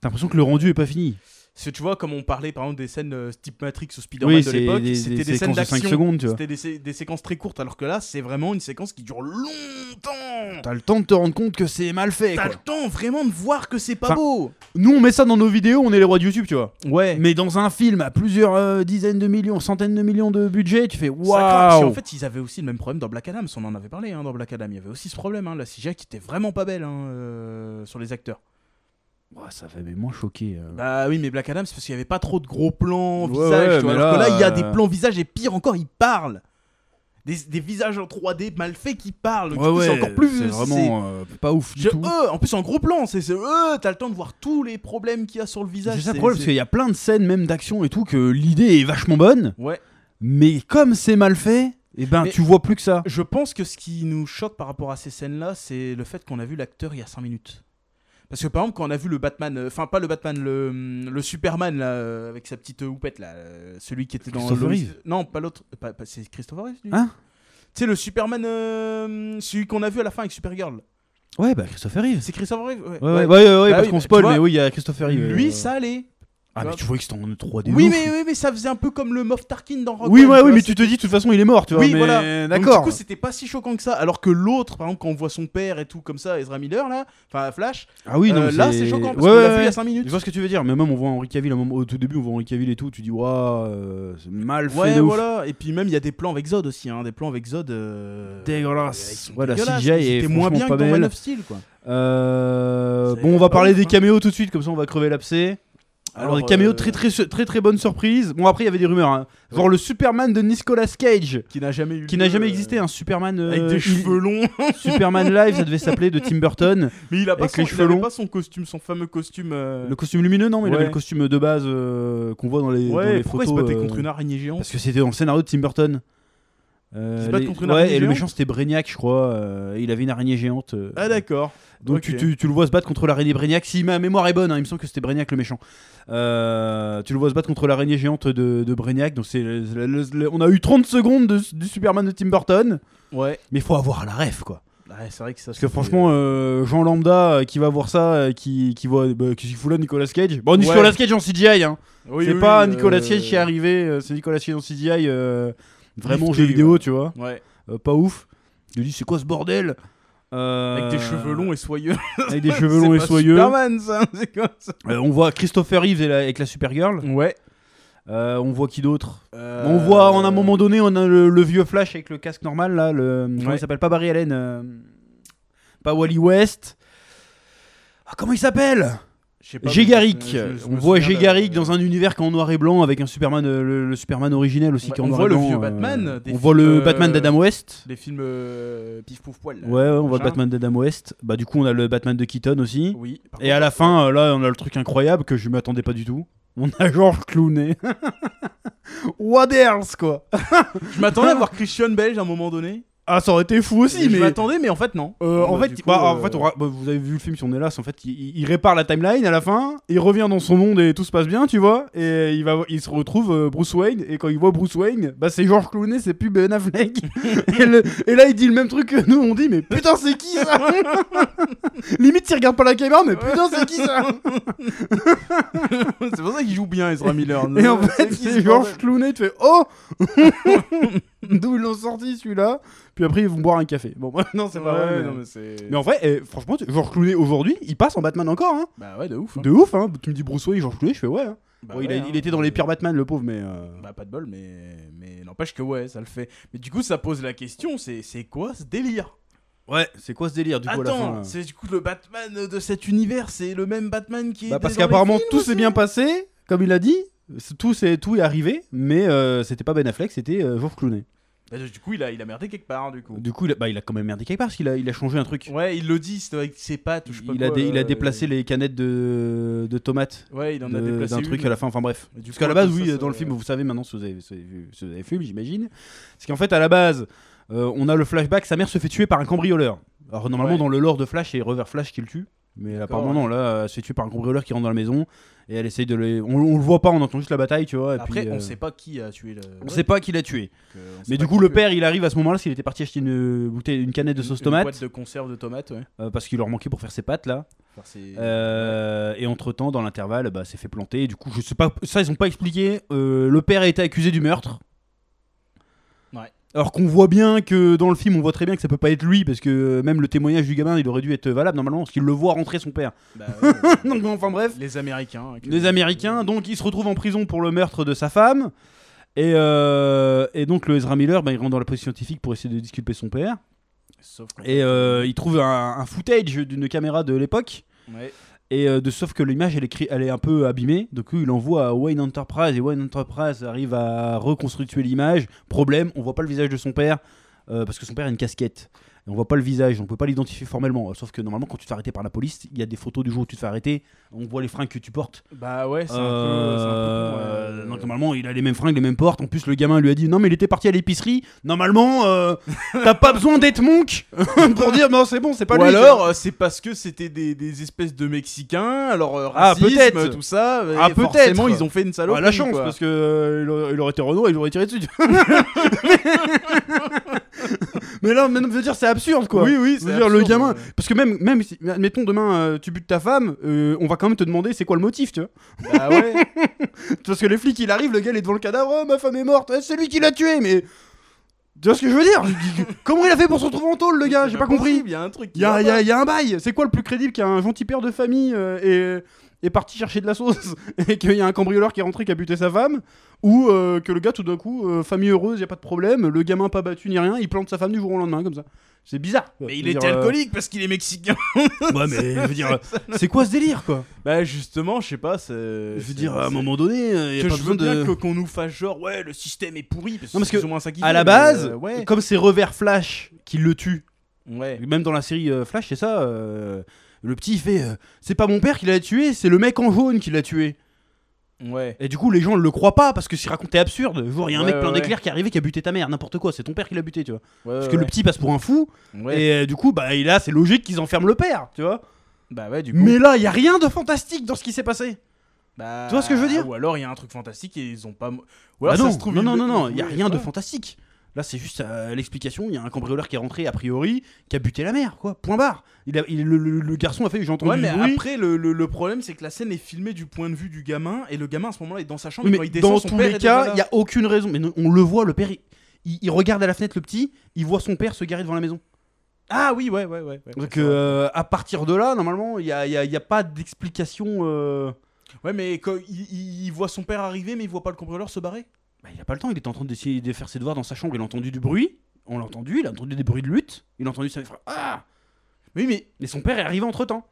Speaker 1: T'as l'impression que le rendu est pas fini.
Speaker 2: C'est, tu vois, comme on parlait par exemple des scènes euh, type Matrix ou Spider-Man
Speaker 1: Oui,
Speaker 2: de
Speaker 1: c'est
Speaker 2: l'époque,
Speaker 1: des,
Speaker 2: c'était
Speaker 1: des
Speaker 2: des, scènes
Speaker 1: séquences de 5
Speaker 2: d'action.
Speaker 1: secondes, tu vois.
Speaker 2: C'était des, sé- des séquences très courtes, alors que là, c'est vraiment une séquence qui dure longtemps.
Speaker 1: T'as le temps de te rendre compte que c'est mal fait,
Speaker 2: T'as
Speaker 1: quoi.
Speaker 2: le temps vraiment de voir que c'est pas
Speaker 1: Enfin,
Speaker 2: beau.
Speaker 1: Nous, on met ça dans nos vidéos, on est les rois de YouTube, tu vois.
Speaker 2: Ouais.
Speaker 1: Mais dans un film à plusieurs euh, dizaines de millions, centaines de millions de budget, tu fais
Speaker 2: Ça craque. Si,
Speaker 1: waouh
Speaker 2: En fait, ils avaient aussi le même problème dans Black Adam. On en avait parlé hein, dans Black Adam. Il y avait aussi ce problème. Hein. La CGI qui était vraiment pas belle hein, euh, sur les acteurs.
Speaker 1: Ouah, Ça fait mais moins choqué. euh.
Speaker 2: Bah oui, mais Black Adam, c'est parce qu'il y avait pas trop de gros plans
Speaker 1: Ouais,
Speaker 2: visage.
Speaker 1: ouais,
Speaker 2: tu vois,
Speaker 1: mais
Speaker 2: alors
Speaker 1: là,
Speaker 2: que là, il y a
Speaker 1: euh,
Speaker 2: des plans visage et pire encore, ils parlent. Des, des visages en 3D mal faits qui parlent. Du
Speaker 1: Ouais,
Speaker 2: coup,
Speaker 1: ouais,
Speaker 2: c'est encore plus.
Speaker 1: c'est
Speaker 2: c'est-
Speaker 1: vraiment euh, pas ouf du
Speaker 2: Je-
Speaker 1: tout.
Speaker 2: euh, en plus, en gros plan, c'est c'est- euh, t'as le temps de voir tous les problèmes qu'il y a sur le visage.
Speaker 1: C'est ça
Speaker 2: c'est-
Speaker 1: le problème,
Speaker 2: c'est-
Speaker 1: parce qu'il y a plein de scènes, même d'action et tout, que l'idée est vachement bonne,
Speaker 2: Ouais.
Speaker 1: mais comme c'est mal fait, et ben
Speaker 2: Mais-
Speaker 1: tu vois plus que ça.
Speaker 2: Je pense que ce qui nous choque par rapport à ces scènes-là, c'est le fait qu'on a vu l'acteur il y a 5 minutes. Parce que par exemple, quand on a vu le Batman, euh, enfin pas le Batman, le, hum, le Superman là, euh, avec sa petite euh, houppette là, euh, celui qui était dans
Speaker 1: Christopher
Speaker 2: Lois-
Speaker 1: Reeve.
Speaker 2: Non, pas l'autre, euh, pas- pas- c'est Christopher Reeve. lui.
Speaker 1: Hein
Speaker 2: Tu sais le Superman, euh, celui qu'on a vu à la fin avec Supergirl.
Speaker 1: Ouais, bah Christopher Reeve.
Speaker 2: C'est Christopher Reeve. Ouais.
Speaker 1: Ouais, ouais, ouais,
Speaker 2: Ouais.
Speaker 1: ouais, ouais,
Speaker 2: Bah
Speaker 1: parce
Speaker 2: oui,
Speaker 1: qu'on
Speaker 2: bah,
Speaker 1: spoil,
Speaker 2: tu vois,
Speaker 1: mais oui, il y a Christopher Reeve. euh,
Speaker 2: Lui, ça allait.
Speaker 1: Ah, mais tu vois que c'était en 3D.
Speaker 2: Oui
Speaker 1: ouf.
Speaker 2: mais, oui, mais ça faisait un peu comme le Moff Tarkin dans Rock
Speaker 1: Oui, ouais,
Speaker 2: One, tu
Speaker 1: oui,
Speaker 2: vois,
Speaker 1: mais tu te dis, de toute façon, il est mort, tu vois.
Speaker 2: Oui,
Speaker 1: mais
Speaker 2: voilà. Donc,
Speaker 1: D'accord.
Speaker 2: du coup, c'était pas si choquant que ça. Alors que l'autre, par exemple, quand on voit son père et tout comme ça, Ezra Miller, là, enfin Flash,
Speaker 1: Ah oui, non,
Speaker 2: euh,
Speaker 1: mais
Speaker 2: là c'est choquant parce
Speaker 1: Ouais,
Speaker 2: qu'on l'a
Speaker 1: ouais,
Speaker 2: vu il y a
Speaker 1: ouais.
Speaker 2: 5
Speaker 1: Je
Speaker 2: minutes.
Speaker 1: vois ce que tu veux dire, mais même on voit Henri Cavill à un moment- au tout début, on voit Henri Cavill et tout, tu dis, waouh, euh, c'est mal fait.
Speaker 2: Ouais,
Speaker 1: de ouf.
Speaker 2: voilà. Et puis même, il y a des plans avec Zod aussi, hein, des plans avec Zod. euh, ils
Speaker 1: Dégueulasse.
Speaker 2: sont
Speaker 1: Voilà,
Speaker 2: dégueulasses,
Speaker 1: CGI
Speaker 2: ils
Speaker 1: est
Speaker 2: étaient moins
Speaker 1: franchement
Speaker 2: bien
Speaker 1: pas
Speaker 2: que dans Man
Speaker 1: belle.
Speaker 2: of Steel, quoi.
Speaker 1: Euh,
Speaker 2: C'est
Speaker 1: bon, on va
Speaker 2: pas
Speaker 1: parler
Speaker 2: ouf,
Speaker 1: des
Speaker 2: hein.
Speaker 1: caméos tout de suite, comme ça on va crever l'abcès. Alors, des caméos
Speaker 2: euh,
Speaker 1: très, très su- très très bonne surprise. Bon, après, il y avait des rumeurs. Hein. Genre
Speaker 2: Ouais.
Speaker 1: le Superman de Nicolas Cage,
Speaker 2: qui n'a jamais eu
Speaker 1: qui
Speaker 2: lieu,
Speaker 1: n'a jamais
Speaker 2: euh,
Speaker 1: existé, un Superman. euh,
Speaker 2: Avec des
Speaker 1: il-
Speaker 2: cheveux longs,
Speaker 1: Superman Live, ça devait s'appeler de Tim Burton.
Speaker 2: mais il a pas
Speaker 1: Avec
Speaker 2: son,
Speaker 1: les
Speaker 2: il
Speaker 1: cheveux
Speaker 2: avait
Speaker 1: longs.
Speaker 2: pas son costume, son fameux costume. euh,
Speaker 1: Le costume lumineux, non, mais il
Speaker 2: Ouais.
Speaker 1: avait le costume de base euh, qu'on voit dans les, dans
Speaker 2: Ouais,
Speaker 1: les
Speaker 2: pourquoi
Speaker 1: photos.
Speaker 2: il se battait
Speaker 1: euh,
Speaker 2: contre une araignée géante
Speaker 1: Parce que c'était dans le scénario de Tim Burton. Euh,
Speaker 2: Il se bat contre une
Speaker 1: ouais,
Speaker 2: araignée
Speaker 1: et le
Speaker 2: géante
Speaker 1: méchant c'était Brainiac, je crois. euh, et il avait une araignée géante. euh,
Speaker 2: Ah d'accord.
Speaker 1: donc
Speaker 2: ok.
Speaker 1: tu, tu- tu le vois se battre contre l'araignée Brainiac. Si ma mémoire est bonne, hein, il me semble que c'était Brainiac le méchant. Euh, tu le vois se battre contre l'araignée géante de, de Brainiac. Donc c'est le- le- le- le- on a eu 30 secondes de- du Superman de Tim Burton.
Speaker 2: Ouais.
Speaker 1: Mais faut avoir la ref quoi.
Speaker 2: Ouais, c'est vrai que ça.
Speaker 1: Parce Ah, que franchement, euh, Jean Lambda euh, qui va voir ça, euh, qui, qui voit bah, qu'est-ce qu'il fout là Nicolas Cage. Bon, Nicolas
Speaker 2: Ouais.
Speaker 1: Cage en CGI, hein.
Speaker 2: Oui,
Speaker 1: c'est
Speaker 2: oui,
Speaker 1: pas
Speaker 2: oui,
Speaker 1: Nicolas
Speaker 2: euh,
Speaker 1: Cage qui est arrivé, euh, c'est Nicolas Cage en CGI, euh, vraiment
Speaker 2: Lifté,
Speaker 1: jeu vidéo,
Speaker 2: ouais.
Speaker 1: tu vois.
Speaker 2: Ouais.
Speaker 1: Euh, pas ouf. Je lui dis, c'est quoi ce bordel Euh,
Speaker 2: Avec des cheveux longs et soyeux.
Speaker 1: Avec des cheveux longs et soyeux.
Speaker 2: Superman, ça, c'est quoi ça
Speaker 1: Euh, on voit Christopher Reeves et la- avec la Supergirl.
Speaker 2: Ouais.
Speaker 1: Euh, on voit qui d'autre On voit, en un
Speaker 2: Euh,
Speaker 1: moment donné, on a le, le vieux Flash avec le casque normal, là. Le, Comment
Speaker 2: Ouais.
Speaker 1: il s'appelle Pas Barry Allen. euh, Pas Wally West. Ah, comment il s'appelle Gégaric.
Speaker 2: euh,
Speaker 1: On voit Gégaric dans un univers qui est en noir et blanc avec un Superman, euh, le, le Superman originel aussi
Speaker 2: Ouais,
Speaker 1: qui est en
Speaker 2: on
Speaker 1: noir
Speaker 2: voit
Speaker 1: et
Speaker 2: le
Speaker 1: blanc,
Speaker 2: vieux
Speaker 1: euh,
Speaker 2: Batman, des
Speaker 1: on voit le
Speaker 2: films, euh,
Speaker 1: Batman d'Adam West.
Speaker 2: Les films euh, pif pouf poil. là,
Speaker 1: Ouais, ouais, on voit le
Speaker 2: machin.
Speaker 1: Batman d'Adam West. Bah, du coup, on a le Batman de Keaton aussi.
Speaker 2: Oui. par
Speaker 1: Et à la fin, euh, là, on a le truc incroyable que je m'attendais pas du tout. On a George Clooney. What else, quoi
Speaker 2: contre, je m'attendais à voir Christian Belge à un moment donné.
Speaker 1: Ah, ça aurait été fou aussi,
Speaker 2: Je
Speaker 1: mais.
Speaker 2: m'attendais, mais en fait, non.
Speaker 1: Euh, en,
Speaker 2: Bah,
Speaker 1: fait,
Speaker 2: du coup,
Speaker 1: bah, en
Speaker 2: euh,
Speaker 1: fait, on ra- bah, vous avez vu le film si on est là, c'est en fait, il- il, il répare la timeline à la fin, il revient dans son monde et tout se passe bien, tu vois, et il, va, il se retrouve euh, Bruce Wayne, et quand il voit Bruce Wayne, bah c'est George Clooney, c'est plus Ben Affleck, et, le- et là il dit le même truc que nous, on dit, mais putain c'est qui ça Limite il regarde pas la caméra, mais putain c'est qui ça
Speaker 2: c'est pour ça qu'il joue bien Ezra Miller.
Speaker 1: Et en
Speaker 2: C'est
Speaker 1: fait,
Speaker 2: qui, ce
Speaker 1: c'est Georges
Speaker 2: bordel
Speaker 1: Clooney, tu fais Oh D'où ils l'ont sorti celui-là Puis après, ils vont boire un café. Bon, non, c'est pas
Speaker 2: Ouais,
Speaker 1: vrai. Mais...
Speaker 2: non, mais c'est.
Speaker 1: mais en vrai, eh, franchement, tu- Georges Clooney aujourd'hui, il passe en Batman encore. Hein.
Speaker 2: Bah ouais, de ouf. hein.
Speaker 1: De ouf, hein. Tu me dis Bruce Wayne, Georges Clooney, je fais ouais. hein.
Speaker 2: Bah
Speaker 1: Bon, il,
Speaker 2: ouais,
Speaker 1: a-
Speaker 2: hein.
Speaker 1: il était dans les pires Batman, le pauvre, mais. euh,
Speaker 2: Bah pas de bol, mais, mais n'empêche que ouais, ça le fait. Mais du coup, ça pose la question, c'est c'est quoi ce délire
Speaker 1: Ouais, c'est quoi ce délire du coup à la fin
Speaker 2: Attends,
Speaker 1: là
Speaker 2: c'est du coup le Batman de cet univers, c'est le même Batman qui est
Speaker 1: Bah, Parce
Speaker 2: dans les
Speaker 1: qu'apparemment,
Speaker 2: films
Speaker 1: tout s'est
Speaker 2: aussi
Speaker 1: bien passé, comme il a dit. C'est- Tout est, tout est arrivé, mais euh, c'était pas Ben Affleck, c'était euh, Georges Clooney.
Speaker 2: Bah, du coup, il a, il a merdé quelque part, hein, du coup.
Speaker 1: Du coup, il a, bah, il a quand même merdé quelque part parce qu'il a, il a changé un truc.
Speaker 2: Ouais, il le dit, c'est avec ses pattes ou je sais pas
Speaker 1: il, a
Speaker 2: quoi,
Speaker 1: dé- il a
Speaker 2: euh,
Speaker 1: déplacé les canettes de, de tomates
Speaker 2: Ouais, il en a
Speaker 1: de-
Speaker 2: déplacé
Speaker 1: d'un truc
Speaker 2: une.
Speaker 1: à la fin. Enfin bref.
Speaker 2: Et du
Speaker 1: Parce
Speaker 2: coup,
Speaker 1: qu'à la
Speaker 2: après,
Speaker 1: base,
Speaker 2: ça,
Speaker 1: oui,
Speaker 2: ça-
Speaker 1: dans le film, vous savez maintenant, si vous avez, si vous avez vu- si vous avez vu, j'imagine. C'est qu'en fait, à la base, euh, on a le flashback, sa mère se fait tuer par un cambrioleur. Alors normalement,
Speaker 2: Ouais.
Speaker 1: dans le lore de Flash, c'est Rever Flash qui le tue. Mais
Speaker 2: D'accord,
Speaker 1: apparemment, non,
Speaker 2: ouais.
Speaker 1: là, elle se fait tuer par un cambrioleur qui rentre dans la maison et elle essaye de le. On, on le voit pas, on entend juste la bataille, tu vois. et
Speaker 2: Après,
Speaker 1: puis, euh,
Speaker 2: on sait pas qui a tué le.
Speaker 1: on sait pas qui l'a tué.
Speaker 2: Donc, euh, on sait
Speaker 1: Mais
Speaker 2: pas
Speaker 1: du coup,
Speaker 2: qui
Speaker 1: le
Speaker 2: tue.
Speaker 1: père, il arrive à ce moment-là, parce qu'il était parti acheter une bouteille, une canette de
Speaker 2: Une-
Speaker 1: sauce
Speaker 2: une
Speaker 1: tomate,
Speaker 2: boîte de conserve de tomates, ouais.
Speaker 1: euh, parce qu'il leur manquait pour faire ses pâtes là.
Speaker 2: Enfin, c'est-
Speaker 1: Euh, et entre temps, dans l'intervalle, bah, s'est fait planter. Du coup, je sais pas, ça ils ont pas expliqué. Euh, le père a été accusé du meurtre.
Speaker 2: Ouais.
Speaker 1: Alors qu'on voit bien que dans le film, on voit très bien que ça peut pas être lui, parce que euh, même le témoignage du gamin, il aurait dû être valable normalement, parce qu'il le voit rentrer son père.
Speaker 2: Bah, ouais, ouais.
Speaker 1: Donc, enfin bref.
Speaker 2: Les Américains. hein, que-
Speaker 1: Les Américains, donc il se retrouve en prison pour le meurtre de sa femme. Et, euh, et donc le Ezra Miller, bah, il rentre dans la police scientifique pour essayer de disculper son père.
Speaker 2: Sauf qu'en
Speaker 1: Et euh, il trouve un, un footage d'une caméra de l'époque.
Speaker 2: fait- ouais.
Speaker 1: Et euh, de, sauf que l'image elle, est cri- elle est un peu abîmée. Du coup, il envoie à Wayne Enterprise. Et Wayne Enterprise arrive à reconstituer l'image. Problème, on voit pas le visage de son père. euh, parce que son père a une casquette. Et on voit pas le visage. On peut pas l'identifier formellement. Euh, Sauf que normalement, quand tu te fais arrêter par la police, il y a des photos du jour où tu te fais arrêter. On voit les fringues que tu portes.
Speaker 2: Bah ouais, c'est un peu- c'est
Speaker 1: Euh,
Speaker 2: un peu. con, ouais.
Speaker 1: Donc normalement, il a les mêmes fringues, les mêmes portes. En plus, le gamin lui a dit non, mais il était parti à l'épicerie. Normalement, euh, t'as pas besoin d'être monk pour dire non, c'est bon, c'est pas
Speaker 2: Ou
Speaker 1: lui.
Speaker 2: alors, euh, c'est parce que c'était des, des espèces de Mexicains, alors euh,
Speaker 1: Ah,
Speaker 2: racisme,
Speaker 1: peut-être.
Speaker 2: tout ça.
Speaker 1: Ah,
Speaker 2: et
Speaker 1: peut-être.
Speaker 2: Forcément, ils ont fait une salope.
Speaker 1: Ah, la chance, parce que euh, il, aurait, il aurait été Renault et il aurait tiré dessus. mais là, même, je veux dire, c'est absurde quoi.
Speaker 2: Oui, oui,
Speaker 1: Je
Speaker 2: c'est
Speaker 1: veux dire, le
Speaker 2: absurde,
Speaker 1: gamin.
Speaker 2: ouais.
Speaker 1: Parce que même, même si, admettons, demain euh, tu butes ta femme, euh, on va quand même te demander c'est quoi le motif, tu vois.
Speaker 2: Bah ouais.
Speaker 1: Parce que les flics, il arrive, le gars, il est devant le cadavre, Oh, ma femme est morte, Eh, c'est lui qui l'a tué, mais. Tu vois ce que je veux dire Je- je- Comment il a fait pour se retrouver en tôle, le gars J'ai
Speaker 2: C'est
Speaker 1: pas compris.
Speaker 2: possible, Il y a un truc. qui
Speaker 1: Il y, a-
Speaker 2: va
Speaker 1: y a-
Speaker 2: pas.
Speaker 1: y a un bail. C'est quoi le plus crédible qu'un gentil père de famille euh, est, est parti chercher de la sauce et qu'il y a un cambrioleur qui est rentré qui a buté sa femme Ou euh, que le gars, tout d'un coup, euh, famille heureuse, y a pas de problème, le gamin pas battu ni rien, il plante sa femme du jour au lendemain comme ça. C'est bizarre. quoi.
Speaker 2: Mais il
Speaker 1: Je veux
Speaker 2: était
Speaker 1: dire, euh,
Speaker 2: alcoolique parce qu'il est mexicain.
Speaker 1: Ouais, mais je veux dire, c'est quoi ce délire quoi
Speaker 2: Bah justement, je sais pas. c'est-
Speaker 1: Je
Speaker 2: c'est-
Speaker 1: veux dire, à un
Speaker 2: c'est-
Speaker 1: moment donné, euh, y a
Speaker 2: que
Speaker 1: pas
Speaker 2: je
Speaker 1: besoin
Speaker 2: veux bien
Speaker 1: de.
Speaker 2: que- qu'on nous fasse genre ouais le système est pourri parce,
Speaker 1: Non, parce
Speaker 2: qu'ils
Speaker 1: que
Speaker 2: ont moins ça qui
Speaker 1: À
Speaker 2: fait,
Speaker 1: la
Speaker 2: mais,
Speaker 1: base,
Speaker 2: euh, ouais
Speaker 1: comme c'est revers Flash qui le tue,
Speaker 2: ouais
Speaker 1: même dans la série euh, Flash, c'est ça. euh, le petit il fait, euh, c'est pas mon père qui l'a tué, c'est le mec en jaune qui l'a tué.
Speaker 2: ouais
Speaker 1: Et du coup, les gens le croient pas parce que c'est raconté absurde. Genre, il y a un
Speaker 2: Ouais,
Speaker 1: mec
Speaker 2: ouais,
Speaker 1: plein
Speaker 2: ouais.
Speaker 1: d'éclairs qui est arrivé qui a buté ta mère, n'importe quoi, c'est ton père qui l'a buté, tu vois.
Speaker 2: parce
Speaker 1: parce que le petit passe pour un fou, et euh, du coup, bah, et là, c'est logique qu'ils enferment le père, tu vois.
Speaker 2: bah ouais du coup
Speaker 1: Mais là, il y a rien de fantastique dans ce qui s'est passé.
Speaker 2: bah,
Speaker 1: tu vois ce que je veux dire
Speaker 2: ou alors il y a un truc fantastique et ils ont pas mo- ou
Speaker 1: Bah
Speaker 2: alors
Speaker 1: non,
Speaker 2: ça se trouve
Speaker 1: non,
Speaker 2: ils-
Speaker 1: non, non, non,
Speaker 2: ils-
Speaker 1: il y a
Speaker 2: ouais,
Speaker 1: rien de
Speaker 2: ouais.
Speaker 1: fantastique. Là, c'est juste euh, l'explication. Il y a un cambrioleur qui est rentré, a priori, qui a buté la mère, quoi. Point barre. Il a- il- le, le- le garçon a fait, j'ai entendu
Speaker 2: Ouais, mais
Speaker 1: du bruit.
Speaker 2: après, le, le- le problème, c'est que la scène est filmée du point de vue du gamin, et le gamin, à ce moment-là, est dans sa chambre,
Speaker 1: Oui,
Speaker 2: et quand
Speaker 1: mais
Speaker 2: il descend,
Speaker 1: dans
Speaker 2: son
Speaker 1: tous
Speaker 2: père
Speaker 1: les
Speaker 2: est
Speaker 1: cas,
Speaker 2: déjà
Speaker 1: il
Speaker 2: là.
Speaker 1: n'y a aucune raison. Mais non, on le voit, le père, il, il- il regarde à la fenêtre le petit, il voit son père se garer devant la maison.
Speaker 2: Ah oui, ouais, ouais, ouais. ouais,
Speaker 1: Donc
Speaker 2: c'est vrai.
Speaker 1: euh, à partir de là, normalement, il n'y a, il y a- il y a pas d'explication. euh,
Speaker 2: Ouais, mais quand il, il- il voit son père arriver, mais il voit pas le cambrioleur se barrer.
Speaker 1: Bah, il a pas le temps, il était en train d'essayer de faire ses devoirs dans sa chambre, il a entendu du bruit, on l'a entendu, il a entendu des bruits de lutte, il a entendu sa frère. Ah
Speaker 2: Oui, mais
Speaker 1: Mais son père est arrivé entre temps.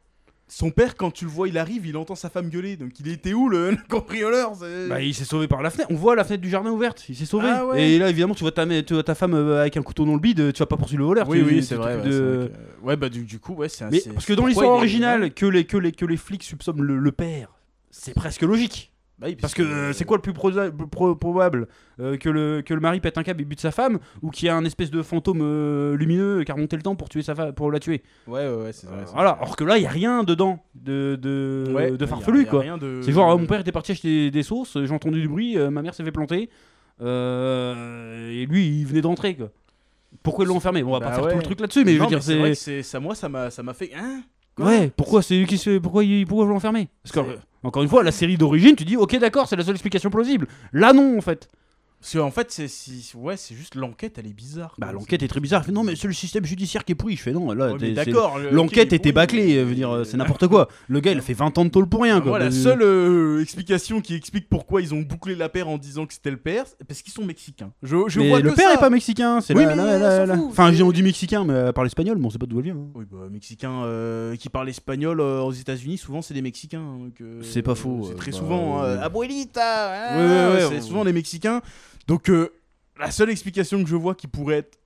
Speaker 2: son père, quand tu le vois, il arrive, il entend sa femme gueuler, donc il était où le, le cambrioleur c'est-
Speaker 1: Bah, il s'est sauvé par la fenêtre, on voit la fenêtre du jardin ouverte, il s'est sauvé.
Speaker 2: Ah ouais.
Speaker 1: Et là, évidemment, tu vois, ta, mè- tu vois ta femme euh, avec un couteau dans le bide, tu vas pas poursuivre le voleur.
Speaker 2: Oui,
Speaker 1: tu-
Speaker 2: oui,
Speaker 1: tu
Speaker 2: c'est
Speaker 1: t'occupes
Speaker 2: vrai. Ouais,
Speaker 1: de-
Speaker 2: c'est vrai que- ouais, bah du, du coup, ouais, c'est un-
Speaker 1: Mais
Speaker 2: c'est-
Speaker 1: parce que dans
Speaker 2: pourquoi
Speaker 1: l'histoire
Speaker 2: il est-
Speaker 1: originale, que les, que, les, que les flics soupçonnent le, le père, c'est presque logique.
Speaker 2: Bah oui,
Speaker 1: Parce que euh, c'est quoi le plus prosa- pro- probable Euh, que, le, que le mari pète un câble et bute sa femme ou qu'il y a un espèce de fantôme euh, lumineux qui a remonté le temps pour, tuer sa femme- pour la tuer
Speaker 2: Ouais, ouais, ouais, c'est vrai. c'est
Speaker 1: Voilà,
Speaker 2: vrai.
Speaker 1: alors que là, il y a rien dedans de, de,
Speaker 2: Ouais,
Speaker 1: Euh, de
Speaker 2: ouais,
Speaker 1: farfelu
Speaker 2: y a- y a
Speaker 1: quoi.
Speaker 2: rien de-
Speaker 1: C'est genre, ah, mon père était parti acheter des, des sauces, j'ai entendu du bruit, euh, ma mère s'est fait planter euh, et lui, il venait d'entrer quoi. Pourquoi ils l'ont enfermé Bon, on va
Speaker 2: Bah
Speaker 1: pas faire
Speaker 2: ouais.
Speaker 1: tout le truc là-dessus, mais je
Speaker 2: Non,
Speaker 1: veux dire,
Speaker 2: c'est vrai
Speaker 1: c'est.
Speaker 2: que c'est ça, moi, ça m'a, ça m'a fait. Hein Quoi
Speaker 1: Ouais, pourquoi c'est lui qui se- pourquoi il- pourquoi vous l'enfermez Parce que
Speaker 2: C'est-
Speaker 1: euh, encore une fois, la série d'origine, tu dis OK, d'accord, c'est la seule explication plausible. Là non en fait.
Speaker 2: Parce qu'en fait, c'est, si- ouais, c'est juste l'enquête, elle est bizarre.
Speaker 1: Bah
Speaker 2: quoi.
Speaker 1: l'enquête est très bizarre. Elle fait, non mais c'est le système judiciaire qui est pourri. Je fais non, là
Speaker 2: Ouais, Oh, mais
Speaker 1: t'es- c'est-
Speaker 2: d'accord. le-
Speaker 1: L'enquête
Speaker 2: ok, il est
Speaker 1: était
Speaker 2: pourri,
Speaker 1: baclée,
Speaker 2: mais- Ah,
Speaker 1: euh, je veux dire, euh, c'est n'importe quoi. Le gars, il a fait 20 ans de tôle pour rien.
Speaker 2: Moi,
Speaker 1: Quoi.
Speaker 2: la
Speaker 1: Euh,
Speaker 2: seule euh, explication qui explique pourquoi ils ont bouclé la paire en disant que c'était le père, c'est parce qu'ils sont mexicains. Je, je
Speaker 1: mais
Speaker 2: vois
Speaker 1: le
Speaker 2: que
Speaker 1: père
Speaker 2: ça.
Speaker 1: est pas mexicain, c'est
Speaker 2: Oui,
Speaker 1: là,
Speaker 2: mais
Speaker 1: là,
Speaker 2: on
Speaker 1: là,
Speaker 2: s'en
Speaker 1: là.
Speaker 2: fout,
Speaker 1: Enfin,
Speaker 2: c'est-
Speaker 1: j'ai- on dit mexicain, mais elle parle espagnol, mais on sait pas d'où elle vient. hein.
Speaker 2: Oui, bah, mexicain euh, qui parle espagnol euh, aux États-Unis, souvent c'est des Mexicains. hein, donc, euh,
Speaker 1: C'est pas faux,
Speaker 2: C'est
Speaker 1: euh,
Speaker 2: très
Speaker 1: bah,
Speaker 2: souvent.
Speaker 1: euh,
Speaker 2: hein, Abuelita
Speaker 1: Ouais, ouais,
Speaker 2: ah,
Speaker 1: ouais,
Speaker 2: C'est
Speaker 1: on-
Speaker 2: souvent des Mexicains. Donc, euh, la seule explication que je vois qui pourrait être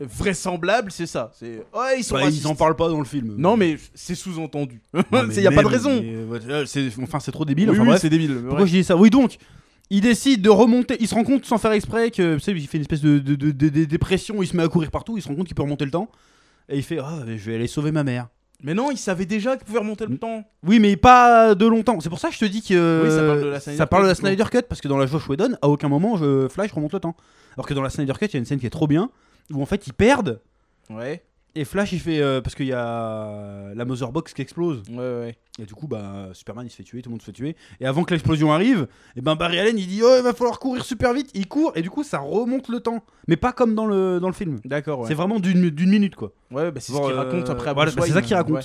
Speaker 2: vraisemblable, c'est ça. C'est. Ouais, ils sont
Speaker 1: Bah,
Speaker 2: racistes.
Speaker 1: ils en parlent pas dans le film.
Speaker 2: Non, mais c'est sous-entendu.
Speaker 1: Non, mais
Speaker 2: Il n'y a pas
Speaker 1: même,
Speaker 2: de raison.
Speaker 1: mais, euh, ouais, c'est- Enfin, c'est trop débile.
Speaker 2: oui,
Speaker 1: enfin,
Speaker 2: oui,
Speaker 1: bref.
Speaker 2: c'est débile. mais
Speaker 1: Pourquoi
Speaker 2: ouais.
Speaker 1: je dis ça Oui, donc, il décide de remonter. Il se rend compte sans faire exprès que. Tu sais, il fait une espèce de, de, de- de- de dépression. Il se met à courir partout. Il se rend compte qu'il peut remonter le temps. Et il fait Ah, je vais aller sauver ma mère.
Speaker 2: Mais non, il savait déjà qu'il pouvait remonter
Speaker 1: Mm.
Speaker 2: le temps.
Speaker 1: Oui, mais pas de longtemps. C'est pour ça que je te dis que euh,
Speaker 2: Oui, ça parle de la Snyder
Speaker 1: ça parle de la
Speaker 2: Cut,
Speaker 1: Snyder Cut, parce que dans la Josh Whedon, à aucun moment je, Flash remonte le temps. Alors que dans la Snyder Cut, il y a une scène qui est trop bien où en fait ils perdent
Speaker 2: Ouais,
Speaker 1: et Flash il fait euh, parce qu'il y a la Mother Box qui explose
Speaker 2: ouais, ouais.
Speaker 1: et du coup bah Superman il se fait tuer, tout le monde se fait tuer et avant que l'explosion arrive, et ben Barry Allen il dit oh il va falloir courir super vite, il court et du coup ça remonte le temps, mais pas comme dans le dans le film.
Speaker 2: D'accord, ouais.
Speaker 1: C'est vraiment d'une d'une minute quoi.
Speaker 2: Ouais, bah, c'est ce
Speaker 1: Genre,
Speaker 2: qu'il
Speaker 1: euh,
Speaker 2: raconte après à
Speaker 1: voilà,
Speaker 2: Bruce
Speaker 1: bah, c'est ça
Speaker 2: Wayne.
Speaker 1: qu'il raconte.
Speaker 2: Ouais.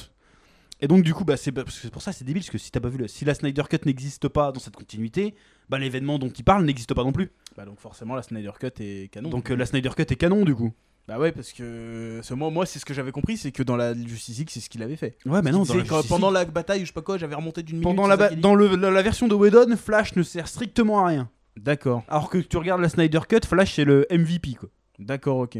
Speaker 1: Et donc du coup, bah, c'est parce que c'est pour ça c'est débile parce que si t'as pas vu, le- si la Snyder Cut n'existe pas dans cette continuité, bah l'événement dont il parle n'existe pas non plus.
Speaker 2: Bah, donc forcément, la Snyder Cut est canon.
Speaker 1: Donc euh, la Snyder Cut est canon du coup.
Speaker 2: Bah ouais, parce que parce que moi, moi c'est ce que j'avais compris, c'est que dans la Justice League, c'est ce qu'il avait fait.
Speaker 1: Ouais, Ah, mais
Speaker 2: Il
Speaker 1: non. Dans
Speaker 2: disait
Speaker 1: la
Speaker 2: que pendant la bataille, ou je sais pas quoi, j'avais remonté d'une minute.
Speaker 1: pendant
Speaker 2: c'est
Speaker 1: la,
Speaker 2: ça
Speaker 1: ba-
Speaker 2: qu'il dit
Speaker 1: dans le- la, la version de Whedon, Flash ne sert strictement à rien.
Speaker 2: D'accord,
Speaker 1: Alors que tu regardes la Snyder Cut, Flash c'est le MVP quoi.
Speaker 2: d'accord, ok.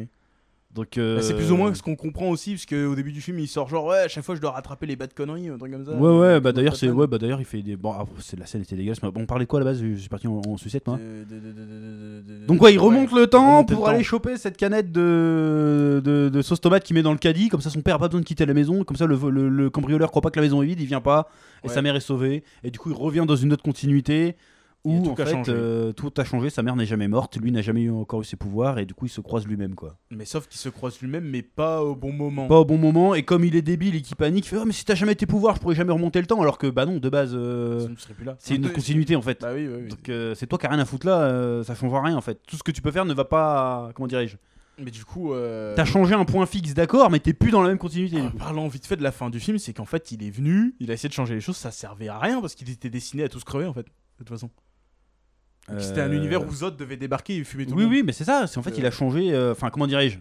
Speaker 1: Donc euh,
Speaker 2: Bah, c'est plus ou moins ce qu'on comprend aussi, parce qu'au début du film, il sort genre, ouais, à chaque fois, je dois rattraper les bas de conneries, un truc comme ça. Euh,
Speaker 1: Ouais ouais bah d'ailleurs c'est
Speaker 2: Batman.
Speaker 1: ouais bah d'ailleurs il fait des bon ah, c'est la scène était dégueulasse mais bon on parlait de quoi à la base je suis parti en, en sucette moi
Speaker 2: De- de- de- de- de- de- de-
Speaker 1: hein. donc ouais il remonte le temps
Speaker 2: remonte le
Speaker 1: pour
Speaker 2: temps.
Speaker 1: aller choper cette canette de, de, de sauce tomate qu'il met dans le caddie comme ça son père a pas besoin de quitter la maison comme ça le, le, le cambrioleur croit pas que la maison est vide il vient pas et
Speaker 2: Ouais.
Speaker 1: sa mère est sauvée et du coup il revient dans une autre continuité
Speaker 2: Et
Speaker 1: où
Speaker 2: tout
Speaker 1: en
Speaker 2: a
Speaker 1: fait
Speaker 2: changé.
Speaker 1: euh, tout a changé sa mère n'est jamais morte lui n'a jamais eu encore eu ses pouvoirs et du coup il se croise lui-même quoi
Speaker 2: Mais sauf qu'il se croise lui-même, mais pas au bon moment.
Speaker 1: pas au bon moment et comme il est débile et qu'il panique il fait oh mais si t'as jamais tes pouvoirs je pourrais jamais remonter le temps alors que bah non de base euh,
Speaker 2: Sinon, tu serais plus là.
Speaker 1: c'est une autre continuité en fait
Speaker 2: Bah oui, oui, oui.
Speaker 1: Donc euh, c'est toi qui a rien à foutre là, euh, ça change rien en fait. Tout ce que tu peux faire ne va pas, à- comment dirais-je
Speaker 2: Mais du coup. euh,
Speaker 1: T'as changé un point fixe, d'accord, mais t'es plus dans la même continuité.
Speaker 2: En parlant vite fait de la fin du film, c'est qu'en fait, il est venu, il a essayé de changer les choses, ça servait à rien parce qu'il était destiné à tous crever en fait, de toute façon. Donc, Euh, C'était un univers où Zod devait débarquer et fumer tout
Speaker 1: Euh. Oui,
Speaker 2: le monde.
Speaker 1: oui, mais c'est ça. C'est en fait,
Speaker 2: Euh.
Speaker 1: il a changé. euh, Enfin, comment dirais-je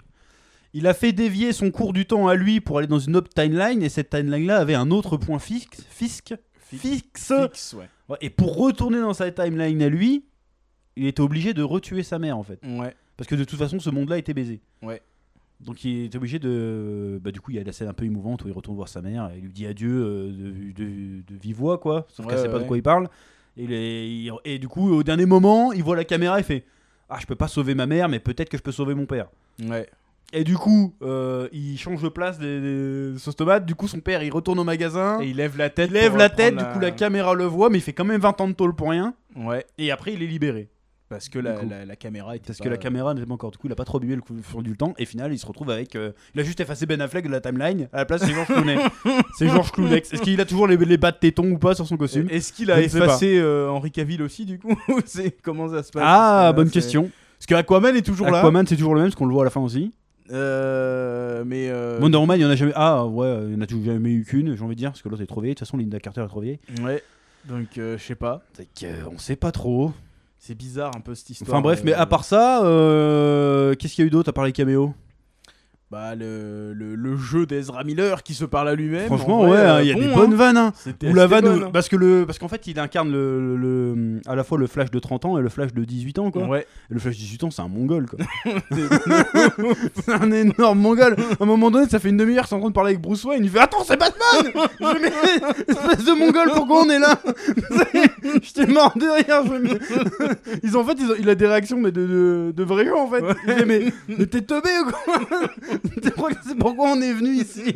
Speaker 1: Il a fait dévier son cours du temps à lui pour aller dans une autre timeline, et cette timeline-là avait un autre point fixe, fisque,
Speaker 2: Fixe.
Speaker 1: fixe.
Speaker 2: Fixe, ouais.
Speaker 1: Ouais, Et pour retourner dans sa timeline à lui, il était obligé de retuer sa mère en fait,
Speaker 2: Ouais.
Speaker 1: parce que de toute façon, ce monde-là était baisé.
Speaker 2: Ouais.
Speaker 1: Donc il est obligé de. Bah, du coup, il y a la scène un peu émouvante où il retourne voir sa mère, et il lui dit adieu euh, de, de, de vive voix, quoi. Sauf
Speaker 2: Ouais,
Speaker 1: qu'elle sait
Speaker 2: ouais,
Speaker 1: pas
Speaker 2: ouais.
Speaker 1: de quoi il parle. Et, il est- il- et du coup, au dernier moment, il voit la caméra et fait Ah, je peux pas sauver ma mère, mais peut-être que je peux sauver mon père.
Speaker 2: Ouais.
Speaker 1: Et du coup, euh, il change de place des, des sauces tomates. Du coup, son père, il retourne au magasin,
Speaker 2: Et il lève la tête.
Speaker 1: Hein. il lève
Speaker 2: pour
Speaker 1: la tête,
Speaker 2: reprendre
Speaker 1: du coup, la caméra le voit, mais il fait quand même 20 ans de tôle pour rien.
Speaker 2: Ouais.
Speaker 1: Et après, il est libéré.
Speaker 2: Parce que la,
Speaker 1: Du coup.
Speaker 2: la, la caméra était.
Speaker 1: Parce
Speaker 2: pas-
Speaker 1: que la caméra n'était pas encore. Du coup, il a pas trop bué le coup le fond du temps. Et final, il se retrouve avec. euh, il a juste effacé Ben Affleck de la timeline. À la place, c'est Georges Clooney. c'est Georges Clooney. Est-ce qu'il a toujours les, les bas de téton ou pas sur son costume
Speaker 2: Et- Euh, Est-ce qu'il
Speaker 1: Je
Speaker 2: a
Speaker 1: ne sais pas.
Speaker 2: effacé euh, Henri Cavill aussi du coup C'est- Comment ça se passe
Speaker 1: Ah,
Speaker 2: Parce que là,
Speaker 1: bonne
Speaker 2: c'est-
Speaker 1: question.
Speaker 2: Parce que Aquaman est toujours là.
Speaker 1: Aquaman, c'est toujours le même, parce qu'on le voit à la fin aussi.
Speaker 2: Euh, mais. euh,
Speaker 1: Wonder Woman, il y en a jamais. Ah, ouais, il y en a toujours jamais eu qu'une, j'ai envie de dire, parce que l'autre est trop vieille. De toute façon, Linda Carter est trop vieille.
Speaker 2: Ouais. Donc euh, je sais pas.
Speaker 1: Donc, euh, on sait pas trop.
Speaker 2: C'est bizarre un peu cette histoire.
Speaker 1: Enfin, bref, mais
Speaker 2: euh,
Speaker 1: à part ça, euh, qu'est-ce qu'il y a eu d'autre à part les caméos
Speaker 2: bah, le, le, le jeu d'Ezra Miller qui se parle à lui-même.
Speaker 1: Franchement,
Speaker 2: en
Speaker 1: ouais,
Speaker 2: vrai,
Speaker 1: il y
Speaker 2: euh,
Speaker 1: a
Speaker 2: bon,
Speaker 1: des
Speaker 2: hein.
Speaker 1: bonnes vannes, hein.
Speaker 2: C'était-
Speaker 1: Ou la
Speaker 2: c'était
Speaker 1: vanne,
Speaker 2: bonne, hein.
Speaker 1: parce que le, parce qu'en fait, il incarne le, le- le- à la fois le Flash de 30 ans et le Flash de 18 ans, quoi.
Speaker 2: Ouais.
Speaker 1: Et le Flash de 18 ans, c'est un mongol, quoi. c'est un énorme mongol. À un moment donné, ça fait une demi-heure, c'est en train de parler avec Bruce Wayne. Il fait Attends, c'est Batman Je mets- Espèce de mongol, pourquoi on est là Je t'ai mort de rire. je mets- Ils ont, en fait, ils ont- il a des réactions, mais de, de, de vrais gens, en fait. Il fait, mais mais t'es teubé ou quoi Tu crois que c'est pourquoi on est venu ici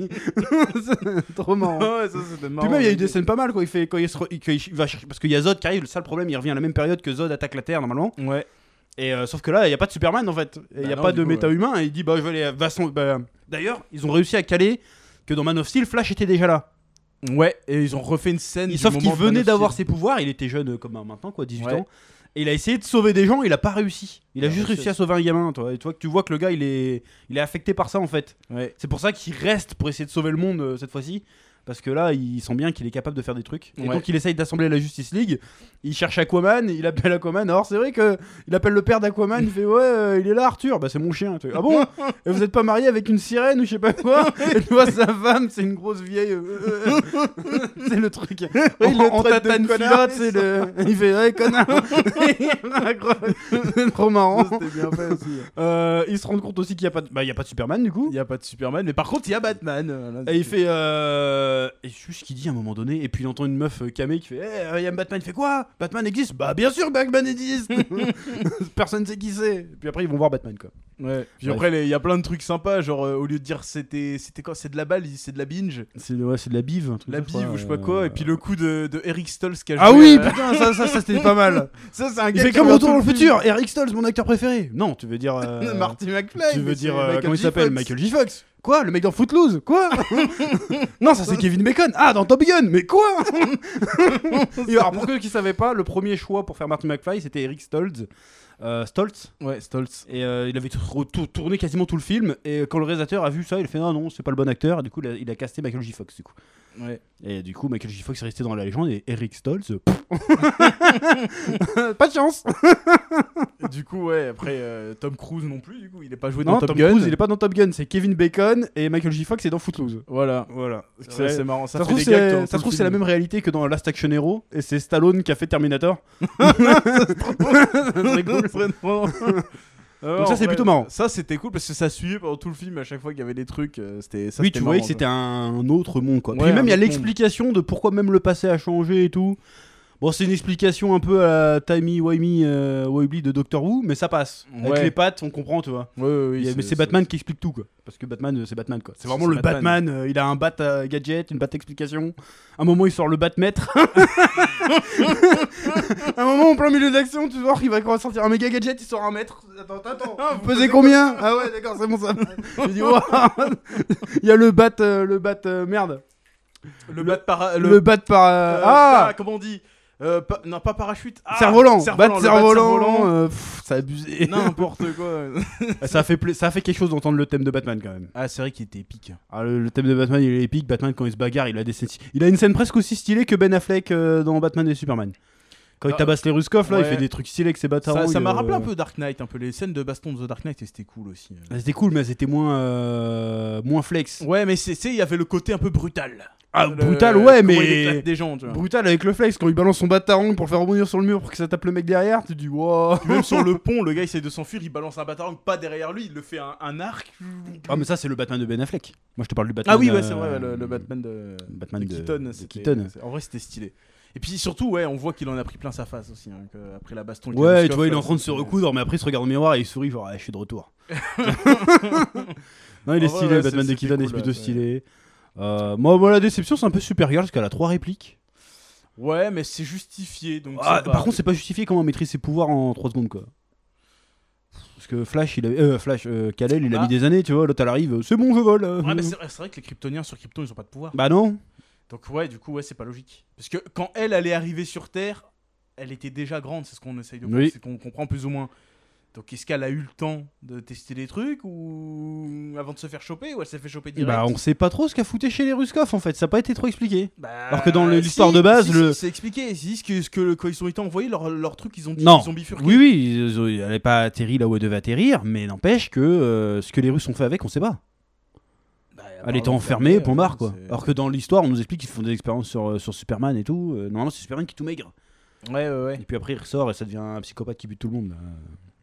Speaker 1: C'est trop marrant. hein.
Speaker 2: Ouais, ça, c'était marrant.
Speaker 1: Puis même, il y a eu des scènes pas mal quoi. Il fait quand il, se re- il- quand il va chercher parce qu'il y a Zod qui arrive. Le sale problème, il revient à la même période que Zod attaque la Terre normalement.
Speaker 2: Ouais.
Speaker 1: Et euh, sauf que là, il y a pas de Superman en fait. Et Il y
Speaker 2: Bah
Speaker 1: a
Speaker 2: non,
Speaker 1: pas
Speaker 2: du
Speaker 1: de
Speaker 2: coup,
Speaker 1: méta humain. Et il dit bah je vais aller. Va son- bah, D'ailleurs, ils ont réussi à caler que dans Man of Steel, Flash était déjà là.
Speaker 2: Ouais, et ils ont refait une scène. du
Speaker 1: Sauf qu'il
Speaker 2: moment de Man
Speaker 1: venait
Speaker 2: of
Speaker 1: d'avoir
Speaker 2: Steel.
Speaker 1: ses pouvoirs. Il était jeune euh, comme euh, maintenant quoi, 18
Speaker 2: Ouais.
Speaker 1: ans. Et il a essayé de sauver des gens. Il a pas réussi. Il a
Speaker 2: Ah,
Speaker 1: juste
Speaker 2: bah,
Speaker 1: réussi
Speaker 2: c'est-
Speaker 1: à sauver un gamin. Toi. Et tu vois que tu vois que le gars, il est, il est affecté par ça en fait.
Speaker 2: Ouais.
Speaker 1: C'est pour ça qu'il reste pour essayer de sauver le monde euh, cette fois-ci. Parce que là, il sent bien qu'il est capable de faire des trucs. Et
Speaker 2: Ouais.
Speaker 1: donc, il essaye d'assembler la Justice League. Il cherche Aquaman, il appelle Aquaman. Alors, c'est vrai que il appelle le père d'Aquaman. Il fait Ouais, euh, il est là, Arthur. Bah, c'est mon chien. Tu fais, Ah bon Et vous êtes pas marié avec une sirène ou je sais pas quoi Et tu vois, sa femme, c'est une grosse vieille. euh, euh, c'est le truc.
Speaker 2: le
Speaker 1: en en
Speaker 2: traite de
Speaker 1: tatane
Speaker 2: connard.
Speaker 1: culotte, c'est le. Il fait Ouais, connard. c'est trop marrant.
Speaker 2: Ça, c'était bien fait aussi.
Speaker 1: Euh, ils se rendent compte aussi qu'il n'y a, pas de- bah, il y a pas de Superman du coup.
Speaker 2: Il n'y a pas de Superman, mais par contre, il y a Batman. Voilà,
Speaker 1: Et il fait. Euh... Et je sais plus ce qu'il dit à un moment donné. Et puis il entend une meuf euh, camée qui fait Eh, euh, y a Batman, il fait quoi Batman existe Bah, bien sûr, Batman existe Personne sait qui c'est. Et puis après, ils vont voir Batman, quoi.
Speaker 2: Ouais. Puis
Speaker 1: Bref.
Speaker 2: après, les- il y a plein de trucs sympas, genre euh, au lieu de dire c'était c'était quoi C'est de la balle, ils disent c'est de la binge,
Speaker 1: C'est ouais, c'est de la bive. un truc
Speaker 2: la
Speaker 1: comme ça,
Speaker 2: bive ou je sais pas quoi.
Speaker 1: euh,
Speaker 2: Et puis le coup de, de Eric Stolz qui a
Speaker 1: Ah
Speaker 2: joué,
Speaker 1: oui,
Speaker 2: euh,
Speaker 1: putain, ça, ça, ça, c'était pas mal.
Speaker 2: ça c'est un
Speaker 1: Il
Speaker 2: gars
Speaker 1: fait
Speaker 2: qui
Speaker 1: comme
Speaker 2: a fait
Speaker 1: Retour dans
Speaker 2: un
Speaker 1: le
Speaker 2: truc-
Speaker 1: futur. Eric Stolz, mon acteur préféré. Non, tu veux dire. euh,
Speaker 2: Marty McFly.
Speaker 1: tu
Speaker 2: mais
Speaker 1: veux dire.
Speaker 2: c'est
Speaker 1: euh,
Speaker 2: Michael
Speaker 1: comment il
Speaker 2: J.
Speaker 1: s'appelle
Speaker 2: Fox.
Speaker 1: Michael J. Fox. Quoi Le mec dans Footloose Quoi Non, ça c'est Kevin Bacon. Ah, dans Top Gun Mais quoi Et Alors, pour ceux qui savaient pas, le premier choix pour faire Martin McFly, c'était Eric Stolz. Euh, Stolz.
Speaker 2: Ouais, Stolz.
Speaker 1: Et euh, il avait tout- tout- tourné quasiment tout le film. Et quand le réalisateur a vu ça, il a fait non, non, c'est pas le bon acteur. Et du coup, il a, il a casté Michael J. Fox. Du coup.
Speaker 2: Ouais.
Speaker 1: Et du coup, Michael J. Fox est resté dans la légende. Et Eric Stolz. euh, pff. pas de chance
Speaker 2: du coup, ouais, après euh, Tom Cruise non plus, du coup, il est pas joué
Speaker 1: Non,
Speaker 2: dans Top
Speaker 1: Tom
Speaker 2: Gun.
Speaker 1: Cruise, il est pas dans Top Gun, c'est Kevin Bacon et Michael J. Fox est dans Footloose.
Speaker 2: Voilà.
Speaker 1: Voilà. Ça,
Speaker 2: Ça, C'est marrant. Ça,
Speaker 1: se
Speaker 2: fait
Speaker 1: trouve,
Speaker 2: des gags dans
Speaker 1: c'est ça
Speaker 2: tout
Speaker 1: se
Speaker 2: le
Speaker 1: trouve, c'est la
Speaker 2: film.
Speaker 1: même réalité que dans Last Action Hero et c'est Stallone qui a fait Terminator. serait cool.
Speaker 2: Vraiment.
Speaker 1: Donc ça, c'est
Speaker 2: Ouais.
Speaker 1: plutôt marrant.
Speaker 2: Ça c'était cool parce que ça suivait pendant tout le film à chaque fois qu'il y avait des trucs. euh, C'était ça.
Speaker 1: oui,
Speaker 2: c'était
Speaker 1: tu voyais
Speaker 2: marrant,
Speaker 1: que c'était un autre monde quoi.
Speaker 2: Ouais,
Speaker 1: Puis même
Speaker 2: un
Speaker 1: il y a
Speaker 2: autre monde.
Speaker 1: l'explication de pourquoi même le passé a changé et tout. Bon, c'est une explication un peu à la Timey Wimey euh, Wibbly de Doctor Who, mais ça passe. Avec
Speaker 2: Ouais.
Speaker 1: les pattes, on comprend, tu vois.
Speaker 2: Ouais, ouais, ouais,
Speaker 1: Il y a- mais c'est Batman qui explique tout quoi. Parce que Batman, euh, c'est Batman quoi. C'est
Speaker 2: C'est-
Speaker 1: vraiment
Speaker 2: c'est
Speaker 1: le Batman.
Speaker 2: Batman.
Speaker 1: euh, il a un bat euh, gadget, une bat explication. À un moment, il sort le bat maître. à un moment, en plein milieu d'action, tu vois, il va encore sortir un méga gadget, il sort un mètre. Attends, attends.
Speaker 2: Ah,
Speaker 1: Vous pesez combien Ah ouais, d'accord, c'est bon ça. Je dis, waouh Il y a le bat, euh, le bat euh, merde.
Speaker 2: Le bat para.
Speaker 1: Le,
Speaker 2: Le
Speaker 1: bat par.
Speaker 2: euh,
Speaker 1: euh,
Speaker 2: ah
Speaker 1: ah
Speaker 2: Comment on dit Euh, pa- Non, pas parachute. Ah,
Speaker 1: Cerf-volant,
Speaker 2: cerf-volant,
Speaker 1: bat
Speaker 2: le bat
Speaker 1: cerf-volant,
Speaker 2: cerf-volant.
Speaker 1: euh, pff, ça a abusé.
Speaker 2: N'importe quoi.
Speaker 1: ça, a fait pla- ça a fait quelque chose d'entendre le thème de Batman quand même.
Speaker 2: Ah, c'est vrai qu'il était épique.
Speaker 1: Ah, le, le thème de Batman il est épique. Batman quand il se bagarre, il a des scènes- il a une scène presque aussi stylée que Ben Affleck euh, dans Batman et Superman. Quand il
Speaker 2: Ah,
Speaker 1: tabasse les Ruskov là, il
Speaker 2: ouais.
Speaker 1: fait des trucs stylés avec ses bâtards.
Speaker 2: Ça ça m'a
Speaker 1: euh,
Speaker 2: rappelé un peu Dark Knight, un peu les scènes de baston de The Dark Knight et c'était cool aussi.
Speaker 1: Ah, C'était cool, mais c'était moins euh, moins flex.
Speaker 2: Ouais, mais c'est c'est- il y avait le côté un peu brutal.
Speaker 1: Ah,
Speaker 2: Le-
Speaker 1: brutal, ouais,
Speaker 2: Euh, comment
Speaker 1: mais-
Speaker 2: il éclate des gens, tu vois.
Speaker 1: Brutal avec le flex quand il balance son batarang pour le faire rebondir sur le mur pour que ça tape le mec derrière. Tu te dis waouh.
Speaker 2: Puis Même sur le pont, le gars essaie de s'enfuir, il balance un batarang pas derrière lui, il le fait un, un arc.
Speaker 1: Ah mais ça c'est le Batman de Ben Affleck. Moi je te parle du Batman.
Speaker 2: Ah oui, ouais,
Speaker 1: euh,
Speaker 2: c'est vrai, ouais, le, le Batman de,
Speaker 1: Batman
Speaker 2: de
Speaker 1: de-
Speaker 2: Keaton.
Speaker 1: de
Speaker 2: c'était-
Speaker 1: Keaton.
Speaker 2: c'est- En vrai, c'était stylé. Et puis surtout, ouais, on voit qu'il en a pris plein sa face aussi, hein, que- après la baston. qu'il a
Speaker 1: Ouais,
Speaker 2: eu
Speaker 1: tu vois, il est en
Speaker 2: Scoff,
Speaker 1: train de se
Speaker 2: euh,
Speaker 1: recoudre, mais après il se regarde au miroir et il sourit, genre, Ah, je suis de retour. non, il est
Speaker 2: En vrai,
Speaker 1: stylé,
Speaker 2: ouais,
Speaker 1: le Batman
Speaker 2: c'est-
Speaker 1: de Keaton
Speaker 2: c'était
Speaker 1: est
Speaker 2: cool,
Speaker 1: plutôt
Speaker 2: ouais.
Speaker 1: stylé. Euh, moi, moi, la déception, c'est un peu supérieure parce qu'elle a trois répliques.
Speaker 2: Ouais, mais c'est justifié, donc.
Speaker 1: Ah,
Speaker 2: ça va.
Speaker 1: par contre, c'est pas justifié comment on maîtrise ses pouvoirs en 3 secondes, quoi. Parce que Flash, il a, euh, Flash, euh, Kal-El, il a
Speaker 2: Ah.
Speaker 1: mis des années, tu vois. L'autre, elle arrive, c'est bon, je vole. euh.
Speaker 2: Ouais, mais c'est c'est vrai que les Kryptoniens sur Krypton, ils ont pas de pouvoir.
Speaker 1: bah non.
Speaker 2: Donc ouais, du coup, ouais, c'est pas logique. Parce que quand elle allait arriver sur Terre, elle était déjà grande, c'est ce qu'on essaye de
Speaker 1: Oui.
Speaker 2: c'est qu'on comprend plus ou moins. Donc est-ce qu'elle a eu le temps de tester des trucs ou avant de se faire choper ou elle s'est fait choper direct
Speaker 1: Bah, on sait pas trop ce qu'a fouté chez les Ruskov en fait. Ça a pas été trop expliqué.
Speaker 2: Bah,
Speaker 1: alors que dans le-
Speaker 2: si,
Speaker 1: l'histoire de base,
Speaker 2: si, si,
Speaker 1: le-
Speaker 2: c'est expliqué. Ils disent que, ce que le- quand ils ont été envoyés, leur, leur truc, ils ont,
Speaker 1: Non.
Speaker 2: ils ont bifurqué.
Speaker 1: Oui, oui, ils ont- elle n'est pas atterri là où elle devait atterrir, mais n'empêche que euh, ce que les Russes ont fait avec, on sait pas.
Speaker 2: Bah,
Speaker 1: Elle était
Speaker 2: apparemment,
Speaker 1: enfermée,
Speaker 2: euh,
Speaker 1: point barre quoi.
Speaker 2: c'est-
Speaker 1: Alors que dans l'histoire, on nous explique qu'ils font des expériences sur, euh, sur Superman et tout. Euh, normalement, c'est Superman qui est tout maigre.
Speaker 2: Ouais, ouais, ouais.
Speaker 1: Et puis après, il ressort et ça devient un psychopathe qui bute tout le monde. Euh,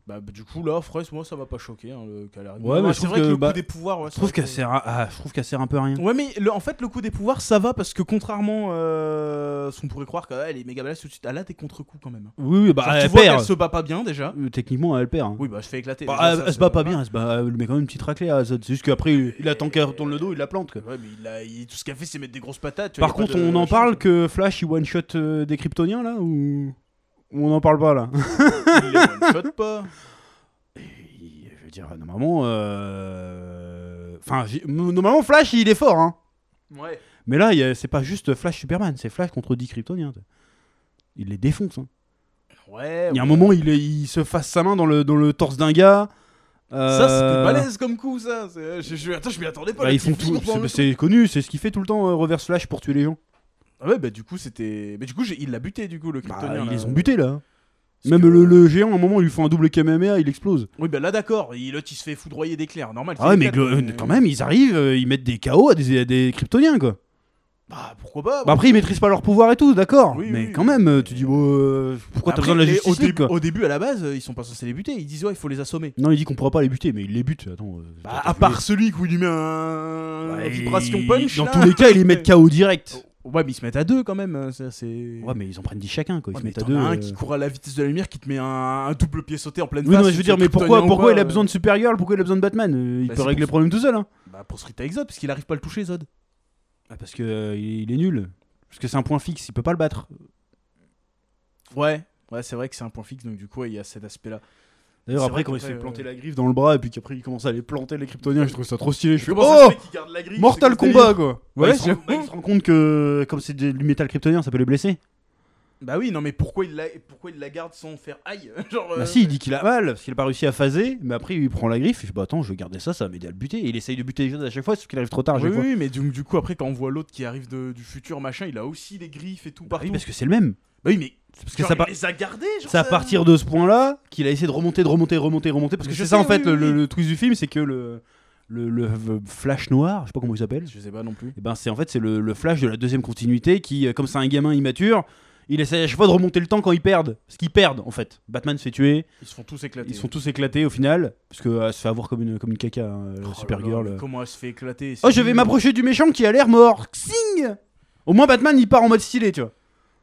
Speaker 2: Bah, bah, du coup, là, Fraisse, moi, ça m'a pas choqué. hein, le- qu'elle arrive.
Speaker 1: Ouais, mais je
Speaker 2: c'est
Speaker 1: trouve
Speaker 2: vrai que,
Speaker 1: que,
Speaker 2: le coup
Speaker 1: bah,
Speaker 2: des pouvoirs. ouais,
Speaker 1: je,
Speaker 2: c'est
Speaker 1: trouve
Speaker 2: vrai que-
Speaker 1: qu'elle sert à- ah, je trouve qu'elle sert un peu à rien.
Speaker 2: Ouais, mais le- en fait, le coup des pouvoirs, ça va parce que contrairement euh, ce qu'on pourrait croire qu'elle est méga balèze tout de suite, elle a des contre-coups quand même. hein.
Speaker 1: Oui, oui, bah
Speaker 2: Genre, tu
Speaker 1: elle
Speaker 2: vois qu'elle
Speaker 1: perd.
Speaker 2: se bat pas bien déjà.
Speaker 1: Euh, Techniquement, elle perd. hein.
Speaker 2: Oui, bah je fais éclater.
Speaker 1: Bah,
Speaker 2: déjà,
Speaker 1: elle,
Speaker 2: ça,
Speaker 1: elle se
Speaker 2: c'est-
Speaker 1: bat pas bien, elle se bat, elle lui met quand même une petite raclée à Zod. C'est juste qu'après, il, il attend qu'elle retourne le dos, il la plante. quoi.
Speaker 2: Ouais, mais il a- il- tout ce qu'elle fait, c'est mettre des grosses patates. tu vois,
Speaker 1: Par
Speaker 2: y a pas
Speaker 1: contre,
Speaker 2: de-
Speaker 1: on en
Speaker 2: machin,
Speaker 1: parle
Speaker 2: tu
Speaker 1: que Flash, il one-shot euh, des Kryptoniens là ou... ou on en parle pas là
Speaker 2: vois. Il les one-shot pas.
Speaker 1: Et, Je veux dire, normalement. euh, Enfin, j'ai- m- normalement, Flash, il est fort, hein.
Speaker 2: Ouais.
Speaker 1: Mais là, il y a- c'est pas juste Flash Superman, c'est Flash contre 10 Kryptoniens. t'as. Il les défonce. hein.
Speaker 2: Ouais.
Speaker 1: Il y a un moment, il, est- il se fasse sa main dans le, dans le torse d'un gars. euh,
Speaker 2: Ça, c'était balèze comme coup, ça. C'est- euh, Je, je- Attends, je m'y attendais pas.
Speaker 1: bah,
Speaker 2: le
Speaker 1: ils
Speaker 2: petit
Speaker 1: font tout.
Speaker 2: four dans
Speaker 1: C'est,
Speaker 2: le-
Speaker 1: c'est connu, c'est ce qu'il fait tout le temps, euh, Reverse Flash, pour tuer les gens.
Speaker 2: Ah ouais, bah du coup, c'était. Mais du coup, j'ai- il l'a buté, du coup, le
Speaker 1: Bah,
Speaker 2: Kryptonien.
Speaker 1: ils
Speaker 2: là.
Speaker 1: les ont butés là.
Speaker 2: Parce
Speaker 1: Même
Speaker 2: que-
Speaker 1: le, le géant, à un moment, il lui fait un double Kamehameha, il explose.
Speaker 2: Oui, bah là, d'accord. Il, l'autre, il se fait foudroyer d'éclairs, normal.
Speaker 1: Ah ouais,
Speaker 2: qu'il
Speaker 1: mais
Speaker 2: éclate,
Speaker 1: glo- quand même, ils arrivent, euh, ils mettent des KO à des, à des Kryptoniens quoi.
Speaker 2: Bah pourquoi pas
Speaker 1: Bah après ils maîtrisent pas leur pouvoir et tout, d'accord.
Speaker 2: Oui,
Speaker 1: mais
Speaker 2: oui,
Speaker 1: quand
Speaker 2: oui.
Speaker 1: même, euh, tu dis bon, euh, pourquoi t'as
Speaker 2: Après,
Speaker 1: besoin de la
Speaker 2: les-
Speaker 1: justice
Speaker 2: au,
Speaker 1: League,
Speaker 2: dé-
Speaker 1: quoi
Speaker 2: au début, à la base, euh, ils sont pas censés les buter. Ils disent ouais, il faut les assommer.
Speaker 1: Non, il dit qu'on pourra pas les buter, mais il les bute. Attends. euh,
Speaker 2: Bah,
Speaker 1: t'as
Speaker 2: à
Speaker 1: vu
Speaker 2: part celui qui lui met un
Speaker 1: les-
Speaker 2: vibration
Speaker 1: Ouais,
Speaker 2: punch.
Speaker 1: Euh, Dans
Speaker 2: là. Oh,
Speaker 1: tous les cas, ils les mettent KO direct.
Speaker 2: Ouais, mais ils se mettent à deux quand même. euh, C'est. c'est-
Speaker 1: Oh. Ouais, mais ils en prennent 10 chacun, quoi. Ils
Speaker 2: Ouais,
Speaker 1: se
Speaker 2: mais
Speaker 1: mettent à
Speaker 2: t'en
Speaker 1: deux.
Speaker 2: as un
Speaker 1: euh.
Speaker 2: qui court à la vitesse de la lumière qui te met un, un double pied sauté en pleine
Speaker 1: Oui,
Speaker 2: face.
Speaker 1: non, mais je
Speaker 2: tu
Speaker 1: veux
Speaker 2: te
Speaker 1: dire, mais
Speaker 2: cryptonien
Speaker 1: pourquoi,
Speaker 2: ou
Speaker 1: pourquoi
Speaker 2: pas,
Speaker 1: il a
Speaker 2: euh,
Speaker 1: besoin de Supergirl Pourquoi il a besoin de Batman Euh, Il
Speaker 2: Bah,
Speaker 1: peut
Speaker 2: c'est
Speaker 1: régler
Speaker 2: pour-
Speaker 1: le problème tout seul, hein.
Speaker 2: Bah, pour Street Exode, parce qu'il arrive pas à le toucher, Zod.
Speaker 1: Ah, Parce que euh, il il est nul. Parce que c'est un point fixe, il peut pas le battre.
Speaker 2: Ouais, ouais, c'est vrai que c'est un point fixe, donc du coup, ouais, il y a cet aspect-là.
Speaker 1: D'ailleurs,
Speaker 2: C'est
Speaker 1: après,
Speaker 2: vrai
Speaker 1: quand il se
Speaker 2: qu'après,
Speaker 1: fait
Speaker 2: euh,
Speaker 1: planter la griffe dans le bras et puis qu'après il commence à les planter les kryptoniens, je trouve ça trop stylé. Je fais
Speaker 2: Comment ça se
Speaker 1: Oh
Speaker 2: fait qu'il garde la grille,
Speaker 1: Mortal
Speaker 2: c'est quoi ce
Speaker 1: Kombat,
Speaker 2: délire
Speaker 1: quoi
Speaker 2: Ouais,
Speaker 1: Bah, il, se rend,
Speaker 2: j'avoue.
Speaker 1: bah, il se rend compte que, comme c'est du du métal kryptonien, ça peut les blesser.
Speaker 2: Bah oui, non, mais pourquoi il la, pourquoi il la garde sans faire aïe Genre. euh,
Speaker 1: Bah, si, il dit qu'il a mal, parce qu'il a pas réussi à phaser, mais après il prend la griffe, il fait Bah attends, je vais garder ça, ça va m'aider à le buter. Et il essaye de buter les choses à chaque fois, sauf qu'il arrive trop tard à
Speaker 2: Oui,
Speaker 1: chaque fois.
Speaker 2: oui, mais donc du coup, après, quand on voit l'autre qui arrive de- du futur, machin, il a aussi des griffes et tout
Speaker 1: Bah
Speaker 2: partout.
Speaker 1: oui, parce que c'est le même.
Speaker 2: Bah oui, mais.
Speaker 1: C'est Parce
Speaker 2: Parce
Speaker 1: que ça, par-
Speaker 2: les a gardés, genre.
Speaker 1: c'est à partir de ce point-là qu'il a essayé de remonter, de remonter, remonter, remonter. Parce que
Speaker 2: Mais
Speaker 1: c'est
Speaker 2: je
Speaker 1: ça en
Speaker 2: sais,
Speaker 1: fait le,
Speaker 2: oui, oui, oui.
Speaker 1: le twist du film, c'est que le, le, le- le flash noir, je sais pas comment il s'appelle.
Speaker 2: Je sais pas non plus.
Speaker 1: Et ben c'est en fait c'est le, le flash de la deuxième continuité qui, euh, comme c'est un gamin immature, il essaie à chaque fois de remonter le temps quand ils perdent. Parce qu'ils perdent en fait. Batman se fait tuer,
Speaker 2: Ils se font tous éclater.
Speaker 1: ils sont tous éclatés au final, parce que euh, elle se fait avoir comme une comme une caca, hein,
Speaker 2: Oh là là,
Speaker 1: Supergirl.
Speaker 2: mais
Speaker 1: euh.
Speaker 2: Comment elle se fait éclater c'est
Speaker 1: Oh je vais
Speaker 2: nul.
Speaker 1: m'approcher du méchant qui a l'air mort. Xing Au moins Batman il part en mode stylé, tu vois.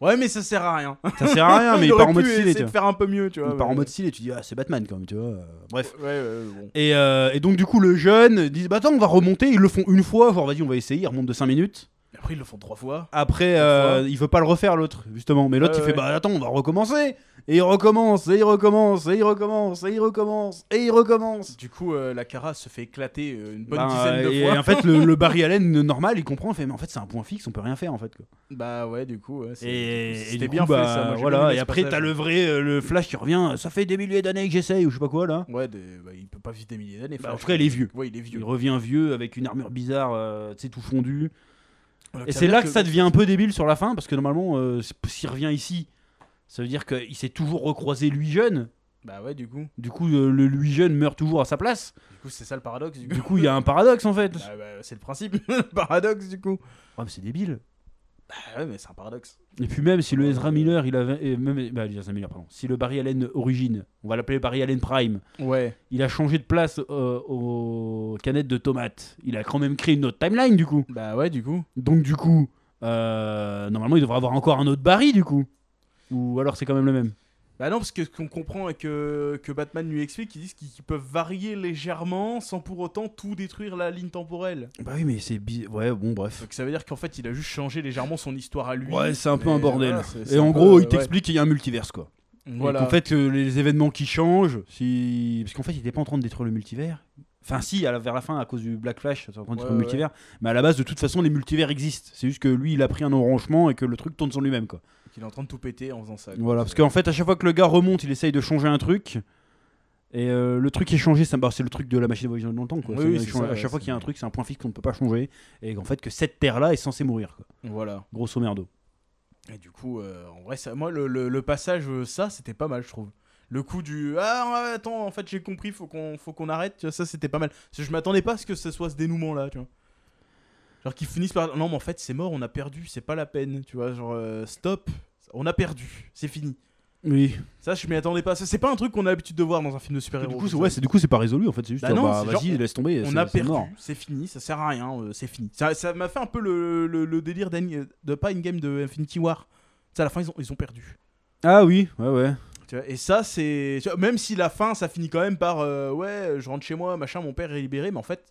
Speaker 2: Ouais, mais ça sert à rien.
Speaker 1: Ça sert à rien, mais il,
Speaker 2: aurait
Speaker 1: part en mode
Speaker 2: pu
Speaker 1: stylé,
Speaker 2: essayer
Speaker 1: tu
Speaker 2: de
Speaker 1: vois.
Speaker 2: faire un peu mieux, tu vois.
Speaker 1: Il part en
Speaker 2: mais-
Speaker 1: mode stylé, tu dis ah c'est Batman quand même, tu vois. euh, Bref.
Speaker 2: Ouais, ouais, ouais, bon.
Speaker 1: Et, euh, et donc du coup le jeune dit bah attends on va remonter, ils le font une fois, genre vas-y on va essayer, il remonte de 5 minutes.
Speaker 2: Mais Après, ils le font trois fois.
Speaker 1: Après,
Speaker 2: Une
Speaker 1: euh,
Speaker 2: fois.
Speaker 1: il veut pas le refaire l'autre, justement. Mais l'autre,
Speaker 2: Ouais,
Speaker 1: il
Speaker 2: ouais.
Speaker 1: fait bah attends, on va recommencer. Et il recommence, et il recommence, et il recommence, et il recommence, et il recommence.
Speaker 2: Du coup, euh, la Cara se fait éclater euh, une bonne
Speaker 1: Ben,
Speaker 2: dizaine de
Speaker 1: et
Speaker 2: fois.
Speaker 1: en fait, le, le Barry Allen normal, il comprend, il fait mais en fait, c'est un point fixe, on peut rien faire en fait. Quoi.
Speaker 2: Bah ouais, du coup, ouais, c'est-
Speaker 1: Et,
Speaker 2: c'était
Speaker 1: et du
Speaker 2: bien
Speaker 1: coup,
Speaker 2: fait
Speaker 1: bah,
Speaker 2: ça. Moi, j'ai bien
Speaker 1: voilà.
Speaker 2: aimé
Speaker 1: Et
Speaker 2: ce
Speaker 1: après,
Speaker 2: passage.
Speaker 1: t'as le vrai, euh, le Flash qui revient. Ça fait des milliers d'années que j'essaye ou je sais pas quoi là.
Speaker 2: Ouais, des- bah, il peut pas vivre des milliers d'années.
Speaker 1: Bah, en
Speaker 2: Flash.
Speaker 1: tout cas, il est vieux.
Speaker 2: Ouais, il est
Speaker 1: Il
Speaker 2: vieux.
Speaker 1: revient vieux avec une armure bizarre, euh, tu sais, tout fondu.
Speaker 2: Alors
Speaker 1: Et
Speaker 2: ça
Speaker 1: c'est
Speaker 2: veut
Speaker 1: là
Speaker 2: dire
Speaker 1: que ça devient un peu débile sur la fin, parce que normalement, euh, s'il revient ici, ça veut dire qu'il s'est toujours recroisé lui jeune.
Speaker 2: Bah ouais, du coup.
Speaker 1: Du coup, euh, le lui jeune meurt toujours à sa place.
Speaker 2: Du coup, c'est ça le paradoxe. Du coup,
Speaker 1: Du coup, il y a un paradoxe en fait.
Speaker 2: Bah, bah, c'est le principe. le paradoxe, du coup.
Speaker 1: Ouais, mais c'est débile.
Speaker 2: Bah ouais, mais c'est un paradoxe.
Speaker 1: Et puis même si le Ezra Miller, il avait, et même, bah, Ezra Miller, pardon. Si le Barry Allen origine, on va l'appeler Barry Allen Prime,
Speaker 2: Ouais.
Speaker 1: il a changé de place euh, aux canettes de tomates. Il a quand même créé une autre timeline du coup.
Speaker 2: Bah ouais, du coup.
Speaker 1: Donc du coup, euh, normalement, il devrait avoir encore un autre Barry du coup. Ou alors c'est quand même le même.
Speaker 2: Bah non, parce que ce qu'on comprend et que, que Batman lui explique, ils disent qu'ils qu'ils peuvent varier légèrement sans pour autant tout détruire la ligne temporelle.
Speaker 1: Bah oui, mais c'est bi- ouais, bon bref.
Speaker 2: Donc ça veut dire qu'en fait, il a juste changé légèrement son histoire à lui.
Speaker 1: Ouais, c'est un peu
Speaker 2: Mais
Speaker 1: un bordel.
Speaker 2: voilà, c'est- c'est
Speaker 1: et
Speaker 2: un
Speaker 1: en
Speaker 2: peu,
Speaker 1: gros,
Speaker 2: euh,
Speaker 1: il t'explique qu'il y a un multiverse quoi.
Speaker 2: ouais.
Speaker 1: En fait, euh, les événements qui changent, si... parce qu'en fait, il n'était pas en train de détruire le multivers. Enfin, si, à la- vers la fin, à cause du Black Flash, c'est en train de détruire
Speaker 2: Ouais,
Speaker 1: le multivers. Mais à la base, de toute façon, les multivers existent. C'est juste que lui, il a pris un enrangement et que le truc tourne sur lui-même, quoi.
Speaker 2: Il est en train de tout péter en faisant ça. quoi.
Speaker 1: Voilà, parce qu'en fait, à chaque fois que le gars remonte, il essaye de changer un truc. Et euh, le truc qui est changé, ça- bah, c'est le truc de la machine de voyage dans le temps, quoi.
Speaker 2: Oui,
Speaker 1: C'est-
Speaker 2: oui,
Speaker 1: il
Speaker 2: c'est
Speaker 1: change-
Speaker 2: ça,
Speaker 1: à
Speaker 2: ouais,
Speaker 1: chaque fois
Speaker 2: c'est-
Speaker 1: qu'il y a un truc, c'est un point fixe qu'on ne peut pas changer. Et qu'en fait, que cette terre-là est censée mourir, quoi.
Speaker 2: Voilà.
Speaker 1: Grosso merdo.
Speaker 2: Et du coup, euh, en vrai, ça, moi, le, le- le passage, euh, ça, c'était pas mal, je trouve. Le coup du Ah, attends, en fait, j'ai compris, faut qu'on faut qu'on arrête, tu vois, ça, c'était pas mal. Parce que je m'attendais pas à ce que ce soit ce dénouement-là, tu vois. Genre qu'ils finissent par. Non, mais en fait, c'est mort, on a perdu, c'est pas la peine, tu vois. Genre, euh, stop, on a perdu, c'est fini.
Speaker 1: Oui.
Speaker 2: Ça, je m'y attendais pas. Ça, C'est pas un truc qu'on a l'habitude de voir dans un film de
Speaker 1: Du
Speaker 2: super-héros.
Speaker 1: coup, c'est
Speaker 2: comme
Speaker 1: ouais,
Speaker 2: ça.
Speaker 1: c'est- du coup, c'est pas résolu, en fait. C'est juste,
Speaker 2: Bah
Speaker 1: ah,
Speaker 2: non,
Speaker 1: bah,
Speaker 2: c'est genre,
Speaker 1: vas-y, laisse tomber.
Speaker 2: on
Speaker 1: c'est-
Speaker 2: a
Speaker 1: c'est mort.
Speaker 2: perdu, c'est fini, ça sert à rien, euh, c'est fini. Ça, ça m'a fait un peu le, le- le délire d'Ani- de pas une game de Infinity War. Tu sais, à la fin, ils ont, ils ont perdu.
Speaker 1: Ah oui, ouais, ouais.
Speaker 2: Tu vois, et ça, c'est. tu vois, Même si la fin, ça finit quand même par euh, Ouais, je rentre chez moi, machin, mon père est libéré, mais en fait,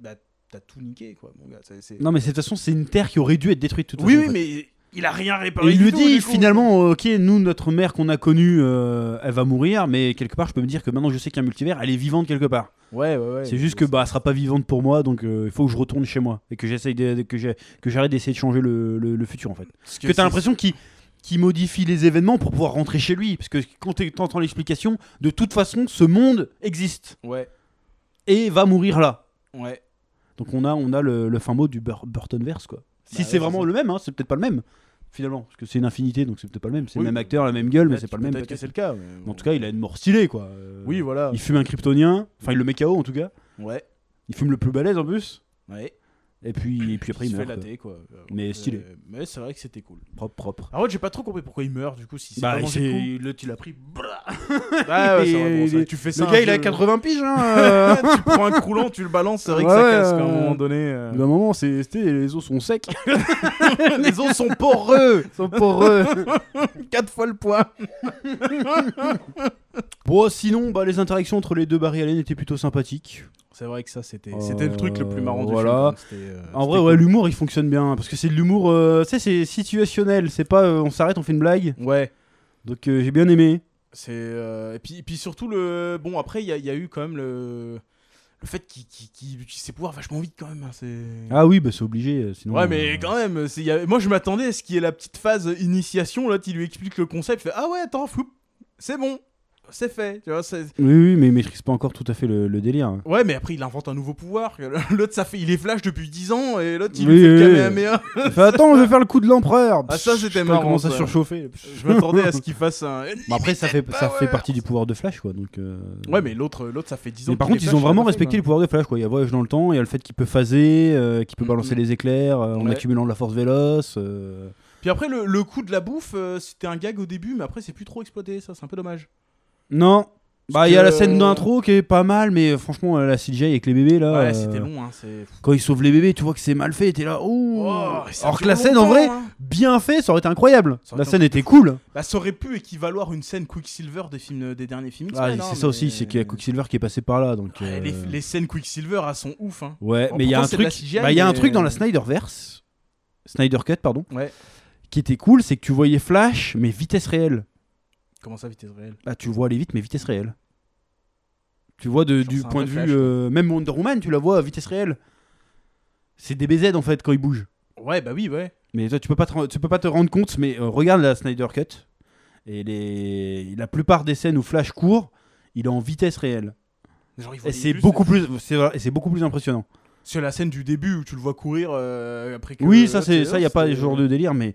Speaker 2: bah, t'as tout niqué, quoi, mon gars. c'est- c'est-
Speaker 1: Non, mais de toute façon, c'est une terre qui aurait dû être détruite tout
Speaker 2: Oui, oui, mais il a rien réparé.
Speaker 1: Et il
Speaker 2: du
Speaker 1: lui
Speaker 2: tout,
Speaker 1: dit
Speaker 2: du coup.
Speaker 1: finalement, euh, ok, nous, notre mère qu'on a connue, euh, elle va mourir, mais quelque part, je peux me dire que maintenant, je sais qu'il y a un multivers, elle est vivante quelque part.
Speaker 2: Ouais, ouais, ouais.
Speaker 1: c'est juste que bah, elle sera pas vivante pour moi, donc euh, il faut que je retourne chez moi et que j'essaye de- que j'ai- que j'arrête d'essayer de changer le, le- le futur en fait.
Speaker 2: Parce
Speaker 1: Que t'as
Speaker 2: c'est-
Speaker 1: l'impression qu'il qu'il modifie les événements pour pouvoir rentrer chez lui, parce que quand t'es- t'entends l'explication, de toute façon, ce monde existe
Speaker 2: Ouais,
Speaker 1: et va mourir là.
Speaker 2: ouais.
Speaker 1: Donc on a, on a le, le fin mot du Bur- Burtonverse quoi. Si
Speaker 2: Bah
Speaker 1: c'est
Speaker 2: ouais,
Speaker 1: vraiment
Speaker 2: c'est ça.
Speaker 1: le même, hein, c'est peut-être pas le même finalement, parce que c'est une infinité, donc c'est peut-être pas le même. C'est
Speaker 2: Oui,
Speaker 1: le même
Speaker 2: mais-
Speaker 1: acteur, la même gueule, mais
Speaker 2: Peut-être-
Speaker 1: c'est pas le même.
Speaker 2: Peut-être que
Speaker 1: peut-être.
Speaker 2: c'est le cas. mais
Speaker 1: Mais En tout cas, il a une mort stylée quoi. Euh,
Speaker 2: Oui, voilà.
Speaker 1: Il fume un kryptonien, enfin il le met KO en tout cas.
Speaker 2: Ouais,
Speaker 1: Il fume le plus balèze en plus.
Speaker 2: ouais.
Speaker 1: Et puis, et puis après,
Speaker 2: il
Speaker 1: il
Speaker 2: se fait
Speaker 1: meurt. quoi.
Speaker 2: latter, quoi. Euh,
Speaker 1: Mais
Speaker 2: euh,
Speaker 1: stylé.
Speaker 2: mais c'est vrai que c'était cool.
Speaker 1: Propre, propre.
Speaker 2: Ah ouais, j'ai pas trop compris pourquoi il meurt du coup. Si c'est
Speaker 1: Bah,
Speaker 2: pas mangé
Speaker 1: il
Speaker 2: le
Speaker 1: s'est-
Speaker 2: coup.
Speaker 1: il
Speaker 2: il a pris. ah ouais,
Speaker 1: Il-
Speaker 2: c'est vrai, bon,
Speaker 1: il-
Speaker 2: ça, tu fais ça.
Speaker 1: Le
Speaker 2: un
Speaker 1: gars, il a
Speaker 2: peu-
Speaker 1: 80 piges, hein euh.
Speaker 2: tu prends un croulant, tu le balances, c'est vrai que
Speaker 1: Ouais,
Speaker 2: ça casse quoi, à un
Speaker 1: euh,
Speaker 2: moment donné. euh.
Speaker 1: Au bout d'un moment, c'est- c'était- les os sont secs.
Speaker 2: Les os sont poreux.
Speaker 1: Ils sont poreux.
Speaker 2: 4 fois le poids.
Speaker 1: bon, sinon, bah, les interactions entre les deux Barry Allen étaient plutôt sympathiques.
Speaker 2: C'est vrai que ça, c'était
Speaker 1: Euh,
Speaker 2: c'était le truc le plus marrant du
Speaker 1: voilà.
Speaker 2: film. C'était, euh,
Speaker 1: En vrai,
Speaker 2: c'était
Speaker 1: ouais, l'humour, il fonctionne bien. hein, Parce que c'est de l'humour, euh, tu sais, c'est situationnel. C'est pas euh, on s'arrête, on fait une blague.
Speaker 2: cool. Ouais.
Speaker 1: Donc euh, j'ai bien aimé.
Speaker 2: C'est euh, et puis et puis surtout le bon après il y, a- il y a eu quand même le le fait qu'il qu'il qu'il utilise ses pouvoirs vachement vite quand même. hein, c'est
Speaker 1: Ah oui, bah c'est obligé. euh, Sinon,
Speaker 2: Ouais,
Speaker 1: euh,
Speaker 2: mais quand même, c'est- il y a- moi je m'attendais à ce qu'il y ait la petite phase initiation, là, tu lui expliques le concept, il fait Ah ouais, attends, flou, c'est bon, c'est fait, tu vois. c'est-
Speaker 1: Oui, oui, mais il maîtrise pas encore tout à fait le, le délire.
Speaker 2: Ouais, mais après il invente un nouveau pouvoir, l'autre ça fait, il est flash depuis 10 ans, et l'autre il
Speaker 1: Oui,
Speaker 2: lui fait le
Speaker 1: oui, oui.
Speaker 2: Kamehameha.
Speaker 1: Il fait, attends, je vais faire le coup de l'empereur.
Speaker 2: Ah, ça, c'était
Speaker 1: Putain,
Speaker 2: marrant,
Speaker 1: Il commence à
Speaker 2: ça.
Speaker 1: surchauffer.
Speaker 2: Je m'attendais à ce qu'il fasse un.
Speaker 1: Bah, après, ça fait, ça
Speaker 2: Power.
Speaker 1: fait partie du pouvoir de Flash, quoi. Donc, euh,
Speaker 2: Ouais, mais l'autre, l'autre ça fait 10 ans.
Speaker 1: Mais par
Speaker 2: qu'il
Speaker 1: contre,
Speaker 2: est
Speaker 1: ils ont
Speaker 2: flash, hein.
Speaker 1: vraiment
Speaker 2: dans le film,
Speaker 1: respecté les pouvoirs de Flash. Quoi. Il y a voyage dans le temps, il y a le fait qu'il peut phaser, euh, qu'il peut
Speaker 2: Mhm.
Speaker 1: balancer les éclairs euh, en
Speaker 2: Ouais.
Speaker 1: accumulant de la force véloce. euh.
Speaker 2: hein. Puis après, le, le coup de la bouffe, euh, c'était un gag au début, mais après c'est plus trop exploité, ça, c'est un peu dommage.
Speaker 1: Non. Bah, il y a
Speaker 2: que-
Speaker 1: la scène d'intro qui est pas mal, mais euh, franchement, euh, la CGI avec les bébés là.
Speaker 2: Ouais,
Speaker 1: euh,
Speaker 2: c'était long, hein, c'est.
Speaker 1: Quand ils sauvent les bébés, tu vois que c'est mal fait, t'es là. Ouh.
Speaker 2: Oh, ça
Speaker 1: Alors que
Speaker 2: dure
Speaker 1: la scène, en
Speaker 2: longtemps,
Speaker 1: vrai,
Speaker 2: hein.
Speaker 1: bien fait, ça aurait été incroyable.
Speaker 2: Ça aurait
Speaker 1: La
Speaker 2: été
Speaker 1: scène
Speaker 2: un
Speaker 1: était cool. Ah,
Speaker 2: Bah, ça aurait pu équivaloir une scène Quicksilver des films euh, des derniers films.
Speaker 1: Ah,
Speaker 2: X-Men,
Speaker 1: c'est
Speaker 2: hein,
Speaker 1: ça aussi,
Speaker 2: mais-
Speaker 1: c'est qu'il y a Quicksilver qui est passé par là. Donc,
Speaker 2: Ouais, les,
Speaker 1: euh,
Speaker 2: les scènes Quicksilver, elles sont ouf. Hein.
Speaker 1: Ouais,
Speaker 2: Bon,
Speaker 1: mais il y a
Speaker 2: pourtant,
Speaker 1: un
Speaker 2: c'est de la
Speaker 1: truc.
Speaker 2: CGI,
Speaker 1: bah, il y a un
Speaker 2: mais- euh,
Speaker 1: truc dans la Snyderverse, Snyder Cut, pardon,
Speaker 2: Ouais.
Speaker 1: qui était cool, c'est que tu voyais Flash, mais vitesse réelle.
Speaker 2: Comment ça, vitesse réelle
Speaker 1: Là, tu le vois aller vite, mais vitesse réelle. Tu vois de-
Speaker 2: Genre,
Speaker 1: du
Speaker 2: c'est un
Speaker 1: point
Speaker 2: vrai
Speaker 1: de
Speaker 2: Flash,
Speaker 1: vue. euh, même Wonder Woman, tu la vois à vitesse réelle. C'est des BZ en fait quand il bouge.
Speaker 2: Ouais, bah oui, ouais.
Speaker 1: Mais toi, tu peux pas te, ren- tu peux pas te rendre compte, mais euh, regarde la Snyder Cut. Et les, la plupart des scènes où Flash court, il est en vitesse réelle.
Speaker 2: Genre, il voit
Speaker 1: Et
Speaker 2: les
Speaker 1: c'est
Speaker 2: bus,
Speaker 1: beaucoup, plus, c'est vrai, et c'est beaucoup plus impressionnant.
Speaker 2: C'est la scène du début où tu le vois courir euh, après que.
Speaker 1: Oui, ça, c'est
Speaker 2: l'autre,
Speaker 1: ça, il n'y a pas
Speaker 2: c'était-
Speaker 1: ce genre de délire, mais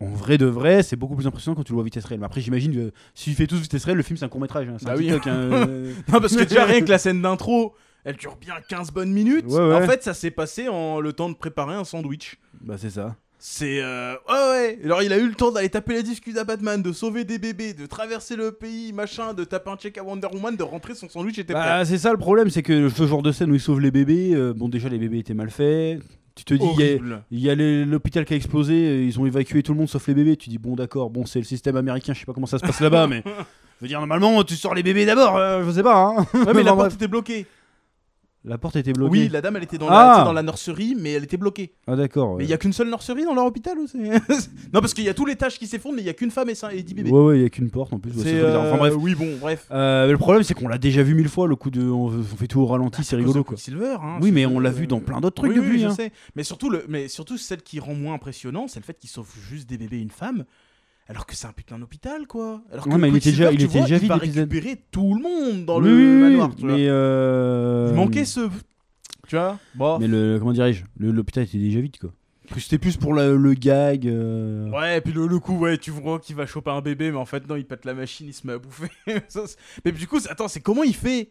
Speaker 1: en vrai de vrai, c'est beaucoup plus impressionnant quand tu le vois à vitesse réelle. Mais après, j'imagine que s'il fait tous vitesse réelle, le film, c'est un court-métrage. hein, c'est
Speaker 2: Bah
Speaker 1: un
Speaker 2: oui.
Speaker 1: TikTok, hein, euh.
Speaker 2: Non, parce que déjà, rien que la scène d'intro, elle dure bien 15 bonnes minutes.
Speaker 1: Ouais, ouais.
Speaker 2: En fait, ça s'est passé en le temps de préparer un sandwich.
Speaker 1: bah, c'est ça.
Speaker 2: C'est. euh, Ouais, ouais. Alors, il a eu le temps d'aller taper la discute à Batman, de sauver des bébés, de traverser le pays, machin, de taper un check à Wonder Woman, de rentrer son sandwich était prêt.
Speaker 1: Bah, c'est ça le problème, c'est que ce genre de scène où il sauve les bébés, euh, bon, déjà, les bébés étaient mal faits. Tu te dis, il y a-
Speaker 2: Horrible.
Speaker 1: il y a les- l'hôpital qui a explosé, euh, ils ont évacué tout le monde sauf les bébés. Tu dis, bon, d'accord, bon, c'est le système américain, je sais pas comment ça se passe là-bas, mais. Je veux dire, normalement, tu sors les bébés d'abord, euh, je sais pas, hein.
Speaker 2: Ouais,
Speaker 1: Enfin,
Speaker 2: mais la porte
Speaker 1: bref.
Speaker 2: était bloquée.
Speaker 1: La porte était bloquée.
Speaker 2: Oui, la dame, elle était dans,
Speaker 1: Ah.
Speaker 2: la, tu sais, dans la nurserie, mais elle était bloquée.
Speaker 1: Ah, d'accord.
Speaker 2: Mais il
Speaker 1: ouais.
Speaker 2: y a qu'une seule nurserie dans leur hôpital ou c'est- Non, parce qu'il y a tous les tâches qui s'effondrent, mais il y a qu'une femme et, ça, et 10 bébés.
Speaker 1: Ouais, ouais, il y a qu'une porte en plus. ouais, c'est très bizarre. Enfin,
Speaker 2: euh,
Speaker 1: bref.
Speaker 2: Oui, bon, bref.
Speaker 1: Euh, le problème, c'est qu'on l'a déjà vu mille fois, le coup de. On, on fait tout au ralenti,
Speaker 2: Ah,
Speaker 1: c'est rigolo quoi.
Speaker 2: Silver,
Speaker 1: Oui, mais on l'a vu dans plein d'autres trucs
Speaker 2: hein, oui, oui,
Speaker 1: depuis.
Speaker 2: je
Speaker 1: hein.
Speaker 2: sais. Mais surtout, le, mais surtout, celle qui rend moins impressionnant, c'est le fait qu'il sauve juste des bébés et une femme. Alors que c'est un putain d'hôpital, quoi. Alors que
Speaker 1: Ouais, mais il était
Speaker 2: Quicksilver,
Speaker 1: déjà- il
Speaker 2: tu
Speaker 1: était
Speaker 2: vois,
Speaker 1: déjà
Speaker 2: il
Speaker 1: vide,
Speaker 2: va
Speaker 1: l'épisode.
Speaker 2: récupérer tout le monde dans
Speaker 1: Oui,
Speaker 2: le
Speaker 1: oui, oui,
Speaker 2: manoir, tu vois.
Speaker 1: mais. euh,
Speaker 2: Il manquait ce. Tu vois Bon.
Speaker 1: Mais le. Comment dirais-je Le- L'hôpital était déjà vide quoi. Parce que C'était plus pour la- le gag. euh,
Speaker 2: Ouais, et puis le, le coup, ouais, tu vois qu'il va choper un bébé, mais en fait, non, il pète la machine, il se met à bouffer. Ça, c'est- mais du coup, c'est- attends, c'est comment il fait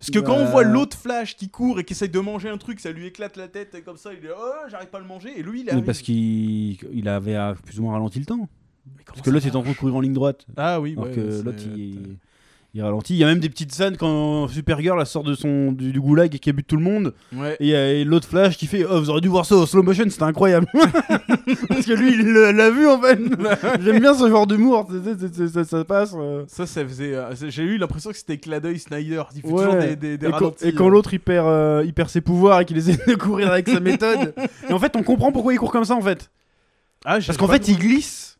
Speaker 2: Parce que quand on
Speaker 1: Bah.
Speaker 2: voit l'autre Flash qui court et qui essaye de manger un truc, ça lui éclate la tête, et comme ça, il est oh, j'arrive pas à le manger, et lui, il
Speaker 1: mais
Speaker 2: arrive.
Speaker 1: parce qu'il il avait euh, plus ou moins ralenti le temps.
Speaker 2: Mais comment
Speaker 1: Parce que
Speaker 2: ça
Speaker 1: l'autre est en
Speaker 2: marche
Speaker 1: train de courir en ligne droite.
Speaker 2: Ah oui,
Speaker 1: Alors
Speaker 2: ouais,
Speaker 1: que
Speaker 2: c'est-
Speaker 1: l'autre il. Il ralentit. Il y a même des petites scènes quand Supergirl la sort de son, du, du goulag et qui bute tout le monde.
Speaker 2: Ouais.
Speaker 1: Et, euh, et l'autre Flash qui fait Oh, vous auriez dû voir ça au slow motion, c'était incroyable. Parce que lui, il l'a l'a vu en fait. J'aime bien ce genre d'humour, c'est- c'est- c'est- c'est- ça, ça passe. euh.
Speaker 2: Ça, ça faisait. euh, c'est- J'ai eu l'impression que c'était clin d'œil Snyder. Il fait
Speaker 1: Ouais.
Speaker 2: toujours des, des, des
Speaker 1: et, quand,
Speaker 2: ralentis,
Speaker 1: et quand
Speaker 2: euh.
Speaker 1: l'autre il perd, euh, il perd ses pouvoirs et qu'il essaie de courir avec sa méthode. Et en fait, on comprend pourquoi il court comme ça en fait.
Speaker 2: Ah, j'ai
Speaker 1: Parce qu'en
Speaker 2: pas
Speaker 1: fait,
Speaker 2: trop-
Speaker 1: il glisse.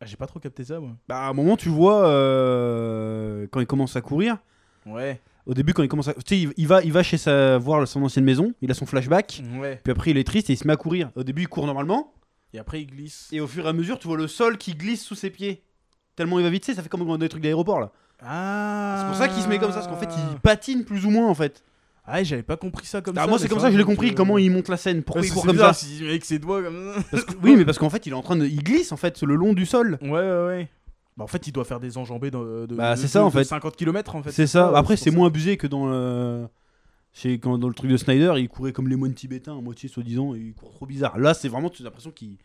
Speaker 2: Ah, J'ai pas trop capté ça, moi.
Speaker 1: Bah, à un moment, tu vois, euh, quand il commence à courir,
Speaker 2: Ouais.
Speaker 1: au début, quand il commence à. Tu sais, il, il va, il va chez sa, voir son ancienne maison, il a son flashback,
Speaker 2: Ouais.
Speaker 1: puis après, il est triste et il se met à courir. Au début, il court normalement.
Speaker 2: Et après, il glisse.
Speaker 1: Et au fur et à mesure, tu vois le sol qui glisse sous ses pieds. Tellement il va vite, tu sais, ça fait comme dans des trucs d'aéroport là.
Speaker 2: Ah
Speaker 1: C'est pour ça qu'il se met comme ça, parce qu'en fait, il patine plus ou moins en fait.
Speaker 2: Ah, j'avais pas compris ça comme
Speaker 1: Ah,
Speaker 2: ça. euh, Bah,
Speaker 1: moi, c'est comme ça que je l'ai compris, comment il monte la scène, pourquoi il court comme ça.
Speaker 2: Il avec ses doigts comme ça.
Speaker 1: Parce que- oui, mais parce qu'en fait, il est en train de. Il glisse en fait le long du sol.
Speaker 2: Ouais, ouais, ouais. Bah, en fait, il doit faire des enjambées de, de,
Speaker 1: Bah,
Speaker 2: de-
Speaker 1: c'est ça,
Speaker 2: de-
Speaker 1: en
Speaker 2: de
Speaker 1: fait.
Speaker 2: 50 km en fait.
Speaker 1: C'est ça. Après, c'est
Speaker 2: pour
Speaker 1: moins abusé que dans. euh, C'est quand dans le truc de Snyder, il courait comme les moines tibétains, à moitié soi-disant, et il court trop bizarre. Là, c'est vraiment, tu as l'impression qu'il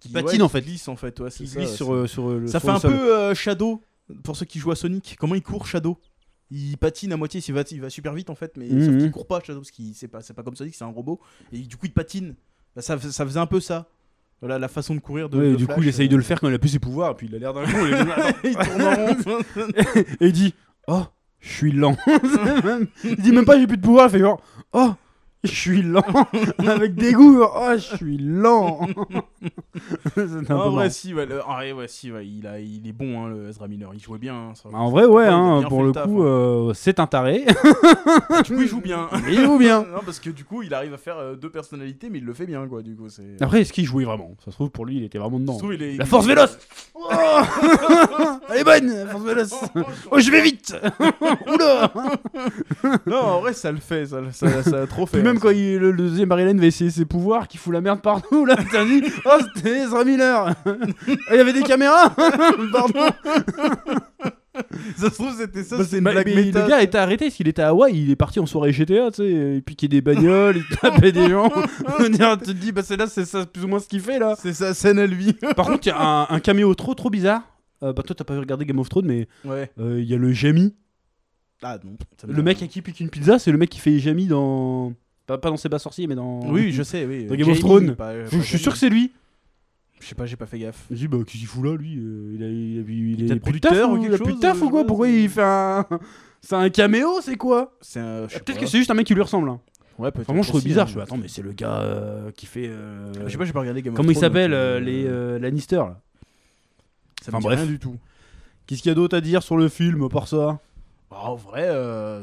Speaker 1: qu'il patine en fait.
Speaker 2: Qui glisse en fait, ouais, c'est
Speaker 1: Qu'il
Speaker 2: ça.
Speaker 1: glisse
Speaker 2: ouais,
Speaker 1: sur, euh, sur euh, le
Speaker 2: Ça
Speaker 1: sur
Speaker 2: fait
Speaker 1: le
Speaker 2: un
Speaker 1: sol.
Speaker 2: peu euh, Shadow pour ceux qui jouent à Sonic. Comment il court Shadow Il patine à moitié, il va, il va super vite en fait, mais
Speaker 1: Mhm.
Speaker 2: sauf qu'il court pas Shadow parce que c'est pas, c'est pas comme Sonic, c'est un robot. Et du coup, il patine. Bah, ça, ça faisait un peu ça. Voilà, la façon de courir de.
Speaker 1: Ouais,
Speaker 2: de
Speaker 1: du
Speaker 2: Flash,
Speaker 1: coup, il essaye
Speaker 2: euh,
Speaker 1: de le faire quand il a plus ses pouvoirs, et puis il a l'air d'un con. il est là, attends.
Speaker 2: il tourne en rond.
Speaker 1: et il dit Oh, je suis lent. C'est même- il dit même pas j'ai plus de pouvoir, il fait genre Oh, je suis lent. Avec dégoût, genre, oh, je suis lent. C'est un peu
Speaker 2: Ah, en
Speaker 1: marrant.
Speaker 2: vrai, si, ouais, le- ah, ouais, ouais, si, ouais, il, a, il est bon, hein, le Ezra Miller. Il jouait bien. hein, ça.
Speaker 1: Bah, en vrai, ouais,
Speaker 2: il a
Speaker 1: hein,
Speaker 2: bien
Speaker 1: pour
Speaker 2: fait
Speaker 1: le
Speaker 2: le taf,
Speaker 1: coup,
Speaker 2: hein.
Speaker 1: euh, c'est un taré.
Speaker 2: Du coup, il joue bien.
Speaker 1: Mais Ah, il joue bien.
Speaker 2: non, parce que du coup, il arrive à faire euh, deux personnalités, mais il le fait bien, quoi. Du coup, c'est.
Speaker 1: Après, est-ce qu'il jouait vraiment Ça se trouve, pour lui, il était vraiment
Speaker 2: Ça
Speaker 1: dedans.
Speaker 2: se trouve, il est-
Speaker 1: Ah, La force véloce Oh Elle est bonne, la force véloce Oh, je vais vite Oula
Speaker 2: Non, en vrai, ça le fait, ça, ça, ça a trop fait.
Speaker 1: Puis même
Speaker 2: hein,
Speaker 1: quand
Speaker 2: ça.
Speaker 1: il- le, le deuxième Barry Allen va essayer ses pouvoirs, qui fout la merde partout, là, t'as dit Oh, c'était Ezra Miller Il y avait des caméras Pardon
Speaker 2: Ça se trouve, c'était ça,
Speaker 1: Bah,
Speaker 2: c'est une
Speaker 1: bah,
Speaker 2: blague
Speaker 1: mais
Speaker 2: méta.
Speaker 1: Le gars était arrêté, parce qu'il était à Hawaï, il est parti en soirée GTA, tu sais, il piquait des bagnoles, il tapait des gens. tu te dis, bah c'est là, c'est ça plus ou moins ce qu'il fait, là.
Speaker 2: C'est sa scène à lui.
Speaker 1: Par contre, il y a un, un caméo trop trop bizarre. Euh, bah toi, t'as pas regardé Game of Thrones, mais
Speaker 2: Ouais.
Speaker 1: euh, il y a le Jamie.
Speaker 2: Ah non. ça me-
Speaker 1: Le mec à qui pique une pizza, c'est le mec qui fait Jamie dans. Pas, pas dans C'est pas sorcier, mais dans.
Speaker 2: Oui, je sais, oui.
Speaker 1: Dans Game of
Speaker 2: Jamie,
Speaker 1: Thrones.
Speaker 2: pas-
Speaker 1: Je,
Speaker 2: pas
Speaker 1: je suis
Speaker 2: Jamie.
Speaker 1: sûr que c'est lui.
Speaker 2: Je sais pas, j'ai pas fait gaffe.
Speaker 1: Je dis, bah, qu'est-ce qu'il fout là, lui Euh, Il a, il a- il a- il a
Speaker 2: peut-être
Speaker 1: plus de
Speaker 2: producteur
Speaker 1: taf,
Speaker 2: ou
Speaker 1: ou-
Speaker 2: quelque
Speaker 1: Il a plus de
Speaker 2: chose,
Speaker 1: taf
Speaker 2: euh,
Speaker 1: ou quoi
Speaker 2: ouais,
Speaker 1: Pourquoi
Speaker 2: c'est-
Speaker 1: il fait un. C'est un caméo, c'est quoi
Speaker 2: C'est un. je sais
Speaker 1: Peut-être
Speaker 2: pas.
Speaker 1: que c'est juste un mec qui lui ressemble. hein.
Speaker 2: Ouais, peut-être.
Speaker 1: Vraiment, je trouve
Speaker 2: aussi,
Speaker 1: bizarre.
Speaker 2: hein.
Speaker 1: Je fais, attends, mais c'est le gars euh, qui fait. euh,
Speaker 2: Je sais pas, j'ai pas regardé Game of
Speaker 1: Comment il
Speaker 2: Thrones,
Speaker 1: s'appelle
Speaker 2: donc,
Speaker 1: euh,
Speaker 2: euh,
Speaker 1: les euh, Lannister là
Speaker 2: Ça
Speaker 1: enfin,
Speaker 2: me dit
Speaker 1: bref.
Speaker 2: rien du tout.
Speaker 1: Qu'est-ce qu'il y a d'autre à dire sur le film, par ça
Speaker 2: Bah, en vrai. euh,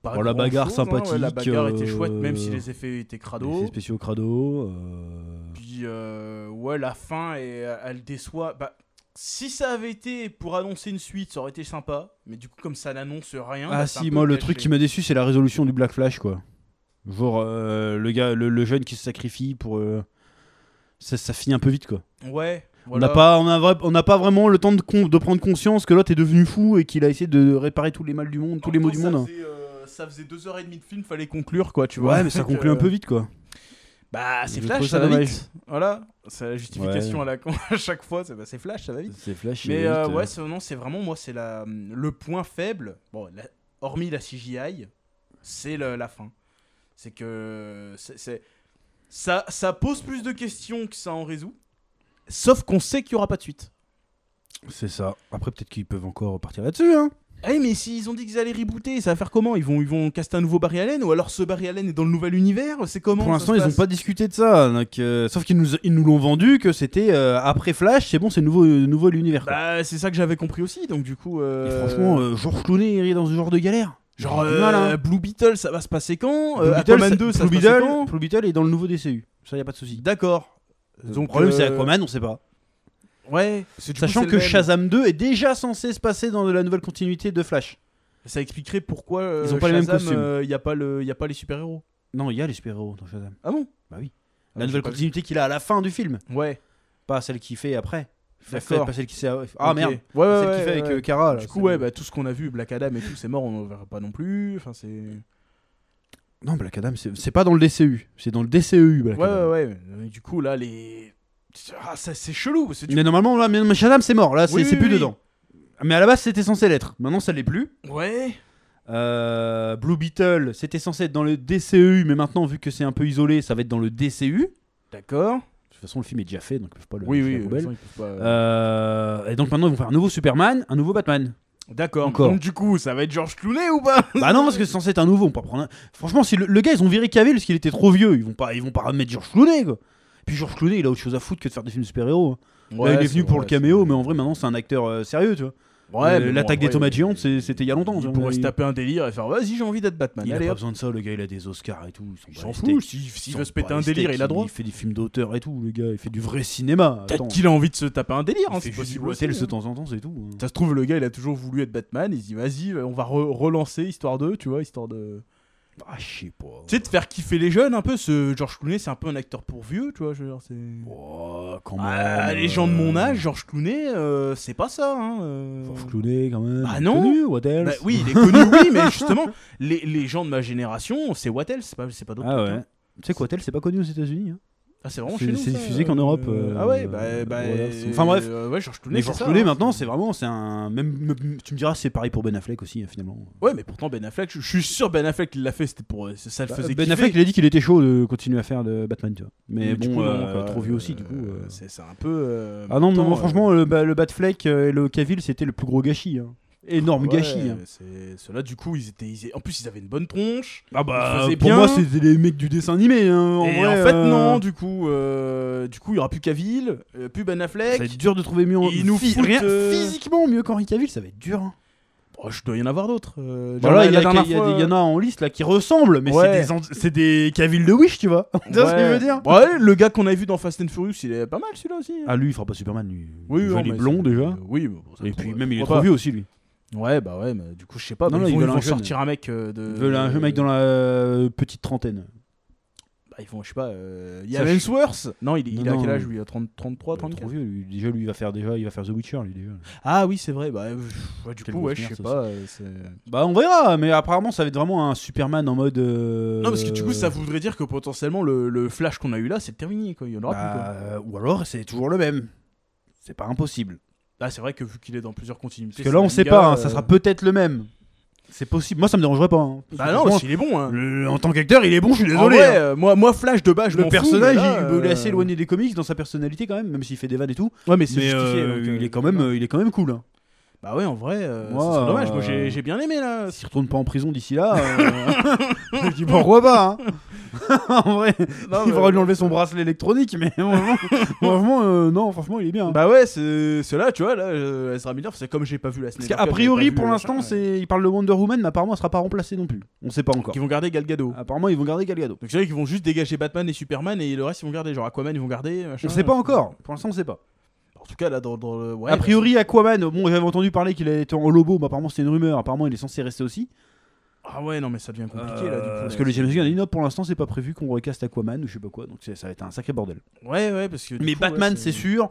Speaker 2: pas
Speaker 1: Bon, la
Speaker 2: grand
Speaker 1: bagarre
Speaker 2: chose, hein, ouais, la
Speaker 1: sympathique,
Speaker 2: bagarre était
Speaker 1: euh,
Speaker 2: chouette, même si les effets étaient crado.
Speaker 1: Les spéciaux crado. euh,
Speaker 2: Puis euh, ouais, la fin et elle déçoit. Bah, si ça avait été pour annoncer une suite, ça aurait été sympa. Mais du coup, comme ça n'annonce rien. bah,
Speaker 1: Ah si, moi le truc qui m'a déçu c'est la résolution du Black Flash quoi. Genre euh, le gars, le, le jeune qui se sacrifie pour euh, ça, ça finit un peu vite quoi.
Speaker 2: m'a. Ouais.
Speaker 1: On n'a pas, on a vra- on n'a pas vraiment le temps de, con- de prendre conscience que l'autre est devenu fou et qu'il a essayé de réparer tous les mal du monde, tous les maux du monde. hein.
Speaker 2: Faisait, euh, ça faisait deux heures et demie de film, fallait conclure quoi, tu vois.
Speaker 1: Ouais, mais ça
Speaker 2: Donc,
Speaker 1: conclut un
Speaker 2: euh,
Speaker 1: peu vite quoi.
Speaker 2: Bah, c'est
Speaker 1: Je
Speaker 2: Flash,
Speaker 1: trouve
Speaker 2: ça,
Speaker 1: Ah, ça
Speaker 2: va
Speaker 1: dommage.
Speaker 2: vite. Voilà, c'est la justification à la con à chaque fois. C'est bah, c'est Flash, ça va vite.
Speaker 1: C'est flash.
Speaker 2: Mais euh, ouais, c'est- non, c'est vraiment moi, c'est la le point faible. Bon, la- hormis la CGI, c'est le- la fin. C'est que c'est c'est- ça, ça pose plus de questions que ça en résout. Sauf qu'on sait qu'il y aura pas de suite.
Speaker 1: c'est ça. Après peut-être qu'ils peuvent encore partir là-dessus hein.
Speaker 2: Eh mais s'ils ont dit qu'ils allaient rebooter, ça va faire comment Ils vont ils vont caster un nouveau Barry Allen ou alors ce Barry Allen est dans le nouvel univers C'est comment
Speaker 1: Pour
Speaker 2: ça
Speaker 1: l'instant
Speaker 2: se
Speaker 1: ils ont
Speaker 2: passe
Speaker 1: pas discuté de ça. Donc, euh, sauf qu'ils nous, ils nous l'ont vendu que c'était euh, après Flash, c'est bon, c'est nouveau, euh, nouveau l'univers. quoi.
Speaker 2: Bah c'est ça que j'avais compris aussi. Donc du coup.
Speaker 1: Et
Speaker 2: euh,
Speaker 1: franchement, euh, George Clooney il est dans ce genre de galère.
Speaker 2: Genre
Speaker 1: du mal,
Speaker 2: euh,
Speaker 1: hein.
Speaker 2: Blue Beetle, ça va se passer quand
Speaker 1: Blue
Speaker 2: Euh,
Speaker 1: Beetle,
Speaker 2: Aquaman
Speaker 1: ça-
Speaker 2: 2, ça
Speaker 1: Blue
Speaker 2: se passe
Speaker 1: Beetle-
Speaker 2: quand
Speaker 1: Blue Beetle est dans le nouveau DCU. Ça, y a pas de souci.
Speaker 2: D'accord.
Speaker 1: Le problème, c'est
Speaker 2: euh,
Speaker 1: Aquaman, on sait pas.
Speaker 2: Ouais.
Speaker 1: Sachant que Shazam 2 est déjà censé se passer dans de la nouvelle continuité de Flash.
Speaker 2: Ça expliquerait pourquoi
Speaker 1: Ils ont pas les mêmes costumes.
Speaker 2: Il n'y a, pas le- y a pas les super-héros.
Speaker 1: Non, il y a les super-héros dans Shazam.
Speaker 2: Ah bon
Speaker 1: Bah oui.
Speaker 2: Ah,
Speaker 1: La
Speaker 2: j'ai
Speaker 1: nouvelle
Speaker 2: pas
Speaker 1: continuité qu'il a à la fin du film,
Speaker 2: vu. Ouais.
Speaker 1: pas celle qu'il fait après. La
Speaker 2: D'accord.
Speaker 1: fête, Pas celle qui fait. Ah
Speaker 2: Ok.
Speaker 1: merde.
Speaker 2: Ouais, ouais,
Speaker 1: celle
Speaker 2: ouais,
Speaker 1: qu'il fait avec
Speaker 2: ouais.
Speaker 1: euh, Kara. là,
Speaker 2: Du coup,
Speaker 1: c'est-
Speaker 2: ouais, bah, tout ce qu'on a vu, Black Adam et tout, c'est mort, on n'en verra pas non plus. Enfin, c'est. Ouais,
Speaker 1: Non, Black Adam, c'est c'est pas dans le DCU. C'est dans le DCEU, Black
Speaker 2: ouais,
Speaker 1: Adam.
Speaker 2: ouais. Mais Du coup, là, les. Ah, ça, c'est chelou. parce que du
Speaker 1: Mais normalement, là, mais- mais Shazam, c'est mort. Là, c'est
Speaker 2: Oui,
Speaker 1: c'est
Speaker 2: oui,
Speaker 1: plus
Speaker 2: oui.
Speaker 1: dedans. Mais à la base, c'était censé l'être. Maintenant, ça l'est plus.
Speaker 2: coup- Ouais.
Speaker 1: Euh, Blue Beetle, c'était censé être dans le DCEU, mais maintenant, vu que c'est un peu isolé, ça va être dans le DCU. De
Speaker 2: D'accord.
Speaker 1: toute façon, le film est déjà fait, donc ils peuvent pas le
Speaker 2: Oui,
Speaker 1: jeter à
Speaker 2: oui.
Speaker 1: la
Speaker 2: de
Speaker 1: poubelle.
Speaker 2: toute façon, ils peuvent pas-
Speaker 1: Euh, et donc maintenant, ils vont faire un nouveau Superman, un nouveau Batman.
Speaker 2: D'accord.
Speaker 1: encore.
Speaker 2: Donc, du coup, ça va être George Clooney ou pas
Speaker 1: bah non, parce que c'est censé être un nouveau. On peut pas prendre. un- Franchement, si le, le gars, ils ont viré Cavill parce qu'il était trop vieux. Ils vont pas, ils vont pas remettre George Clooney. Quoi. Puis George Clooney, il a autre chose à foutre que de faire des films de super-héros. hein.
Speaker 2: Ouais,
Speaker 1: Là, il est venu
Speaker 2: c'est
Speaker 1: pour
Speaker 2: vrai,
Speaker 1: le caméo,
Speaker 2: c'est-
Speaker 1: mais en vrai, maintenant, c'est un acteur euh, sérieux, tu vois.
Speaker 2: Ouais,
Speaker 1: Euh,
Speaker 2: mais bon,
Speaker 1: l'attaque des
Speaker 2: après,
Speaker 1: tomates géantes, c'est- c'était il y a longtemps,
Speaker 2: Il
Speaker 1: genre,
Speaker 2: pourrait
Speaker 1: il-
Speaker 2: se taper un délire et faire vas-y, j'ai envie d'être Batman.
Speaker 1: il a
Speaker 2: Bah, Allez,
Speaker 1: pas
Speaker 2: hop.
Speaker 1: besoin Bah, de ça, le gars, il a des Oscars et tout.
Speaker 2: Il
Speaker 1: s'en bat
Speaker 2: s'en
Speaker 1: les steaks.
Speaker 2: fout. S'il s'il
Speaker 1: S'en
Speaker 2: veut se péter
Speaker 1: bat
Speaker 2: un
Speaker 1: les
Speaker 2: délire,
Speaker 1: steaks,
Speaker 2: il a droit.
Speaker 1: Il fait des films d'auteur et tout, le gars. Il fait du vrai cinéma.
Speaker 2: Peut-être
Speaker 1: Attends.
Speaker 2: qu'il a envie de se taper un délire,
Speaker 1: Il
Speaker 2: hein, c'est
Speaker 1: fait juste du
Speaker 2: possible.
Speaker 1: hôtel
Speaker 2: aussi,
Speaker 1: de
Speaker 2: hein.
Speaker 1: temps en temps, c'est tout. hein.
Speaker 2: Ça se trouve, le gars, il a toujours voulu être Batman. Il se dit, vas-y, on va re- relancer histoire 2, tu vois, histoire de.
Speaker 1: Ah, je sais pas.
Speaker 2: Tu sais, de faire kiffer les jeunes un peu. Ce George Clooney, c'est un peu un acteur pour vieux, tu vois. je veux dire, c'est-
Speaker 1: Oh, quand
Speaker 2: Ah,
Speaker 1: même,
Speaker 2: les gens de mon
Speaker 1: euh,
Speaker 2: âge, George Clooney, euh, c'est pas ça. Hein, euh.
Speaker 1: Georges Clooney, quand même.
Speaker 2: Bah non.
Speaker 1: Connu, what else
Speaker 2: Bah oui, il est connu, oui, mais justement, les, les gens de ma génération, c'est What Else, c'est pas, c'est pas d'autres.
Speaker 1: Ah
Speaker 2: trucs,
Speaker 1: ouais.
Speaker 2: hein.
Speaker 1: Tu sais quoi, tel, c'est pas connu aux États-Unis. hein.
Speaker 2: Ah, c'est vraiment
Speaker 1: C'est-
Speaker 2: chez nous.
Speaker 1: c'est
Speaker 2: ça,
Speaker 1: diffusé qu'en Europe, euh,
Speaker 2: ah ouais, bah. bah,
Speaker 1: voilà, c'est-
Speaker 2: euh,
Speaker 1: enfin, bref.
Speaker 2: euh, ouais, George Clooney.
Speaker 1: Mais
Speaker 2: c'est
Speaker 1: Georges
Speaker 2: ça,
Speaker 1: Clooney,
Speaker 2: hein,
Speaker 1: maintenant,
Speaker 2: c'est-
Speaker 1: c'est vraiment, c'est un. Même, même- tu me diras, c'est pareil pour Ben Affleck aussi, hein, finalement.
Speaker 2: Ouais, mais pourtant, Ben Affleck, je je suis sûr Ben Affleck il l'a fait, c'était pour. Ça le
Speaker 1: Bah,
Speaker 2: faisait
Speaker 1: ben
Speaker 2: kiffer.
Speaker 1: Affleck, il a dit qu'il était chaud de continuer à faire de Batman, tu vois. Mais,
Speaker 2: du
Speaker 1: bon,
Speaker 2: coup, non,
Speaker 1: euh,
Speaker 2: quoi,
Speaker 1: trop vieux aussi, du
Speaker 2: euh,
Speaker 1: coup. euh.
Speaker 2: C'est c'est un peu. euh,
Speaker 1: Ah non, mais
Speaker 2: pourtant,
Speaker 1: moi,
Speaker 2: euh,
Speaker 1: franchement, le, bah, le Batfleck euh, et le Cavill, c'était le plus gros gâchis. hein. Énorme
Speaker 2: euh, ouais,
Speaker 1: gâchis. hein.
Speaker 2: c'est- Ceux-là, du coup, ils étaient. ils- En plus, ils avaient une bonne tronche.
Speaker 1: Ah
Speaker 2: bah,
Speaker 1: pour
Speaker 2: bien.
Speaker 1: moi, c'était les mecs du dessin animé. hein, en
Speaker 2: et
Speaker 1: vrai,
Speaker 2: en fait,
Speaker 1: euh,
Speaker 2: non, du coup, euh, du coup, il y aura plus Cavill, euh, plus Ben
Speaker 1: Ça
Speaker 2: Affleck.
Speaker 1: va être dur de trouver mieux en
Speaker 2: Et ils nous
Speaker 1: phy-
Speaker 2: foutent,
Speaker 1: rien-
Speaker 2: euh,
Speaker 1: physiquement mieux qu'Henri Cavill, ça va être dur. hein.
Speaker 2: Oh, je dois y en avoir d'autres. euh, genre
Speaker 1: Voilà,
Speaker 2: la-
Speaker 1: il y,
Speaker 2: la
Speaker 1: a-
Speaker 2: dernière
Speaker 1: il y a
Speaker 2: fois, euh,
Speaker 1: des- il y en a en liste là qui ressemblent, mais
Speaker 2: Ouais.
Speaker 1: c'est des, an- c'est des Cavill de Wish, tu vois. Tu vois ce que je veux
Speaker 2: Ouais.
Speaker 1: dire
Speaker 2: Ouais, le gars qu'on avait vu dans Fast and Furious, il est pas mal celui-là aussi.
Speaker 1: Ah, lui, il fera pas Superman, lui.
Speaker 2: Oui,
Speaker 1: Déjà,
Speaker 2: non,
Speaker 1: il est
Speaker 2: mais
Speaker 1: blond
Speaker 2: c'est-
Speaker 1: déjà.
Speaker 2: euh, oui, mais bon, ça
Speaker 1: Et
Speaker 2: pourrait-
Speaker 1: puis, même, il est
Speaker 2: pourquoi
Speaker 1: trop
Speaker 2: pas.
Speaker 1: vieux aussi, lui.
Speaker 2: Ouais, bah ouais, mais du coup, je sais pas.
Speaker 1: Non,
Speaker 2: mais
Speaker 1: non,
Speaker 2: ils
Speaker 1: ils
Speaker 2: vont, ils
Speaker 1: veulent un
Speaker 2: vont
Speaker 1: jeune.
Speaker 2: sortir un mec euh, de.
Speaker 1: Ils veulent un mec dans la euh, petite trentaine.
Speaker 2: Bah, ils font, je sais pas. euh, Il y
Speaker 1: Ça,
Speaker 2: a
Speaker 1: je-
Speaker 2: Hemsworth Non, Euh, il, est- il
Speaker 1: Non,
Speaker 2: a quel
Speaker 1: non.
Speaker 2: âge lui Il a 30, 33,
Speaker 1: Il est trop
Speaker 2: 34
Speaker 1: vieux, lui. Déjà, lui, il va faire, déjà, il va faire The Witcher, lui, déjà.
Speaker 2: Ah oui, c'est vrai. Bah, euh, pff, ouais, du
Speaker 1: Quelle
Speaker 2: coup, ouais,
Speaker 1: grosse
Speaker 2: je
Speaker 1: merde, ça
Speaker 2: sais pas. euh, c'est-
Speaker 1: Bah, on verra, mais apparemment, ça va être vraiment un Superman en mode. euh,
Speaker 2: Non, parce que du coup, ça voudrait dire que potentiellement le, le flash qu'on a eu là, c'est terminé quoi. Il y en aura plus quoi.
Speaker 1: Bah, euh, ou alors, c'est toujours le même. C'est pas impossible.
Speaker 2: Ah, c'est vrai que vu qu'il est dans plusieurs continuités.
Speaker 1: Parce que
Speaker 2: c'est
Speaker 1: là, on
Speaker 2: le
Speaker 1: sait
Speaker 2: gars,
Speaker 1: pas, hein,
Speaker 2: euh,
Speaker 1: ça sera peut-être le même. C'est possible. Moi, ça me dérangerait pas. hein. Parce
Speaker 2: Bah
Speaker 1: que
Speaker 2: non,
Speaker 1: franchement,
Speaker 2: parce qu'il est bon. Hein.
Speaker 1: le- en tant qu'acteur, il est bon, je suis
Speaker 2: En
Speaker 1: désolé.
Speaker 2: vrai,
Speaker 1: hein.
Speaker 2: euh, moi, moi, Flash de base, je
Speaker 1: Le
Speaker 2: m'en fous,
Speaker 1: personnage,
Speaker 2: mais là,
Speaker 1: il- il est
Speaker 2: euh,
Speaker 1: assez éloigné des comics dans sa personnalité quand même, même s'il fait des vannes et tout.
Speaker 2: Ouais, mais c'est
Speaker 1: Mais
Speaker 2: justifié.
Speaker 1: euh,
Speaker 2: donc,
Speaker 1: il
Speaker 2: euh,
Speaker 1: est quand même, euh, il est quand même cool. hein.
Speaker 2: Bah ouais, en vrai, euh,
Speaker 1: Moi,
Speaker 2: ça serait dommage. Moi,
Speaker 1: euh,
Speaker 2: j'ai j'ai bien aimé là.
Speaker 1: S'il retourne pas en prison d'ici là, euh, je dis pourquoi pas. hein. en vrai,
Speaker 2: Non,
Speaker 1: il
Speaker 2: mais-
Speaker 1: faudra lui enlever son bracelet électronique, mais franchement, franchement, euh, non, franchement, il est bien.
Speaker 2: Bah ouais, c'est c'est là, tu vois, là, euh, Ezra Miller, c'est comme j'ai pas vu la
Speaker 1: Parce
Speaker 2: semaine.
Speaker 1: qu'a priori, pour l'instant, c'est il parle de Wonder Woman, mais apparemment, elle sera pas remplacée non plus. On sait pas encore.
Speaker 2: Ils vont garder Gal Gadot.
Speaker 1: Apparemment, ils vont garder Gal Gadot.
Speaker 2: Ah. Donc c'est vrai qu'ils vont juste dégager Batman et Superman et le reste ils vont garder genre Aquaman ils vont garder.
Speaker 1: On
Speaker 2: machin.
Speaker 1: sait pas encore. Pour l'instant, on sait pas.
Speaker 2: En tout cas là dans, dans le. Ouais,
Speaker 1: a priori, Aquaman, bon, j'avais entendu parler qu'il était en lobo, mais apparemment, c'était une rumeur. Apparemment, il est censé rester aussi.
Speaker 2: bah- Ah ouais non mais ça devient compliqué là
Speaker 1: Euh,
Speaker 2: du coup.
Speaker 1: Parce
Speaker 2: là,
Speaker 1: que le
Speaker 2: c'est-
Speaker 1: James Gunn a dit non, pour l'instant, c'est pas prévu qu'on recaste Aquaman ou je sais pas quoi. Donc, c'est- ça va être un sacré bordel.
Speaker 2: Ouais ouais parce que. du
Speaker 1: Mais
Speaker 2: coup, ouais,
Speaker 1: Batman, c'est sûr.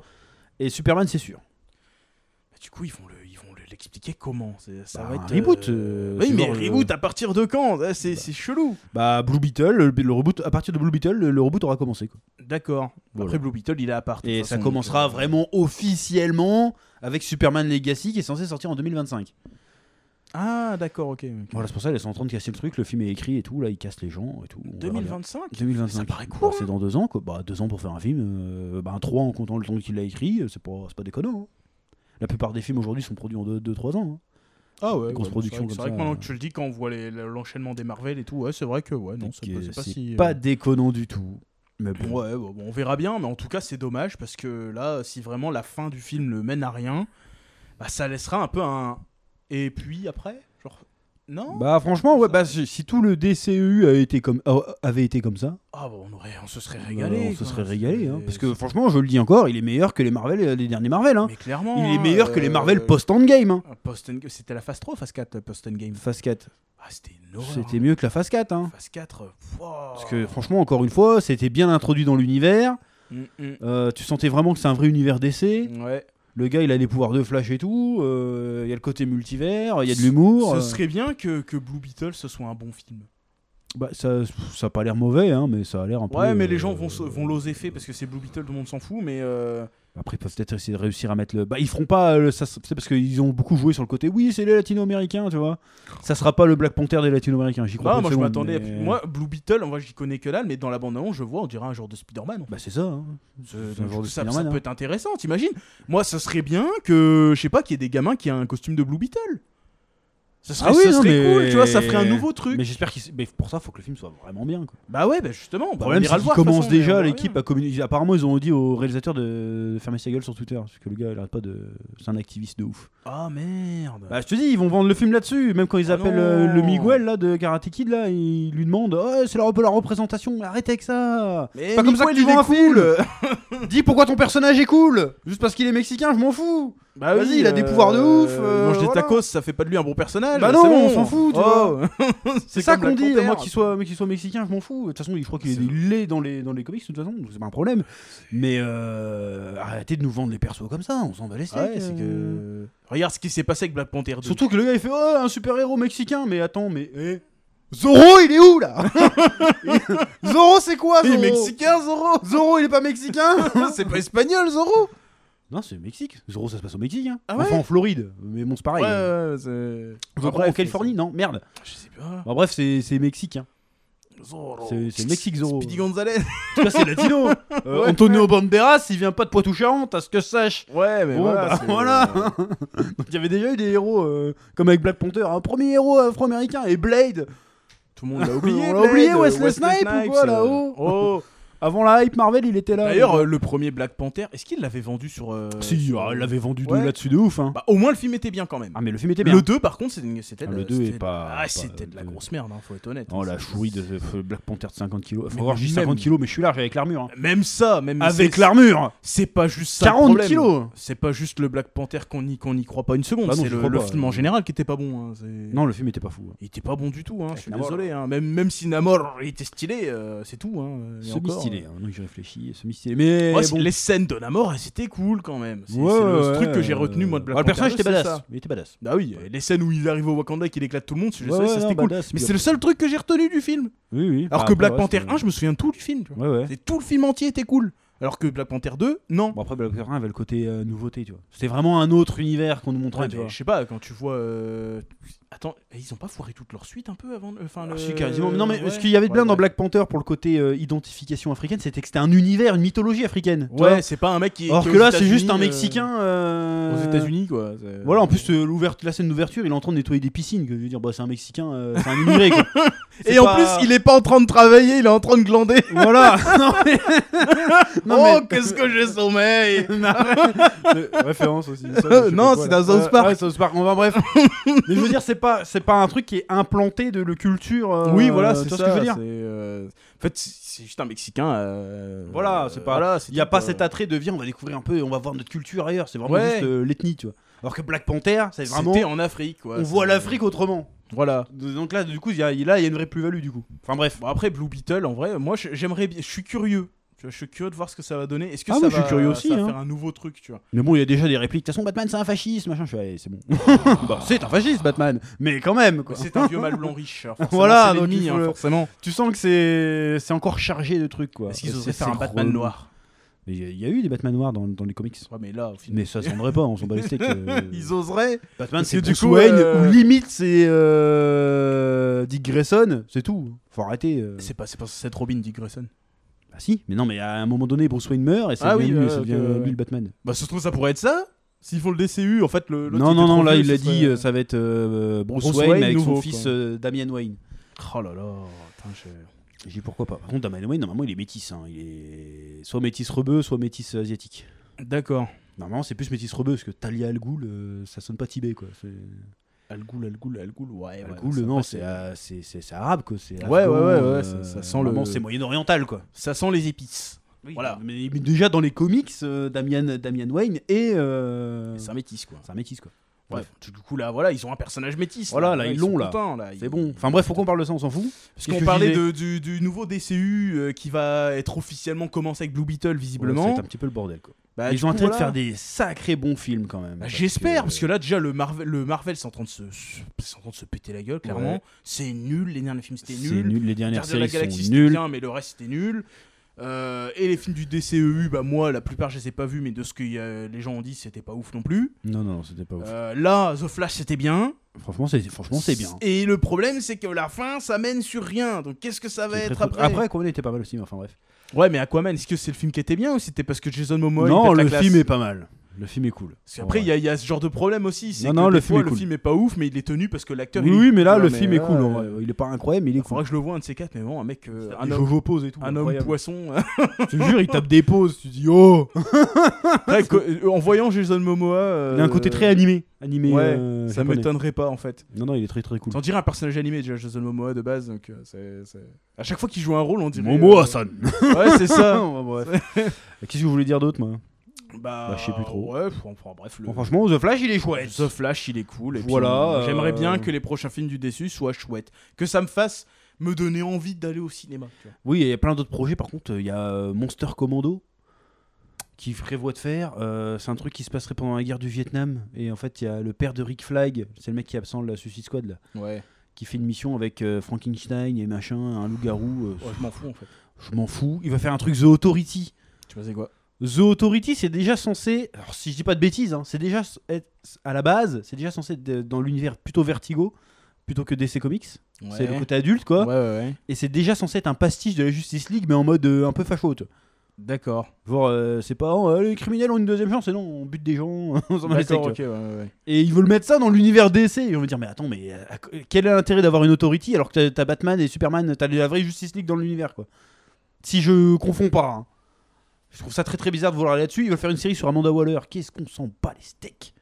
Speaker 1: Et Superman, c'est sûr.
Speaker 2: Bah, Du coup ils vont le ils vont le- l'expliquer comment c'est- ça
Speaker 1: Bah,
Speaker 2: va
Speaker 1: un
Speaker 2: être.
Speaker 1: reboot,
Speaker 2: euh,
Speaker 1: euh,
Speaker 2: Oui
Speaker 1: c'est
Speaker 2: mais
Speaker 1: genre le-
Speaker 2: reboot à partir de quand Ah, C'est c'est chelou.
Speaker 1: Bah, Blue Beetle, le, le reboot, à partir de Blue Beetle, le, le reboot aura commencé. quoi.
Speaker 2: D'accord.
Speaker 1: Voilà.
Speaker 2: Après Blue Beetle il est à part. de
Speaker 1: Et
Speaker 2: toute
Speaker 1: ça
Speaker 2: façon,
Speaker 1: commencera
Speaker 2: donc, euh,
Speaker 1: vraiment officiellement avec Superman Legacy qui est censé sortir en 2025.
Speaker 2: Ah d'accord ok. ok.
Speaker 1: Voilà, c'est pour ça qu'ils sont en train de casser le truc. Le film est écrit et tout. Là, ils cassent les gens et tout. on verra bien.
Speaker 2: 2025
Speaker 1: 2025.
Speaker 2: Ça paraît
Speaker 1: Bah,
Speaker 2: court,
Speaker 1: C'est dans deux ans, quoi. Bah, deux ans pour faire un film. euh, bah, trois en comptant le temps qu'il l'a écrit, euh, c'est pas, c'est pas déconnant. hein. La plupart des films aujourd'hui sont produits en deux, deux trois ans. hein.
Speaker 2: Ah ouais,
Speaker 1: Des grosses
Speaker 2: ouais,
Speaker 1: productions comme
Speaker 2: C'est vrai que
Speaker 1: ça,
Speaker 2: maintenant
Speaker 1: euh.
Speaker 2: que tu le dis, quand on voit les- l'enchaînement des Marvel et tout, ouais, c'est vrai que ouais, non,
Speaker 1: Donc,
Speaker 2: ça peut-
Speaker 1: euh,
Speaker 2: c'est pas
Speaker 1: c'est
Speaker 2: si. euh,
Speaker 1: pas déconnant du tout. Mais bon.
Speaker 2: Ouais, bon, bon, on verra bien, mais en tout cas, c'est dommage parce que là, si vraiment la fin du film ne mène à rien, bah, ça laissera un peu un. Et puis après Genre. Non
Speaker 1: Bah franchement ouais bah si si tout le DCEU a été comme a- avait été comme ça
Speaker 2: Ah, bon, on, aurait, on se serait
Speaker 1: euh,
Speaker 2: régalé.
Speaker 1: on se
Speaker 2: quoi.
Speaker 1: serait régalé hein,
Speaker 2: C'est-
Speaker 1: parce que franchement je le dis encore il est meilleur que les Marvel euh, les derniers Marvel hein.
Speaker 2: Mais clairement.
Speaker 1: il est
Speaker 2: hein,
Speaker 1: meilleur que les
Speaker 2: euh,
Speaker 1: Marvel post endgame hein.
Speaker 2: Post Endgame- C'était la phase 3 phase 4 post endgame
Speaker 1: Phase 4
Speaker 2: Ah, c'était une horreur.
Speaker 1: c'était mieux que la phase 4 hein.
Speaker 2: Phase euh, 4. wouah.
Speaker 1: parce que franchement encore une fois c'était bien introduit dans l'univers
Speaker 2: Mm, mm.
Speaker 1: Euh, tu sentais vraiment que c'est un vrai univers DC.
Speaker 2: Ouais.
Speaker 1: Le gars, il a les pouvoirs de Flash et tout. euh, Il y a le côté multivers, il y a de l'humour.
Speaker 2: Ce
Speaker 1: euh.
Speaker 2: serait bien que, que Blue Beetle ce soit un bon film.
Speaker 1: Bah, ça, ça a pas l'air mauvais, hein, mais ça a l'air un peu.
Speaker 2: Ouais, mais les
Speaker 1: euh,
Speaker 2: gens vont, se- vont l'oser faire parce que c'est Blue Beetle, tout le monde s'en fout, mais. euh,
Speaker 1: Après, ils peuvent peut-être essayer de réussir à mettre le. Bah, ils feront pas. euh, le- ça, c'est parce qu'ils ont beaucoup joué sur le côté. Oui, c'est les latino-américains, tu vois. Ça sera pas le Black Panther des latino-américains, j'y crois.
Speaker 2: bah,
Speaker 1: pas une
Speaker 2: moi je
Speaker 1: seconde,
Speaker 2: m'attendais. à-
Speaker 1: mais-
Speaker 2: Moi, Blue Beetle, en vrai, j'y connais que dalle, mais dans la bande-annonce, je vois, on dirait un genre de Spider-Man. en fait.
Speaker 1: Bah, c'est ça. hein.
Speaker 2: Ce-
Speaker 1: un
Speaker 2: donc,
Speaker 1: genre de
Speaker 2: ça, ça
Speaker 1: Spider-Man,
Speaker 2: peut
Speaker 1: hein.
Speaker 2: être intéressant, t'imagines Moi, ça serait bien que, je sais pas, qu'il y ait des gamins qui aient un costume de Blue Beetle. Ça serait,
Speaker 1: Ah oui,
Speaker 2: ça
Speaker 1: non,
Speaker 2: serait
Speaker 1: mais-
Speaker 2: cool, tu vois, ça ferait un nouveau truc.
Speaker 1: Mais j'espère qu'ils. Mais pour ça, faut que le film soit vraiment bien, quoi.
Speaker 2: Bah ouais, bah justement,
Speaker 1: Le problème,
Speaker 2: bah, on
Speaker 1: c'est
Speaker 2: ira le
Speaker 1: qu'ils
Speaker 2: voir, de toute
Speaker 1: commencent
Speaker 2: façon, mais on
Speaker 1: déjà
Speaker 2: verra
Speaker 1: l'équipe
Speaker 2: bien.
Speaker 1: à communiquer. Apparemment, ils ont dit au réalisateur de de fermer sa gueule sur Twitter, parce que le gars, il arrête pas de. C'est un activiste de ouf.
Speaker 2: Ah merde
Speaker 1: Bah, je te dis, ils vont vendre le film là-dessus. Même quand ils
Speaker 2: Ah
Speaker 1: appellent euh, le
Speaker 2: non.
Speaker 1: Miguel là de Karate Kid, là, ils lui demandent, oh, c'est la, la représentation. Arrête avec ça.
Speaker 2: Mais
Speaker 1: pas comme ça que
Speaker 2: Miguel,
Speaker 1: tu
Speaker 2: il
Speaker 1: vends
Speaker 2: est
Speaker 1: un film. Dis pourquoi ton personnage est cool Juste parce qu'il est mexicain, je m'en fous
Speaker 2: Bah
Speaker 1: Vas-y, il a des pouvoirs de ouf, euh,
Speaker 2: mange des
Speaker 1: voilà.
Speaker 2: tacos, ça fait pas de lui un bon personnage.
Speaker 1: Bah
Speaker 2: c'est
Speaker 1: non,
Speaker 2: bon.
Speaker 1: on s'en fout, tu
Speaker 2: Oh.
Speaker 1: C'est ça
Speaker 2: comme
Speaker 1: qu'on
Speaker 2: Black
Speaker 1: dit,
Speaker 2: Panther.
Speaker 1: moi qui soit, mais qu'il soit mexicain, je m'en fous. De toute façon, je crois qu'il
Speaker 2: C'est
Speaker 1: est laid dans les, dans les comics, de toute façon, donc c'est pas un problème. Mais euh, arrêtez de nous vendre les persos comme ça, on s'en va les steaks,
Speaker 2: Ah ouais, c'est
Speaker 1: euh.
Speaker 2: que. Regarde ce qui s'est passé avec Black Panther 2.
Speaker 1: Surtout que le gars il fait oh, un super héros mexicain, mais attends, mais. eh, Zoro il est où là Zoro c'est quoi
Speaker 2: Il est
Speaker 1: Zoro
Speaker 2: mexicain, Zoro
Speaker 1: Zoro il est pas mexicain
Speaker 2: C'est pas espagnol, Zoro
Speaker 1: Non, c'est Mexique. Zoro ça se passe au Mexique. Hein.
Speaker 2: Ah ouais
Speaker 1: enfin en Floride, mais bon, c'est pareil.
Speaker 2: Ouais, ouais, ouais, c'est.
Speaker 1: Enfin, en Californie, non, merde.
Speaker 2: c'est- Je sais pas.
Speaker 1: Bon, bref, c'est c'est mexicain.
Speaker 2: Zoro.
Speaker 1: C'est- c'est le Mexique, Zorro.
Speaker 2: Speedy Gonzalez.
Speaker 1: Tu vois, c'est latino. Euh,
Speaker 2: Ouais.
Speaker 1: Antonio Banderas, il vient pas de Poitou-Charentes, à ce que je sache.
Speaker 2: Ouais, mais
Speaker 1: Bon,
Speaker 2: voilà.
Speaker 1: bah,
Speaker 2: c'est- euh,
Speaker 1: voilà. Donc, il y avait déjà eu des héros euh, comme avec Black Panther, un premier héros afro-américain et Blade.
Speaker 2: Tout le monde l'a oublié.
Speaker 1: On l'a oublié,
Speaker 2: Blade,
Speaker 1: Wesley Snipes ou quoi,
Speaker 2: euh,
Speaker 1: là-haut
Speaker 2: Oh
Speaker 1: Avant la hype Marvel, il était là.
Speaker 2: D'ailleurs, euh, le premier Black Panther, est-ce qu'il l'avait vendu sur. euh,
Speaker 1: si,
Speaker 2: sur-
Speaker 1: ah, il l'avait vendu de
Speaker 2: Ouais.
Speaker 1: là-dessus de ouf. Hein.
Speaker 2: Bah, au moins, le film était bien quand même.
Speaker 1: Ah, mais le film était bien.
Speaker 2: Le 2, par contre, c'était- c'était.
Speaker 1: Ah,
Speaker 2: de-
Speaker 1: le 2 est
Speaker 2: c'était-
Speaker 1: pas.
Speaker 2: Ah,
Speaker 1: pas-
Speaker 2: c'était de la
Speaker 1: euh,
Speaker 2: grosse merde, hein, faut être honnête.
Speaker 1: Oh,
Speaker 2: hein,
Speaker 1: la
Speaker 2: c'est-
Speaker 1: chouille de de Black Panther de 50 kilos. Faut
Speaker 2: Mais
Speaker 1: voir, j'ai
Speaker 2: même-
Speaker 1: 50 kilos, mais je suis large avec l'armure. hein.
Speaker 2: Même ça, même
Speaker 1: Avec
Speaker 2: c'est-
Speaker 1: l'armure
Speaker 2: C'est pas juste ça. le
Speaker 1: 40
Speaker 2: problème.
Speaker 1: kilos
Speaker 2: C'est pas juste le Black Panther qu'on n'y qu'on n'y croit pas une seconde.
Speaker 1: Bah non,
Speaker 2: c'est
Speaker 1: j'y
Speaker 2: le,
Speaker 1: crois
Speaker 2: le
Speaker 1: pas.
Speaker 2: film en général qui était pas bon. hein, c'est-
Speaker 1: Non, le film était pas fou.
Speaker 2: Il était pas bon du tout, hein, je suis
Speaker 1: Namor.
Speaker 2: désolé. hein. Même, même si Namor était stylé, euh, c'est tout. Hein, et encore,
Speaker 1: Semi-stylé, hein. non, j'y réfléchis, semi-stylé. Mais
Speaker 2: euh, ouais, c'est-
Speaker 1: bon.
Speaker 2: Les scènes de Namor, elles, c'était cool quand même. C'est
Speaker 1: Ouais,
Speaker 2: c'est le
Speaker 1: ouais,
Speaker 2: truc que
Speaker 1: ouais,
Speaker 2: j'ai retenu, moi, de Black
Speaker 1: ouais, Le
Speaker 2: Panther
Speaker 1: personnage
Speaker 2: deux,
Speaker 1: était
Speaker 2: c'est
Speaker 1: badass.
Speaker 2: ça.
Speaker 1: Il était badass.
Speaker 2: Bah oui, et les scènes où il arrive au Wakanda et qu'il éclate tout le monde, je
Speaker 1: Ouais,
Speaker 2: sais,
Speaker 1: ouais,
Speaker 2: ça c'était
Speaker 1: non, bah,
Speaker 2: cool.
Speaker 1: badass,
Speaker 2: Mais
Speaker 1: lui,
Speaker 2: c'est le seul truc que j'ai retenu du film.
Speaker 1: Oui, oui.
Speaker 2: Alors
Speaker 1: bah,
Speaker 2: que
Speaker 1: après,
Speaker 2: Black
Speaker 1: ouais,
Speaker 2: Panther
Speaker 1: c'est-
Speaker 2: 1, je me souviens de tout du film. tu vois.
Speaker 1: Ouais, ouais.
Speaker 2: C'est tout le film entier était cool. Alors que Black Panther 2, non.
Speaker 1: Bon, après, Black Panther 1 avait le côté euh, nouveauté, tu vois. C'était vraiment un autre univers qu'on nous montrait,
Speaker 2: Ouais,
Speaker 1: tu
Speaker 2: mais
Speaker 1: vois.
Speaker 2: je sais pas, quand tu vois. euh, Attends, et ils ont pas foiré toute leur suite un peu avant. le- Enfin, le...
Speaker 1: Ah,
Speaker 2: euh,
Speaker 1: Si, quasiment. Mais Non, mais
Speaker 2: Ouais.
Speaker 1: ce qu'il y avait de bien
Speaker 2: Ouais,
Speaker 1: dans
Speaker 2: ouais.
Speaker 1: Black Panther pour le côté euh, identification africaine, c'était que c'était un univers, une mythologie africaine. tu vois.
Speaker 2: Ouais, c'est pas un mec qui.
Speaker 1: Alors
Speaker 2: qui est
Speaker 1: que
Speaker 2: aux
Speaker 1: là, c'est juste
Speaker 2: États-Unis,
Speaker 1: un
Speaker 2: euh,
Speaker 1: Mexicain. euh,
Speaker 2: Aux États-Unis, quoi. c'est-
Speaker 1: Voilà, en plus, euh, l'ouvert- la scène d'ouverture, il est en train de nettoyer des piscines. Que je veux dire, bah, c'est un Mexicain, euh, c'est un immigré, quoi.
Speaker 2: Et en plus, il est pas en train de travailler, il est en train de glander.
Speaker 1: Voilà Non, mais.
Speaker 2: oh, qu'est-ce que j'ai sommeil
Speaker 1: référence aussi.
Speaker 2: je sais Non, pas quoi, c'est là. dans South Park.
Speaker 1: Ouais, South Park. Enfin, bref. mais je veux dire, c'est pas, c'est pas un truc qui est implanté de le culture. euh,
Speaker 2: Oui, voilà,
Speaker 1: tu
Speaker 2: c'est ça.
Speaker 1: vois ce que je veux dire.
Speaker 2: c'est, euh, En fait, c'est- c'est juste un Mexicain. euh,
Speaker 1: Voilà, c'est euh, pas-
Speaker 2: voilà,
Speaker 1: Il n'y a
Speaker 2: tout,
Speaker 1: pas
Speaker 2: quoi.
Speaker 1: cet attrait de viens, on va découvrir un peu, on va voir notre culture ailleurs. C'est vraiment
Speaker 2: Ouais.
Speaker 1: juste euh, l'ethnie, tu vois. Alors que Black Panther, c'est vraiment.
Speaker 2: C'était en Afrique, quoi.
Speaker 1: on voit
Speaker 2: c'est-
Speaker 1: l'Afrique autrement.
Speaker 2: Voilà.
Speaker 1: Donc là, du coup, il y a, là, il y a une vraie plus-value, du coup. Enfin bref.
Speaker 2: Bon, après, Blue Beetle, en vrai, moi, je- j'aimerais bien. Je suis curieux. Tu vois, je suis curieux de voir ce que ça va donner. Est-ce que
Speaker 1: Ah,
Speaker 2: ça
Speaker 1: moi,
Speaker 2: va,
Speaker 1: je suis curieux aussi,
Speaker 2: ça va
Speaker 1: hein.
Speaker 2: faire un nouveau truc, tu vois
Speaker 1: Mais bon, il y a déjà des répliques. De toute façon, Batman, c'est un fasciste, machin. Je suis allé, c'est bon. Bah, c'est un fasciste, Batman. Mais quand même, quoi.
Speaker 2: C'est un vieux mal blanc riche. alors forcément,
Speaker 1: Voilà,
Speaker 2: c'est
Speaker 1: donc
Speaker 2: l'ennemi,
Speaker 1: il faut
Speaker 2: hein,
Speaker 1: le-
Speaker 2: forcément.
Speaker 1: Tu sens que c'est c'est encore chargé de trucs, quoi.
Speaker 2: Est-ce qu'ils
Speaker 1: C'est-
Speaker 2: oseraient faire
Speaker 1: c'est
Speaker 2: un Batman
Speaker 1: relou.
Speaker 2: noir
Speaker 1: Mais Il y, a- il y a eu des Batman noirs dans, dans les comics.
Speaker 2: Ouais, mais là, au final.
Speaker 1: Mais ça se vendrait pas, on s'en bat les steaks. euh.
Speaker 2: Ils oseraient
Speaker 1: Batman,
Speaker 2: Parce
Speaker 1: c'est
Speaker 2: que du
Speaker 1: Bruce
Speaker 2: coup,
Speaker 1: Wayne,
Speaker 2: euh,
Speaker 1: ou limite, c'est euh, Dick Grayson, c'est tout. Faut arrêter. euh.
Speaker 2: C'est pas, c'est pas cette Robin, Dick Grayson.
Speaker 1: Ah si, mais non, mais à un moment donné, Bruce Wayne meurt et ça
Speaker 2: Ah
Speaker 1: devient,
Speaker 2: oui,
Speaker 1: lui,
Speaker 2: ouais,
Speaker 1: ça
Speaker 2: ok,
Speaker 1: devient
Speaker 2: ouais, ouais.
Speaker 1: lui le Batman.
Speaker 2: Bah, ça se trouve, ça pourrait être ça S'ils font le DCU, en fait, le. l'autre
Speaker 1: Non,
Speaker 2: était
Speaker 1: non,
Speaker 2: trop
Speaker 1: non, là,
Speaker 2: vieux,
Speaker 1: il
Speaker 2: ce
Speaker 1: a
Speaker 2: serait-
Speaker 1: dit, euh, ça va être euh, Bruce,
Speaker 2: Bruce
Speaker 1: Wayne,
Speaker 2: Wayne
Speaker 1: avec
Speaker 2: nouveau,
Speaker 1: son
Speaker 2: quoi.
Speaker 1: fils euh, Damian Wayne.
Speaker 2: Oh là là, putain, je-
Speaker 1: J'ai dit pourquoi pas. Par contre, Damian Wayne, normalement, il est métis. hein. Il est soit métis rebeu, soit métis asiatique.
Speaker 2: D'accord.
Speaker 1: Normalement, c'est plus métis rebeu, parce que Talia Al Ghul, euh, ça sonne pas tibet, quoi. C'est-
Speaker 2: Al Ghul, Al Ghul, Al Ghul, ouais.
Speaker 1: Al
Speaker 2: ouais,
Speaker 1: Ghul,
Speaker 2: ça
Speaker 1: non,
Speaker 2: va,
Speaker 1: c'est euh, c'est- c'est- c'est arabe, quoi. c'est
Speaker 2: Ouais, ouais,
Speaker 1: afghan,
Speaker 2: ouais, ouais,
Speaker 1: euh,
Speaker 2: ça- ça sent le-
Speaker 1: normalement, c'est moyen-oriental, quoi.
Speaker 2: Ça sent les épices.
Speaker 1: Voilà.
Speaker 2: Voilà.
Speaker 1: Mais, mais déjà dans les comics, euh, Damian, Damian Wayne et. euh,
Speaker 2: C'est un métis, quoi.
Speaker 1: C'est un métis quoi.
Speaker 2: Bref, du coup, là, voilà, ils ont un personnage métis.
Speaker 1: Voilà, là, ils l'ont,
Speaker 2: sont
Speaker 1: là.
Speaker 2: contents, là.
Speaker 1: C'est
Speaker 2: Ils-
Speaker 1: bon. Enfin bref, faut qu'on parle de ça, on s'en fout.
Speaker 2: Parce
Speaker 1: Qu'est-ce
Speaker 2: qu'on
Speaker 1: que
Speaker 2: parlait
Speaker 1: je disais
Speaker 2: de- du, du nouveau DCU euh, qui va être officiellement commencé avec Blue Beetle, visiblement.
Speaker 1: C'est un petit peu le bordel quoi.
Speaker 2: Bah, du
Speaker 1: Ils ont
Speaker 2: coup,
Speaker 1: intérêt de
Speaker 2: voilà.
Speaker 1: faire des sacrés bons films quand même.
Speaker 2: Bah,
Speaker 1: parce
Speaker 2: J'espère, parce que là, déjà, le Marvel, le Marvel c'est en, train de se, se- c'est en train de se péter la gueule, clairement.
Speaker 1: Ouais.
Speaker 2: C'est nul, les derniers films, c'était
Speaker 1: c'est
Speaker 2: nul.
Speaker 1: nul. Les dernières
Speaker 2: Gardiens de la
Speaker 1: séries
Speaker 2: Galaxie,
Speaker 1: sont
Speaker 2: c'était
Speaker 1: nulles.
Speaker 2: bien, mais le reste, c'était nul. Euh, et les films du DCEU, bah moi, la plupart, je les ai pas vus, mais de ce que euh, les gens ont dit, c'était pas ouf non plus.
Speaker 1: Non, non, non, c'était pas ouf.
Speaker 2: Euh, là, The Flash, c'était bien.
Speaker 1: Franchement, c'est franchement c'est bien.
Speaker 2: Et le problème, c'est que la fin, ça mène sur rien. Donc, qu'est-ce que ça va
Speaker 1: C'est
Speaker 2: être
Speaker 1: très-
Speaker 2: après
Speaker 1: Après, Aquaman était pas mal aussi, mais enfin bref.
Speaker 2: Ouais, mais Aquaman, est-ce que c'est le film qui était bien ou c'était parce que Jason Momoa il
Speaker 1: non,
Speaker 2: pète la
Speaker 1: le
Speaker 2: classe
Speaker 1: film est pas mal. Le film est cool.
Speaker 2: Parce qu'après, il y a- il y, a ce genre de problème aussi. C'est
Speaker 1: Non,
Speaker 2: que
Speaker 1: non,
Speaker 2: des
Speaker 1: le film
Speaker 2: fois,
Speaker 1: est cool.
Speaker 2: Le film est pas ouf, mais il est tenu parce que l'acteur.
Speaker 1: Oui,
Speaker 2: il est
Speaker 1: oui,
Speaker 2: cool,
Speaker 1: mais là,
Speaker 2: tu
Speaker 1: le
Speaker 2: vois,
Speaker 1: film
Speaker 2: mais
Speaker 1: est cool.
Speaker 2: là,
Speaker 1: en vrai. Ah,
Speaker 2: euh,
Speaker 1: Il est pas incroyable, mais il est cool.
Speaker 2: Faudra que je le vois un de ces quatre, mais bon, un mec, euh, un
Speaker 1: Des
Speaker 2: homme,
Speaker 1: jeux pose et tout.
Speaker 2: un homme
Speaker 1: incroyable.
Speaker 2: poisson. euh,
Speaker 1: Je te jure, il tape des pauses. Tu dis oh.
Speaker 2: Ouais, que- euh, en voyant Jason Momoa, euh,
Speaker 1: Il a un côté très animé, animé.
Speaker 2: ouais,
Speaker 1: euh,
Speaker 2: ça
Speaker 1: japonais.
Speaker 2: m'étonnerait pas en fait.
Speaker 1: Non, non, il est très très cool.
Speaker 2: On dirait un personnage animé déjà, Jason Momoa de base, donc euh, c'est. c'est- À chaque fois qu'il joue un rôle, on dirait.
Speaker 1: Momo
Speaker 2: euh,
Speaker 1: Hassan.
Speaker 2: Ouais, c'est ça.
Speaker 1: Qu'est-ce que vous voulez dire d'autre, moi
Speaker 2: Bah,
Speaker 1: Bah, je sais plus trop.
Speaker 2: Ouais, pff, enfin, bref, le.
Speaker 1: Bon, franchement, The Flash, il est chouette.
Speaker 2: The Flash, il est cool. Et puis,
Speaker 1: Voilà,
Speaker 2: euh, J'aimerais
Speaker 1: euh,
Speaker 2: bien que les prochains films du déçu soient chouettes. Que ça me fasse me donner envie d'aller au cinéma. tu vois.
Speaker 1: Oui, il y a plein d'autres projets. Par contre, il y a euh, Monster Commando qui prévoit de faire. Euh, c'est un truc qui se passerait pendant la guerre du Vietnam. Et en fait, il y a le père de Rick Flag, c'est le mec qui est absent de la Suicide Squad, là,
Speaker 2: Ouais.
Speaker 1: qui fait une mission avec euh, Frankenstein et machin, un loup-garou. euh,
Speaker 2: je m'en fous en fait.
Speaker 1: Je m'en fous. Il va faire un truc The Authority.
Speaker 2: Tu vois, c'est quoi
Speaker 1: The Authority, c'est déjà censé. Alors, si je dis pas de bêtises, hein, c'est déjà s- être- à la base, c'est déjà censé être de- dans l'univers plutôt Vertigo plutôt que DC Comics. C'est le côté adulte, quoi.
Speaker 2: Ouais, ouais, ouais.
Speaker 1: Et c'est déjà censé être un pastiche de la Justice League, mais en mode euh, un peu fachote.
Speaker 2: D'accord.
Speaker 1: Genre, euh, c'est pas oh, euh, les criminels ont une deuxième chance, et non, on bute des gens, on s'en bat les steaks,
Speaker 2: D'accord,
Speaker 1: tu
Speaker 2: ok, ouais, ouais, ouais.
Speaker 1: vois. Et ils veulent mettre ça dans l'univers DC. Et on va dire, mais attends, mais euh, à co- quel est l'intérêt d'avoir une autorité alors que t'as- t'as Batman et Superman, t'as la vraie Justice League dans l'univers, quoi. Si je confonds pas. hein. Je trouve ça très très bizarre de vouloir aller là-dessus. Ils veulent faire une série sur Amanda Waller. Qu'est-ce qu'on s'en bat les steaks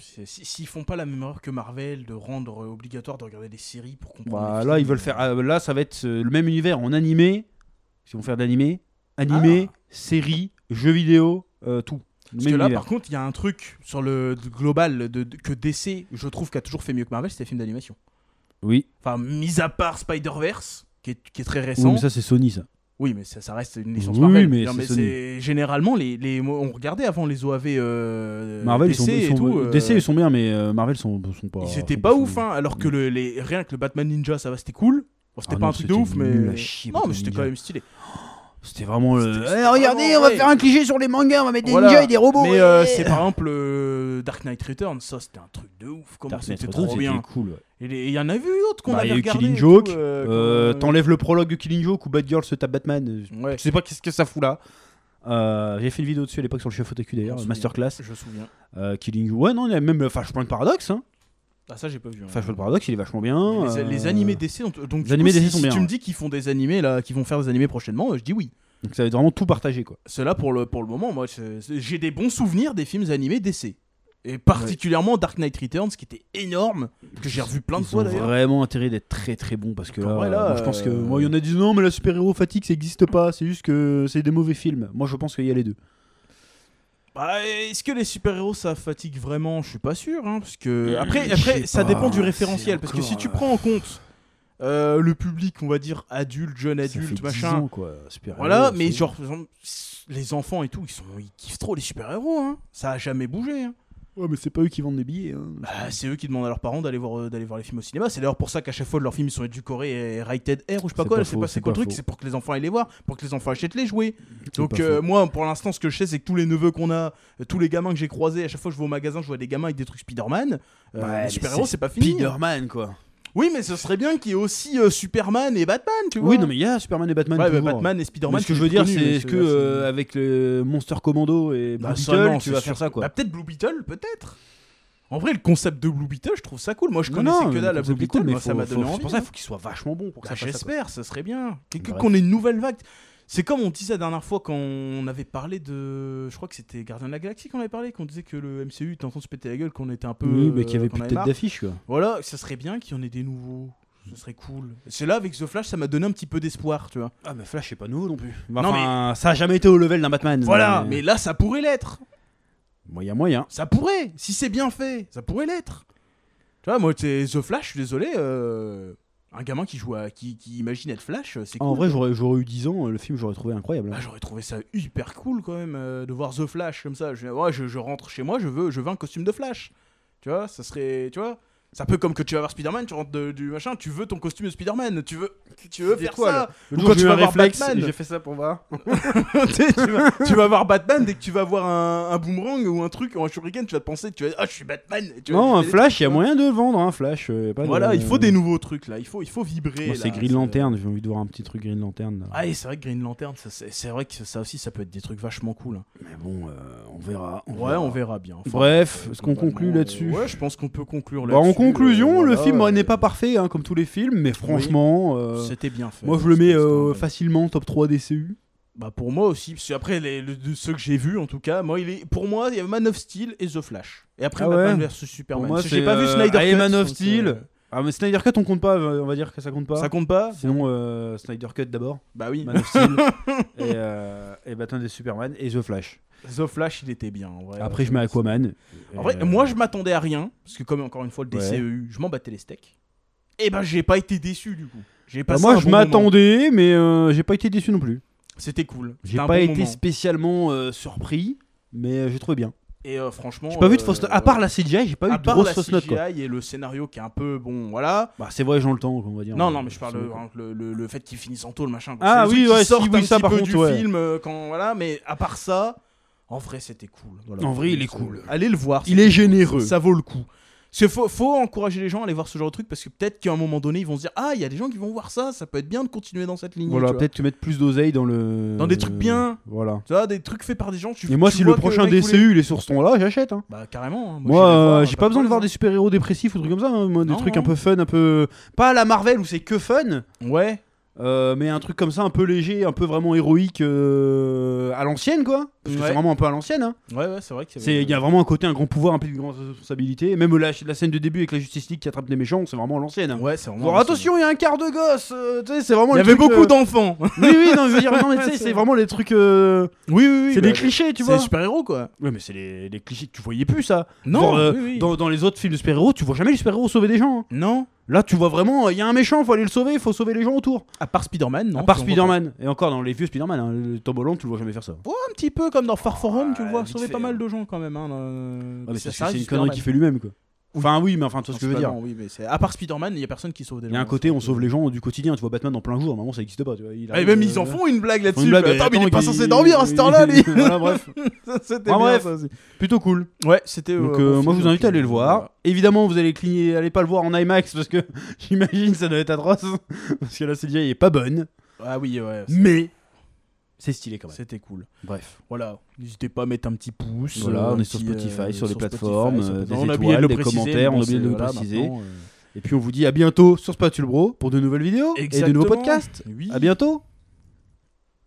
Speaker 2: C'est- si- S'ils font pas la même erreur que Marvel de rendre euh, obligatoire de regarder des séries pour comprendre.
Speaker 1: Bah,
Speaker 2: les
Speaker 1: là,
Speaker 2: films,
Speaker 1: ils veulent
Speaker 2: euh,
Speaker 1: faire. euh, Là, ça va être euh, le même univers en animé. Si vont faire de l'animé, animé, série, jeux vidéo, euh, tout. Le
Speaker 2: Parce
Speaker 1: même
Speaker 2: que là,
Speaker 1: univers.
Speaker 2: par contre, il y a un truc sur le de- global de, de- que DC, je trouve, qu'a toujours fait mieux que Marvel, c'est les films d'animation.
Speaker 1: Oui.
Speaker 2: Enfin, mis à part Spider-Verse, qui est, qui est très
Speaker 1: Oui,
Speaker 2: récent.
Speaker 1: mais ça, hein. c'est Sony, ça.
Speaker 2: Oui, mais ça, ça reste une licence
Speaker 1: Oui,
Speaker 2: Marvel.
Speaker 1: mais
Speaker 2: Non,
Speaker 1: c'est
Speaker 2: mais
Speaker 1: Sony.
Speaker 2: c'est- généralement les, les on regardait avant les OAV euh,
Speaker 1: Marvel,
Speaker 2: DC
Speaker 1: ils sont,
Speaker 2: et
Speaker 1: ils sont-
Speaker 2: tout. euh,
Speaker 1: DC, ils sont bien, mais euh, Marvel sont, sont pas.
Speaker 2: ils étaient
Speaker 1: sont
Speaker 2: pas
Speaker 1: fous.
Speaker 2: ouf, hein, alors que le, les, rien que le Batman Ninja, ça va, c'était cool. Bon, c'était
Speaker 1: Ah
Speaker 2: pas
Speaker 1: non,
Speaker 2: un truc de
Speaker 1: c'était
Speaker 2: ouf, mais
Speaker 1: nul à chier,
Speaker 2: non,
Speaker 1: Batman
Speaker 2: mais c'était
Speaker 1: Ninja.
Speaker 2: quand même stylé.
Speaker 1: C'était vraiment le.
Speaker 2: C'était-
Speaker 1: Eh,
Speaker 2: c'était
Speaker 1: regardez,
Speaker 2: vraiment
Speaker 1: on va
Speaker 2: vrai.
Speaker 1: faire un cliché sur les mangas, on va mettre des
Speaker 2: Voilà.
Speaker 1: ninjas et des robots.
Speaker 2: Mais
Speaker 1: ouais.
Speaker 2: euh, c'est par exemple euh, Dark Knight Returns, ça c'était un truc de ouf. Comment
Speaker 1: Dark Knight
Speaker 2: c'était
Speaker 1: Returns,
Speaker 2: trop bien.
Speaker 1: cool. ouais.
Speaker 2: Et les- il y en a vu d'autres qu'on
Speaker 1: Bah, il y
Speaker 2: avait
Speaker 1: a eu
Speaker 2: regardé.
Speaker 1: Killing
Speaker 2: et
Speaker 1: Joke,
Speaker 2: tout, euh,
Speaker 1: Euh,
Speaker 2: quand-
Speaker 1: T'enlèves le prologue de Killing Joke où Batgirl se tape Batman. euh, Je
Speaker 2: Ouais.
Speaker 1: sais pas qu'est-ce que ça fout là. Euh, J'ai fait une vidéo dessus à l'époque sur le chef OTQ
Speaker 2: On
Speaker 1: d'ailleurs,
Speaker 2: se
Speaker 1: masterclass.
Speaker 2: Je me souviens.
Speaker 1: Euh, Killing Joke. Ouais, non, il y a même euh, Flashpoint Paradox. Hein.
Speaker 2: Ah ça j'ai pas vu. hein.
Speaker 1: Flashpoint Paradox, il est vachement bien.
Speaker 2: Mais Les,
Speaker 1: euh,
Speaker 2: les animés DC, ont- donc du
Speaker 1: les animés
Speaker 2: coup,
Speaker 1: DC
Speaker 2: si,
Speaker 1: sont
Speaker 2: si
Speaker 1: bien,
Speaker 2: tu
Speaker 1: ouais.
Speaker 2: me dis qu'ils font des animés là, qu'ils vont faire des animés prochainement, euh, je dis oui.
Speaker 1: Donc ça va être vraiment tout partagé quoi.
Speaker 2: Cela pour le pour le moment, moi je- j'ai des bons souvenirs des films animés DC et particulièrement Dark Knight Returns qui était énorme que j'ai revu plein de
Speaker 1: Ils
Speaker 2: fois
Speaker 1: ont
Speaker 2: d'ailleurs.
Speaker 1: vraiment intérêt d'être très très bon parce que
Speaker 2: En
Speaker 1: là,
Speaker 2: vrai, là,
Speaker 1: moi, je pense que
Speaker 2: euh,
Speaker 1: moi il y en a qui disent non mais la super-héros fatigue ça existe pas, c'est juste que c'est des mauvais films. Moi je pense qu'il y a les deux.
Speaker 2: Bah, Est-ce que les super-héros ça fatigue vraiment Je suis pas sûr. Hein, parce que...
Speaker 1: Mmh,
Speaker 2: Après,
Speaker 1: je
Speaker 2: après
Speaker 1: sais
Speaker 2: ça
Speaker 1: pas,
Speaker 2: dépend du
Speaker 1: c'est
Speaker 2: référentiel. Parce que
Speaker 1: encore,
Speaker 2: si tu
Speaker 1: euh,
Speaker 2: prends en compte euh, le public, on va dire adulte, jeune
Speaker 1: Ça fait
Speaker 2: adulte,
Speaker 1: 10
Speaker 2: machin.
Speaker 1: ans, quoi, super-héros,
Speaker 2: Voilà, mais
Speaker 1: c'est-
Speaker 2: genre, genre, les enfants et tout, ils, sont, ils kiffent trop les super-héros. Hein. Ça a jamais bougé. hein.
Speaker 1: Ouais, mais c'est pas eux qui vendent des billets. hein.
Speaker 2: Bah, c'est eux qui demandent à leurs parents d'aller voir, euh, d'aller voir les films au cinéma. C'est d'ailleurs pour ça qu'à chaque fois leurs films ils sont édulcorés et rated R ou je sais pas
Speaker 1: C'est
Speaker 2: quoi.
Speaker 1: pas
Speaker 2: je sais
Speaker 1: faux,
Speaker 2: pas
Speaker 1: c'est
Speaker 2: c'est quoi le
Speaker 1: pas
Speaker 2: truc.
Speaker 1: faux.
Speaker 2: C'est pour que les enfants aillent les voir, pour que les enfants achètent les jouets.
Speaker 1: C'est
Speaker 2: Donc
Speaker 1: pas
Speaker 2: euh,
Speaker 1: faux.
Speaker 2: moi, pour l'instant, ce que je sais, c'est que tous les neveux qu'on a, euh, tous les gamins que j'ai croisés, à chaque fois que je vais au magasin, je vois des gamins avec des trucs Spider-Man. Euh,
Speaker 1: Ouais,
Speaker 2: les
Speaker 1: mais
Speaker 2: super-héros,
Speaker 1: c'est
Speaker 2: c'est pas fini.
Speaker 1: Spider-Man quoi.
Speaker 2: Oui, mais ce serait bien qu'il y ait aussi euh, Superman et Batman, tu vois.
Speaker 1: Oui, non mais il y a Superman et Batman.
Speaker 2: Ouais, bah,
Speaker 1: toujours.
Speaker 2: Batman et
Speaker 1: Mais
Speaker 2: Spider-Man.
Speaker 1: ce que je veux dire
Speaker 2: connu,
Speaker 1: c'est
Speaker 2: mais
Speaker 1: est-ce que
Speaker 2: assez-
Speaker 1: euh, avec le Monster Commando et
Speaker 2: Bah,
Speaker 1: Blue
Speaker 2: ça,
Speaker 1: Beetle
Speaker 2: non,
Speaker 1: tu
Speaker 2: c'est
Speaker 1: vas
Speaker 2: sûr.
Speaker 1: faire ça quoi.
Speaker 2: Bah, peut-être Blue Beetle, peut-être. En vrai, le concept de Blue Beetle, je trouve ça cool. Moi, je connaissais que dalle la Blue Beetle, mais ça m'a donné envie.
Speaker 1: C'est pour ça
Speaker 2: hein.
Speaker 1: qu'il faut qu'il soit vachement bon pour que
Speaker 2: Bah,
Speaker 1: ça fasse ça, quoi.
Speaker 2: J'espère, ça serait bien. Que- que-
Speaker 1: Bref.
Speaker 2: Qu'on ait une nouvelle vague. C'est comme on disait la dernière fois quand on avait parlé de. Je crois que c'était Gardien de la Galaxie qu'on avait parlé, qu'on disait que le MCU était en train de se péter la gueule, qu'on était un peu.
Speaker 1: Oui, mais qu'il y
Speaker 2: euh,
Speaker 1: avait
Speaker 2: qu'on
Speaker 1: plus de tête
Speaker 2: marre.
Speaker 1: d'affiche quoi.
Speaker 2: Voilà, ça serait bien qu'il y en ait des nouveaux. Ce serait cool. C'est là, avec The Flash, ça m'a donné un petit peu d'espoir, tu vois.
Speaker 1: Ah mais Flash c'est pas nouveau non plus.
Speaker 2: Non,
Speaker 1: Enfin, ça a jamais été au level d'un Batman.
Speaker 2: Voilà, mais là, ça pourrait l'être.
Speaker 1: Bon, il y a moyen.
Speaker 2: Ça pourrait, si c'est bien fait, ça pourrait l'être. Tu vois, moi, t'es The Flash, je suis désolé. euh, Un gamin qui joue à... qui, qui imagine être Flash, euh, c'est cool.
Speaker 1: en vrai, j'aurais j'aurais eu 10 ans, euh, le film j'aurais trouvé incroyable.
Speaker 2: Ah, j'aurais trouvé ça hyper cool quand même euh, de voir The Flash comme ça. Je, ouais, je, je rentre chez moi, je veux, je veux un costume de Flash. Tu vois, ça serait, tu vois, c'est un peu comme que tu vas voir Spider-Man, tu rentres de- du machin, tu veux ton costume de Spider-Man, tu veux, tu veux
Speaker 1: Des
Speaker 2: faire
Speaker 1: toiles.
Speaker 2: ça.
Speaker 1: Le
Speaker 2: Ou
Speaker 1: jour
Speaker 2: quand
Speaker 1: où j'ai
Speaker 2: tu
Speaker 1: eu euh,
Speaker 2: vas voir Batman.
Speaker 1: j'ai fait ça pour voir.
Speaker 2: tu, sais, tu vas, tu vas voir Batman dès que tu vas voir un, un boomerang ou un truc ou un shuriken, tu vas te penser, tu vas, ah, je suis Batman. et tu vas-
Speaker 1: Non, un
Speaker 2: tu vas-
Speaker 1: Flash, il y a moyen de le vendre, un Flash. euh, y a pas de-
Speaker 2: Voilà, il faut des nouveaux trucs là, il faut, il faut vibrer.
Speaker 1: Moi,
Speaker 2: là.
Speaker 1: c'est Green Lantern, j'ai envie de voir un petit truc Green Lantern. là.
Speaker 2: Ah, et c'est vrai que Green Lantern, ça, c'est c'est vrai que ça aussi, ça peut être des trucs vachement cool. hein.
Speaker 1: Mais bon, euh, on verra. on
Speaker 2: Ouais,
Speaker 1: verra.
Speaker 2: on verra bien. Enfin,
Speaker 1: Bref,
Speaker 2: euh,
Speaker 1: est-ce qu'on
Speaker 2: globalement,
Speaker 1: conclut
Speaker 2: euh,
Speaker 1: là-dessus
Speaker 2: Ouais, je pense qu'on peut conclure
Speaker 1: Bah, en
Speaker 2: là-dessus,
Speaker 1: conclusion,
Speaker 2: euh,
Speaker 1: le
Speaker 2: voilà,
Speaker 1: film
Speaker 2: euh,
Speaker 1: n'est pas parfait, hein, comme tous les films, mais franchement, euh,
Speaker 2: C'était bien fait.
Speaker 1: moi je le mets
Speaker 2: C'était
Speaker 1: euh,
Speaker 2: un bon-
Speaker 1: facilement top 3 DCU.
Speaker 2: Bah pour moi aussi, parce que après les, le- de ceux que j'ai vus en tout cas, moi il est pour moi il y a Man of Steel et The Flash. Et après
Speaker 1: Ah
Speaker 2: Batman
Speaker 1: ouais
Speaker 2: vs Superman.
Speaker 1: Pour moi,
Speaker 2: Parce que j'ai
Speaker 1: c'est,
Speaker 2: pas vu
Speaker 1: euh,
Speaker 2: Snyder
Speaker 1: I
Speaker 2: Cut,
Speaker 1: am Man of
Speaker 2: donc,
Speaker 1: Steel.
Speaker 2: euh,
Speaker 1: Ah, mais Snyder Cut, on compte pas, euh, on va dire que ça compte pas.
Speaker 2: Ça compte pas
Speaker 1: Sinon, euh, Snyder Cut d'abord,
Speaker 2: Bah oui.
Speaker 1: Man of Steel, et, euh, et Batman et Superman, et The Flash.
Speaker 2: The Flash, il était bien. En vrai.
Speaker 1: Après, je mets Aquaman.
Speaker 2: En vrai,
Speaker 1: Et, euh,
Speaker 2: moi, je m'attendais à rien, parce que comme encore une fois le
Speaker 1: Ouais.
Speaker 2: DCEU, je m'en battais les steaks. Et ben, j'ai pas été déçu du coup. J'ai
Speaker 1: bah,
Speaker 2: passé
Speaker 1: moi,
Speaker 2: un
Speaker 1: je
Speaker 2: bon moment.
Speaker 1: m'attendais, mais euh, j'ai pas été déçu non plus.
Speaker 2: C'était cool.
Speaker 1: J'ai
Speaker 2: C'était un
Speaker 1: pas
Speaker 2: bon
Speaker 1: été
Speaker 2: moment.
Speaker 1: spécialement euh, surpris, mais euh, j'ai trouvé bien.
Speaker 2: Et euh, franchement.
Speaker 1: J'ai pas vu de
Speaker 2: euh,
Speaker 1: fausse note. À part la CGI, j'ai pas
Speaker 2: à
Speaker 1: eu de
Speaker 2: part
Speaker 1: grosse
Speaker 2: la
Speaker 1: fausse note. Quoi.
Speaker 2: CGI et le scénario qui est un peu bon, voilà.
Speaker 1: Bah, c'est voyage dans le temps, on va dire.
Speaker 2: Non,
Speaker 1: Euh,
Speaker 2: non, mais je parle
Speaker 1: c'est-
Speaker 2: hein, le, le- le fait qu'ils finissent en tôle, machin.
Speaker 1: Ah
Speaker 2: C'est les
Speaker 1: oui,
Speaker 2: trucs qui
Speaker 1: ouais, si,
Speaker 2: sortent
Speaker 1: oui,
Speaker 2: un
Speaker 1: ça,
Speaker 2: petit
Speaker 1: par
Speaker 2: peu
Speaker 1: contre,
Speaker 2: du
Speaker 1: ouais.
Speaker 2: film euh, quand voilà, mais à part ça, en vrai, c'était cool. Voilà.
Speaker 1: En vrai, il est cool.
Speaker 2: Allez le voir.
Speaker 1: Il est généreux.
Speaker 2: Ça vaut le coup. Parce que faut, faut encourager les gens à aller voir ce genre de truc parce que peut-être qu'à un moment donné, ils vont se dire Ah, il y a des gens qui vont voir ça, ça peut être bien de continuer dans cette ligne.
Speaker 1: Voilà,
Speaker 2: tu vois.
Speaker 1: peut-être que mettre plus d'oseille dans le.
Speaker 2: Dans des trucs bien.
Speaker 1: Voilà.
Speaker 2: Tu vois, des trucs faits par des gens. Tu,
Speaker 1: Et moi,
Speaker 2: tu
Speaker 1: si le
Speaker 2: vois que
Speaker 1: prochain
Speaker 2: mec voulait-
Speaker 1: DCU, les sources sont là, j'achète. hein.
Speaker 2: Bah, carrément.
Speaker 1: Moi,
Speaker 2: hein. j'irai voir,
Speaker 1: euh, j'ai pas besoin de voir des
Speaker 2: problème,
Speaker 1: super-héros dépressifs ou des trucs comme ça. hein. Moi, des
Speaker 2: Non,
Speaker 1: trucs
Speaker 2: non.
Speaker 1: un peu fun, un peu. Pas la Marvel où c'est que fun,
Speaker 2: hein. Ouais.
Speaker 1: euh, mais un truc comme ça, un peu léger, un peu vraiment héroïque euh, à l'ancienne, quoi. Parce que
Speaker 2: Ouais.
Speaker 1: c'est vraiment un peu à l'ancienne. hein.
Speaker 2: Ouais, ouais, c'est vrai qu'il y
Speaker 1: C'est-
Speaker 2: avait-
Speaker 1: Il y a vraiment un côté, un grand pouvoir, un peu une grande responsabilité. Même la, la scène de début avec la Justice League qui attrape des méchants, c'est vraiment à l'ancienne. hein.
Speaker 2: Ouais, c'est vraiment.
Speaker 1: Genre, attention, il y a un quart de gosse. euh, tu sais, c'est vraiment.
Speaker 2: Il y
Speaker 1: les
Speaker 2: avait
Speaker 1: trucs,
Speaker 2: beaucoup
Speaker 1: euh,
Speaker 2: d'enfants.
Speaker 1: Oui, oui, non, je veux dire, non, mais tu sais,
Speaker 2: C'est-
Speaker 1: c'est vraiment les trucs. euh,
Speaker 2: Oui, oui, oui.
Speaker 1: c'est
Speaker 2: bah,
Speaker 1: des clichés, tu
Speaker 2: C'est
Speaker 1: vois.
Speaker 2: les super-héros, quoi.
Speaker 1: Ouais, mais c'est les, les clichés que tu voyais plus, ça.
Speaker 2: Non,
Speaker 1: Genre, euh,
Speaker 2: oui, oui.
Speaker 1: Dans, dans les autres films de super-héros, tu vois jamais les super-héros sauver des gens. hein.
Speaker 2: non.
Speaker 1: Là, tu vois vraiment, il y a un méchant, faut aller le sauver, il faut sauver les gens autour.
Speaker 2: À part Spider-Man, non.
Speaker 1: à part
Speaker 2: tu en vois
Speaker 1: Spider-Man. Et encore dans les vieux Spider-man, hein, le Tom Holland, tu le vois jamais faire ça.
Speaker 2: pas. Ouais, un petit peu comme dans Far From Home, tu le
Speaker 1: Ah,
Speaker 2: vois
Speaker 1: vite
Speaker 2: sauver
Speaker 1: fait,
Speaker 2: pas mal
Speaker 1: hein.
Speaker 2: de gens quand même. hein, euh,
Speaker 1: Ouais, mais c'est
Speaker 2: ça- ça
Speaker 1: parce que
Speaker 2: reste
Speaker 1: c'est une connerie
Speaker 2: Spider-Man.
Speaker 1: qu'il fait lui-même, quoi. Enfin, oui, mais enfin, tu vois ce que je veux dire.
Speaker 2: Principalement, Oui, mais c'est- à part Spider-Man, il y a personne qui sauve des
Speaker 1: Il
Speaker 2: gens.
Speaker 1: y a un côté, on sauve les gens du quotidien, tu vois Batman dans plein jour, normalement ça n'existe pas. Tu vois, il
Speaker 2: Ah, Et
Speaker 1: arrive,
Speaker 2: Eh, même
Speaker 1: euh,
Speaker 2: ils en font une blague
Speaker 1: font
Speaker 2: là-dessus.
Speaker 1: une blague, euh,
Speaker 2: mais attends, mais il est pas
Speaker 1: qu'il-
Speaker 2: censé dormir à cette heure-là, lui.
Speaker 1: voilà, bref.
Speaker 2: Ça, C'était
Speaker 1: Ah,
Speaker 2: bien,
Speaker 1: bref.
Speaker 2: ça aussi.
Speaker 1: Plutôt cool.
Speaker 2: Ouais, c'était. euh,
Speaker 1: Donc,
Speaker 2: bon
Speaker 1: euh,
Speaker 2: film,
Speaker 1: moi je vous invite à aller le voir.
Speaker 2: voilà.
Speaker 1: Évidemment, vous allez cligner, allez pas le voir en IMAX parce que j'imagine ça doit être atroce. Parce que la CGI est pas bonne,
Speaker 2: Ah oui, ouais. c'est-
Speaker 1: mais c'est stylé quand même.
Speaker 2: C'était cool.
Speaker 1: Bref.
Speaker 2: Voilà, n'hésitez pas à mettre un petit pouce.
Speaker 1: Voilà,
Speaker 2: euh,
Speaker 1: on
Speaker 2: un
Speaker 1: est sur
Speaker 2: petit,
Speaker 1: Spotify,
Speaker 2: euh,
Speaker 1: sur les
Speaker 2: Spotify,
Speaker 1: plateformes,
Speaker 2: sur-
Speaker 1: euh,
Speaker 2: Non,
Speaker 1: des
Speaker 2: on a oublié de
Speaker 1: étoiles,
Speaker 2: le
Speaker 1: des
Speaker 2: préciser,
Speaker 1: commentaires,
Speaker 2: mais
Speaker 1: on a
Speaker 2: bon,
Speaker 1: oublié de
Speaker 2: c'est-
Speaker 1: le
Speaker 2: voilà,
Speaker 1: préciser.
Speaker 2: maintenant, euh,
Speaker 1: Et puis on vous dit à bientôt sur Spatule Bro pour de nouvelles vidéos et de nouveaux
Speaker 2: Exactement.
Speaker 1: podcasts.
Speaker 2: Oui.
Speaker 1: À bientôt.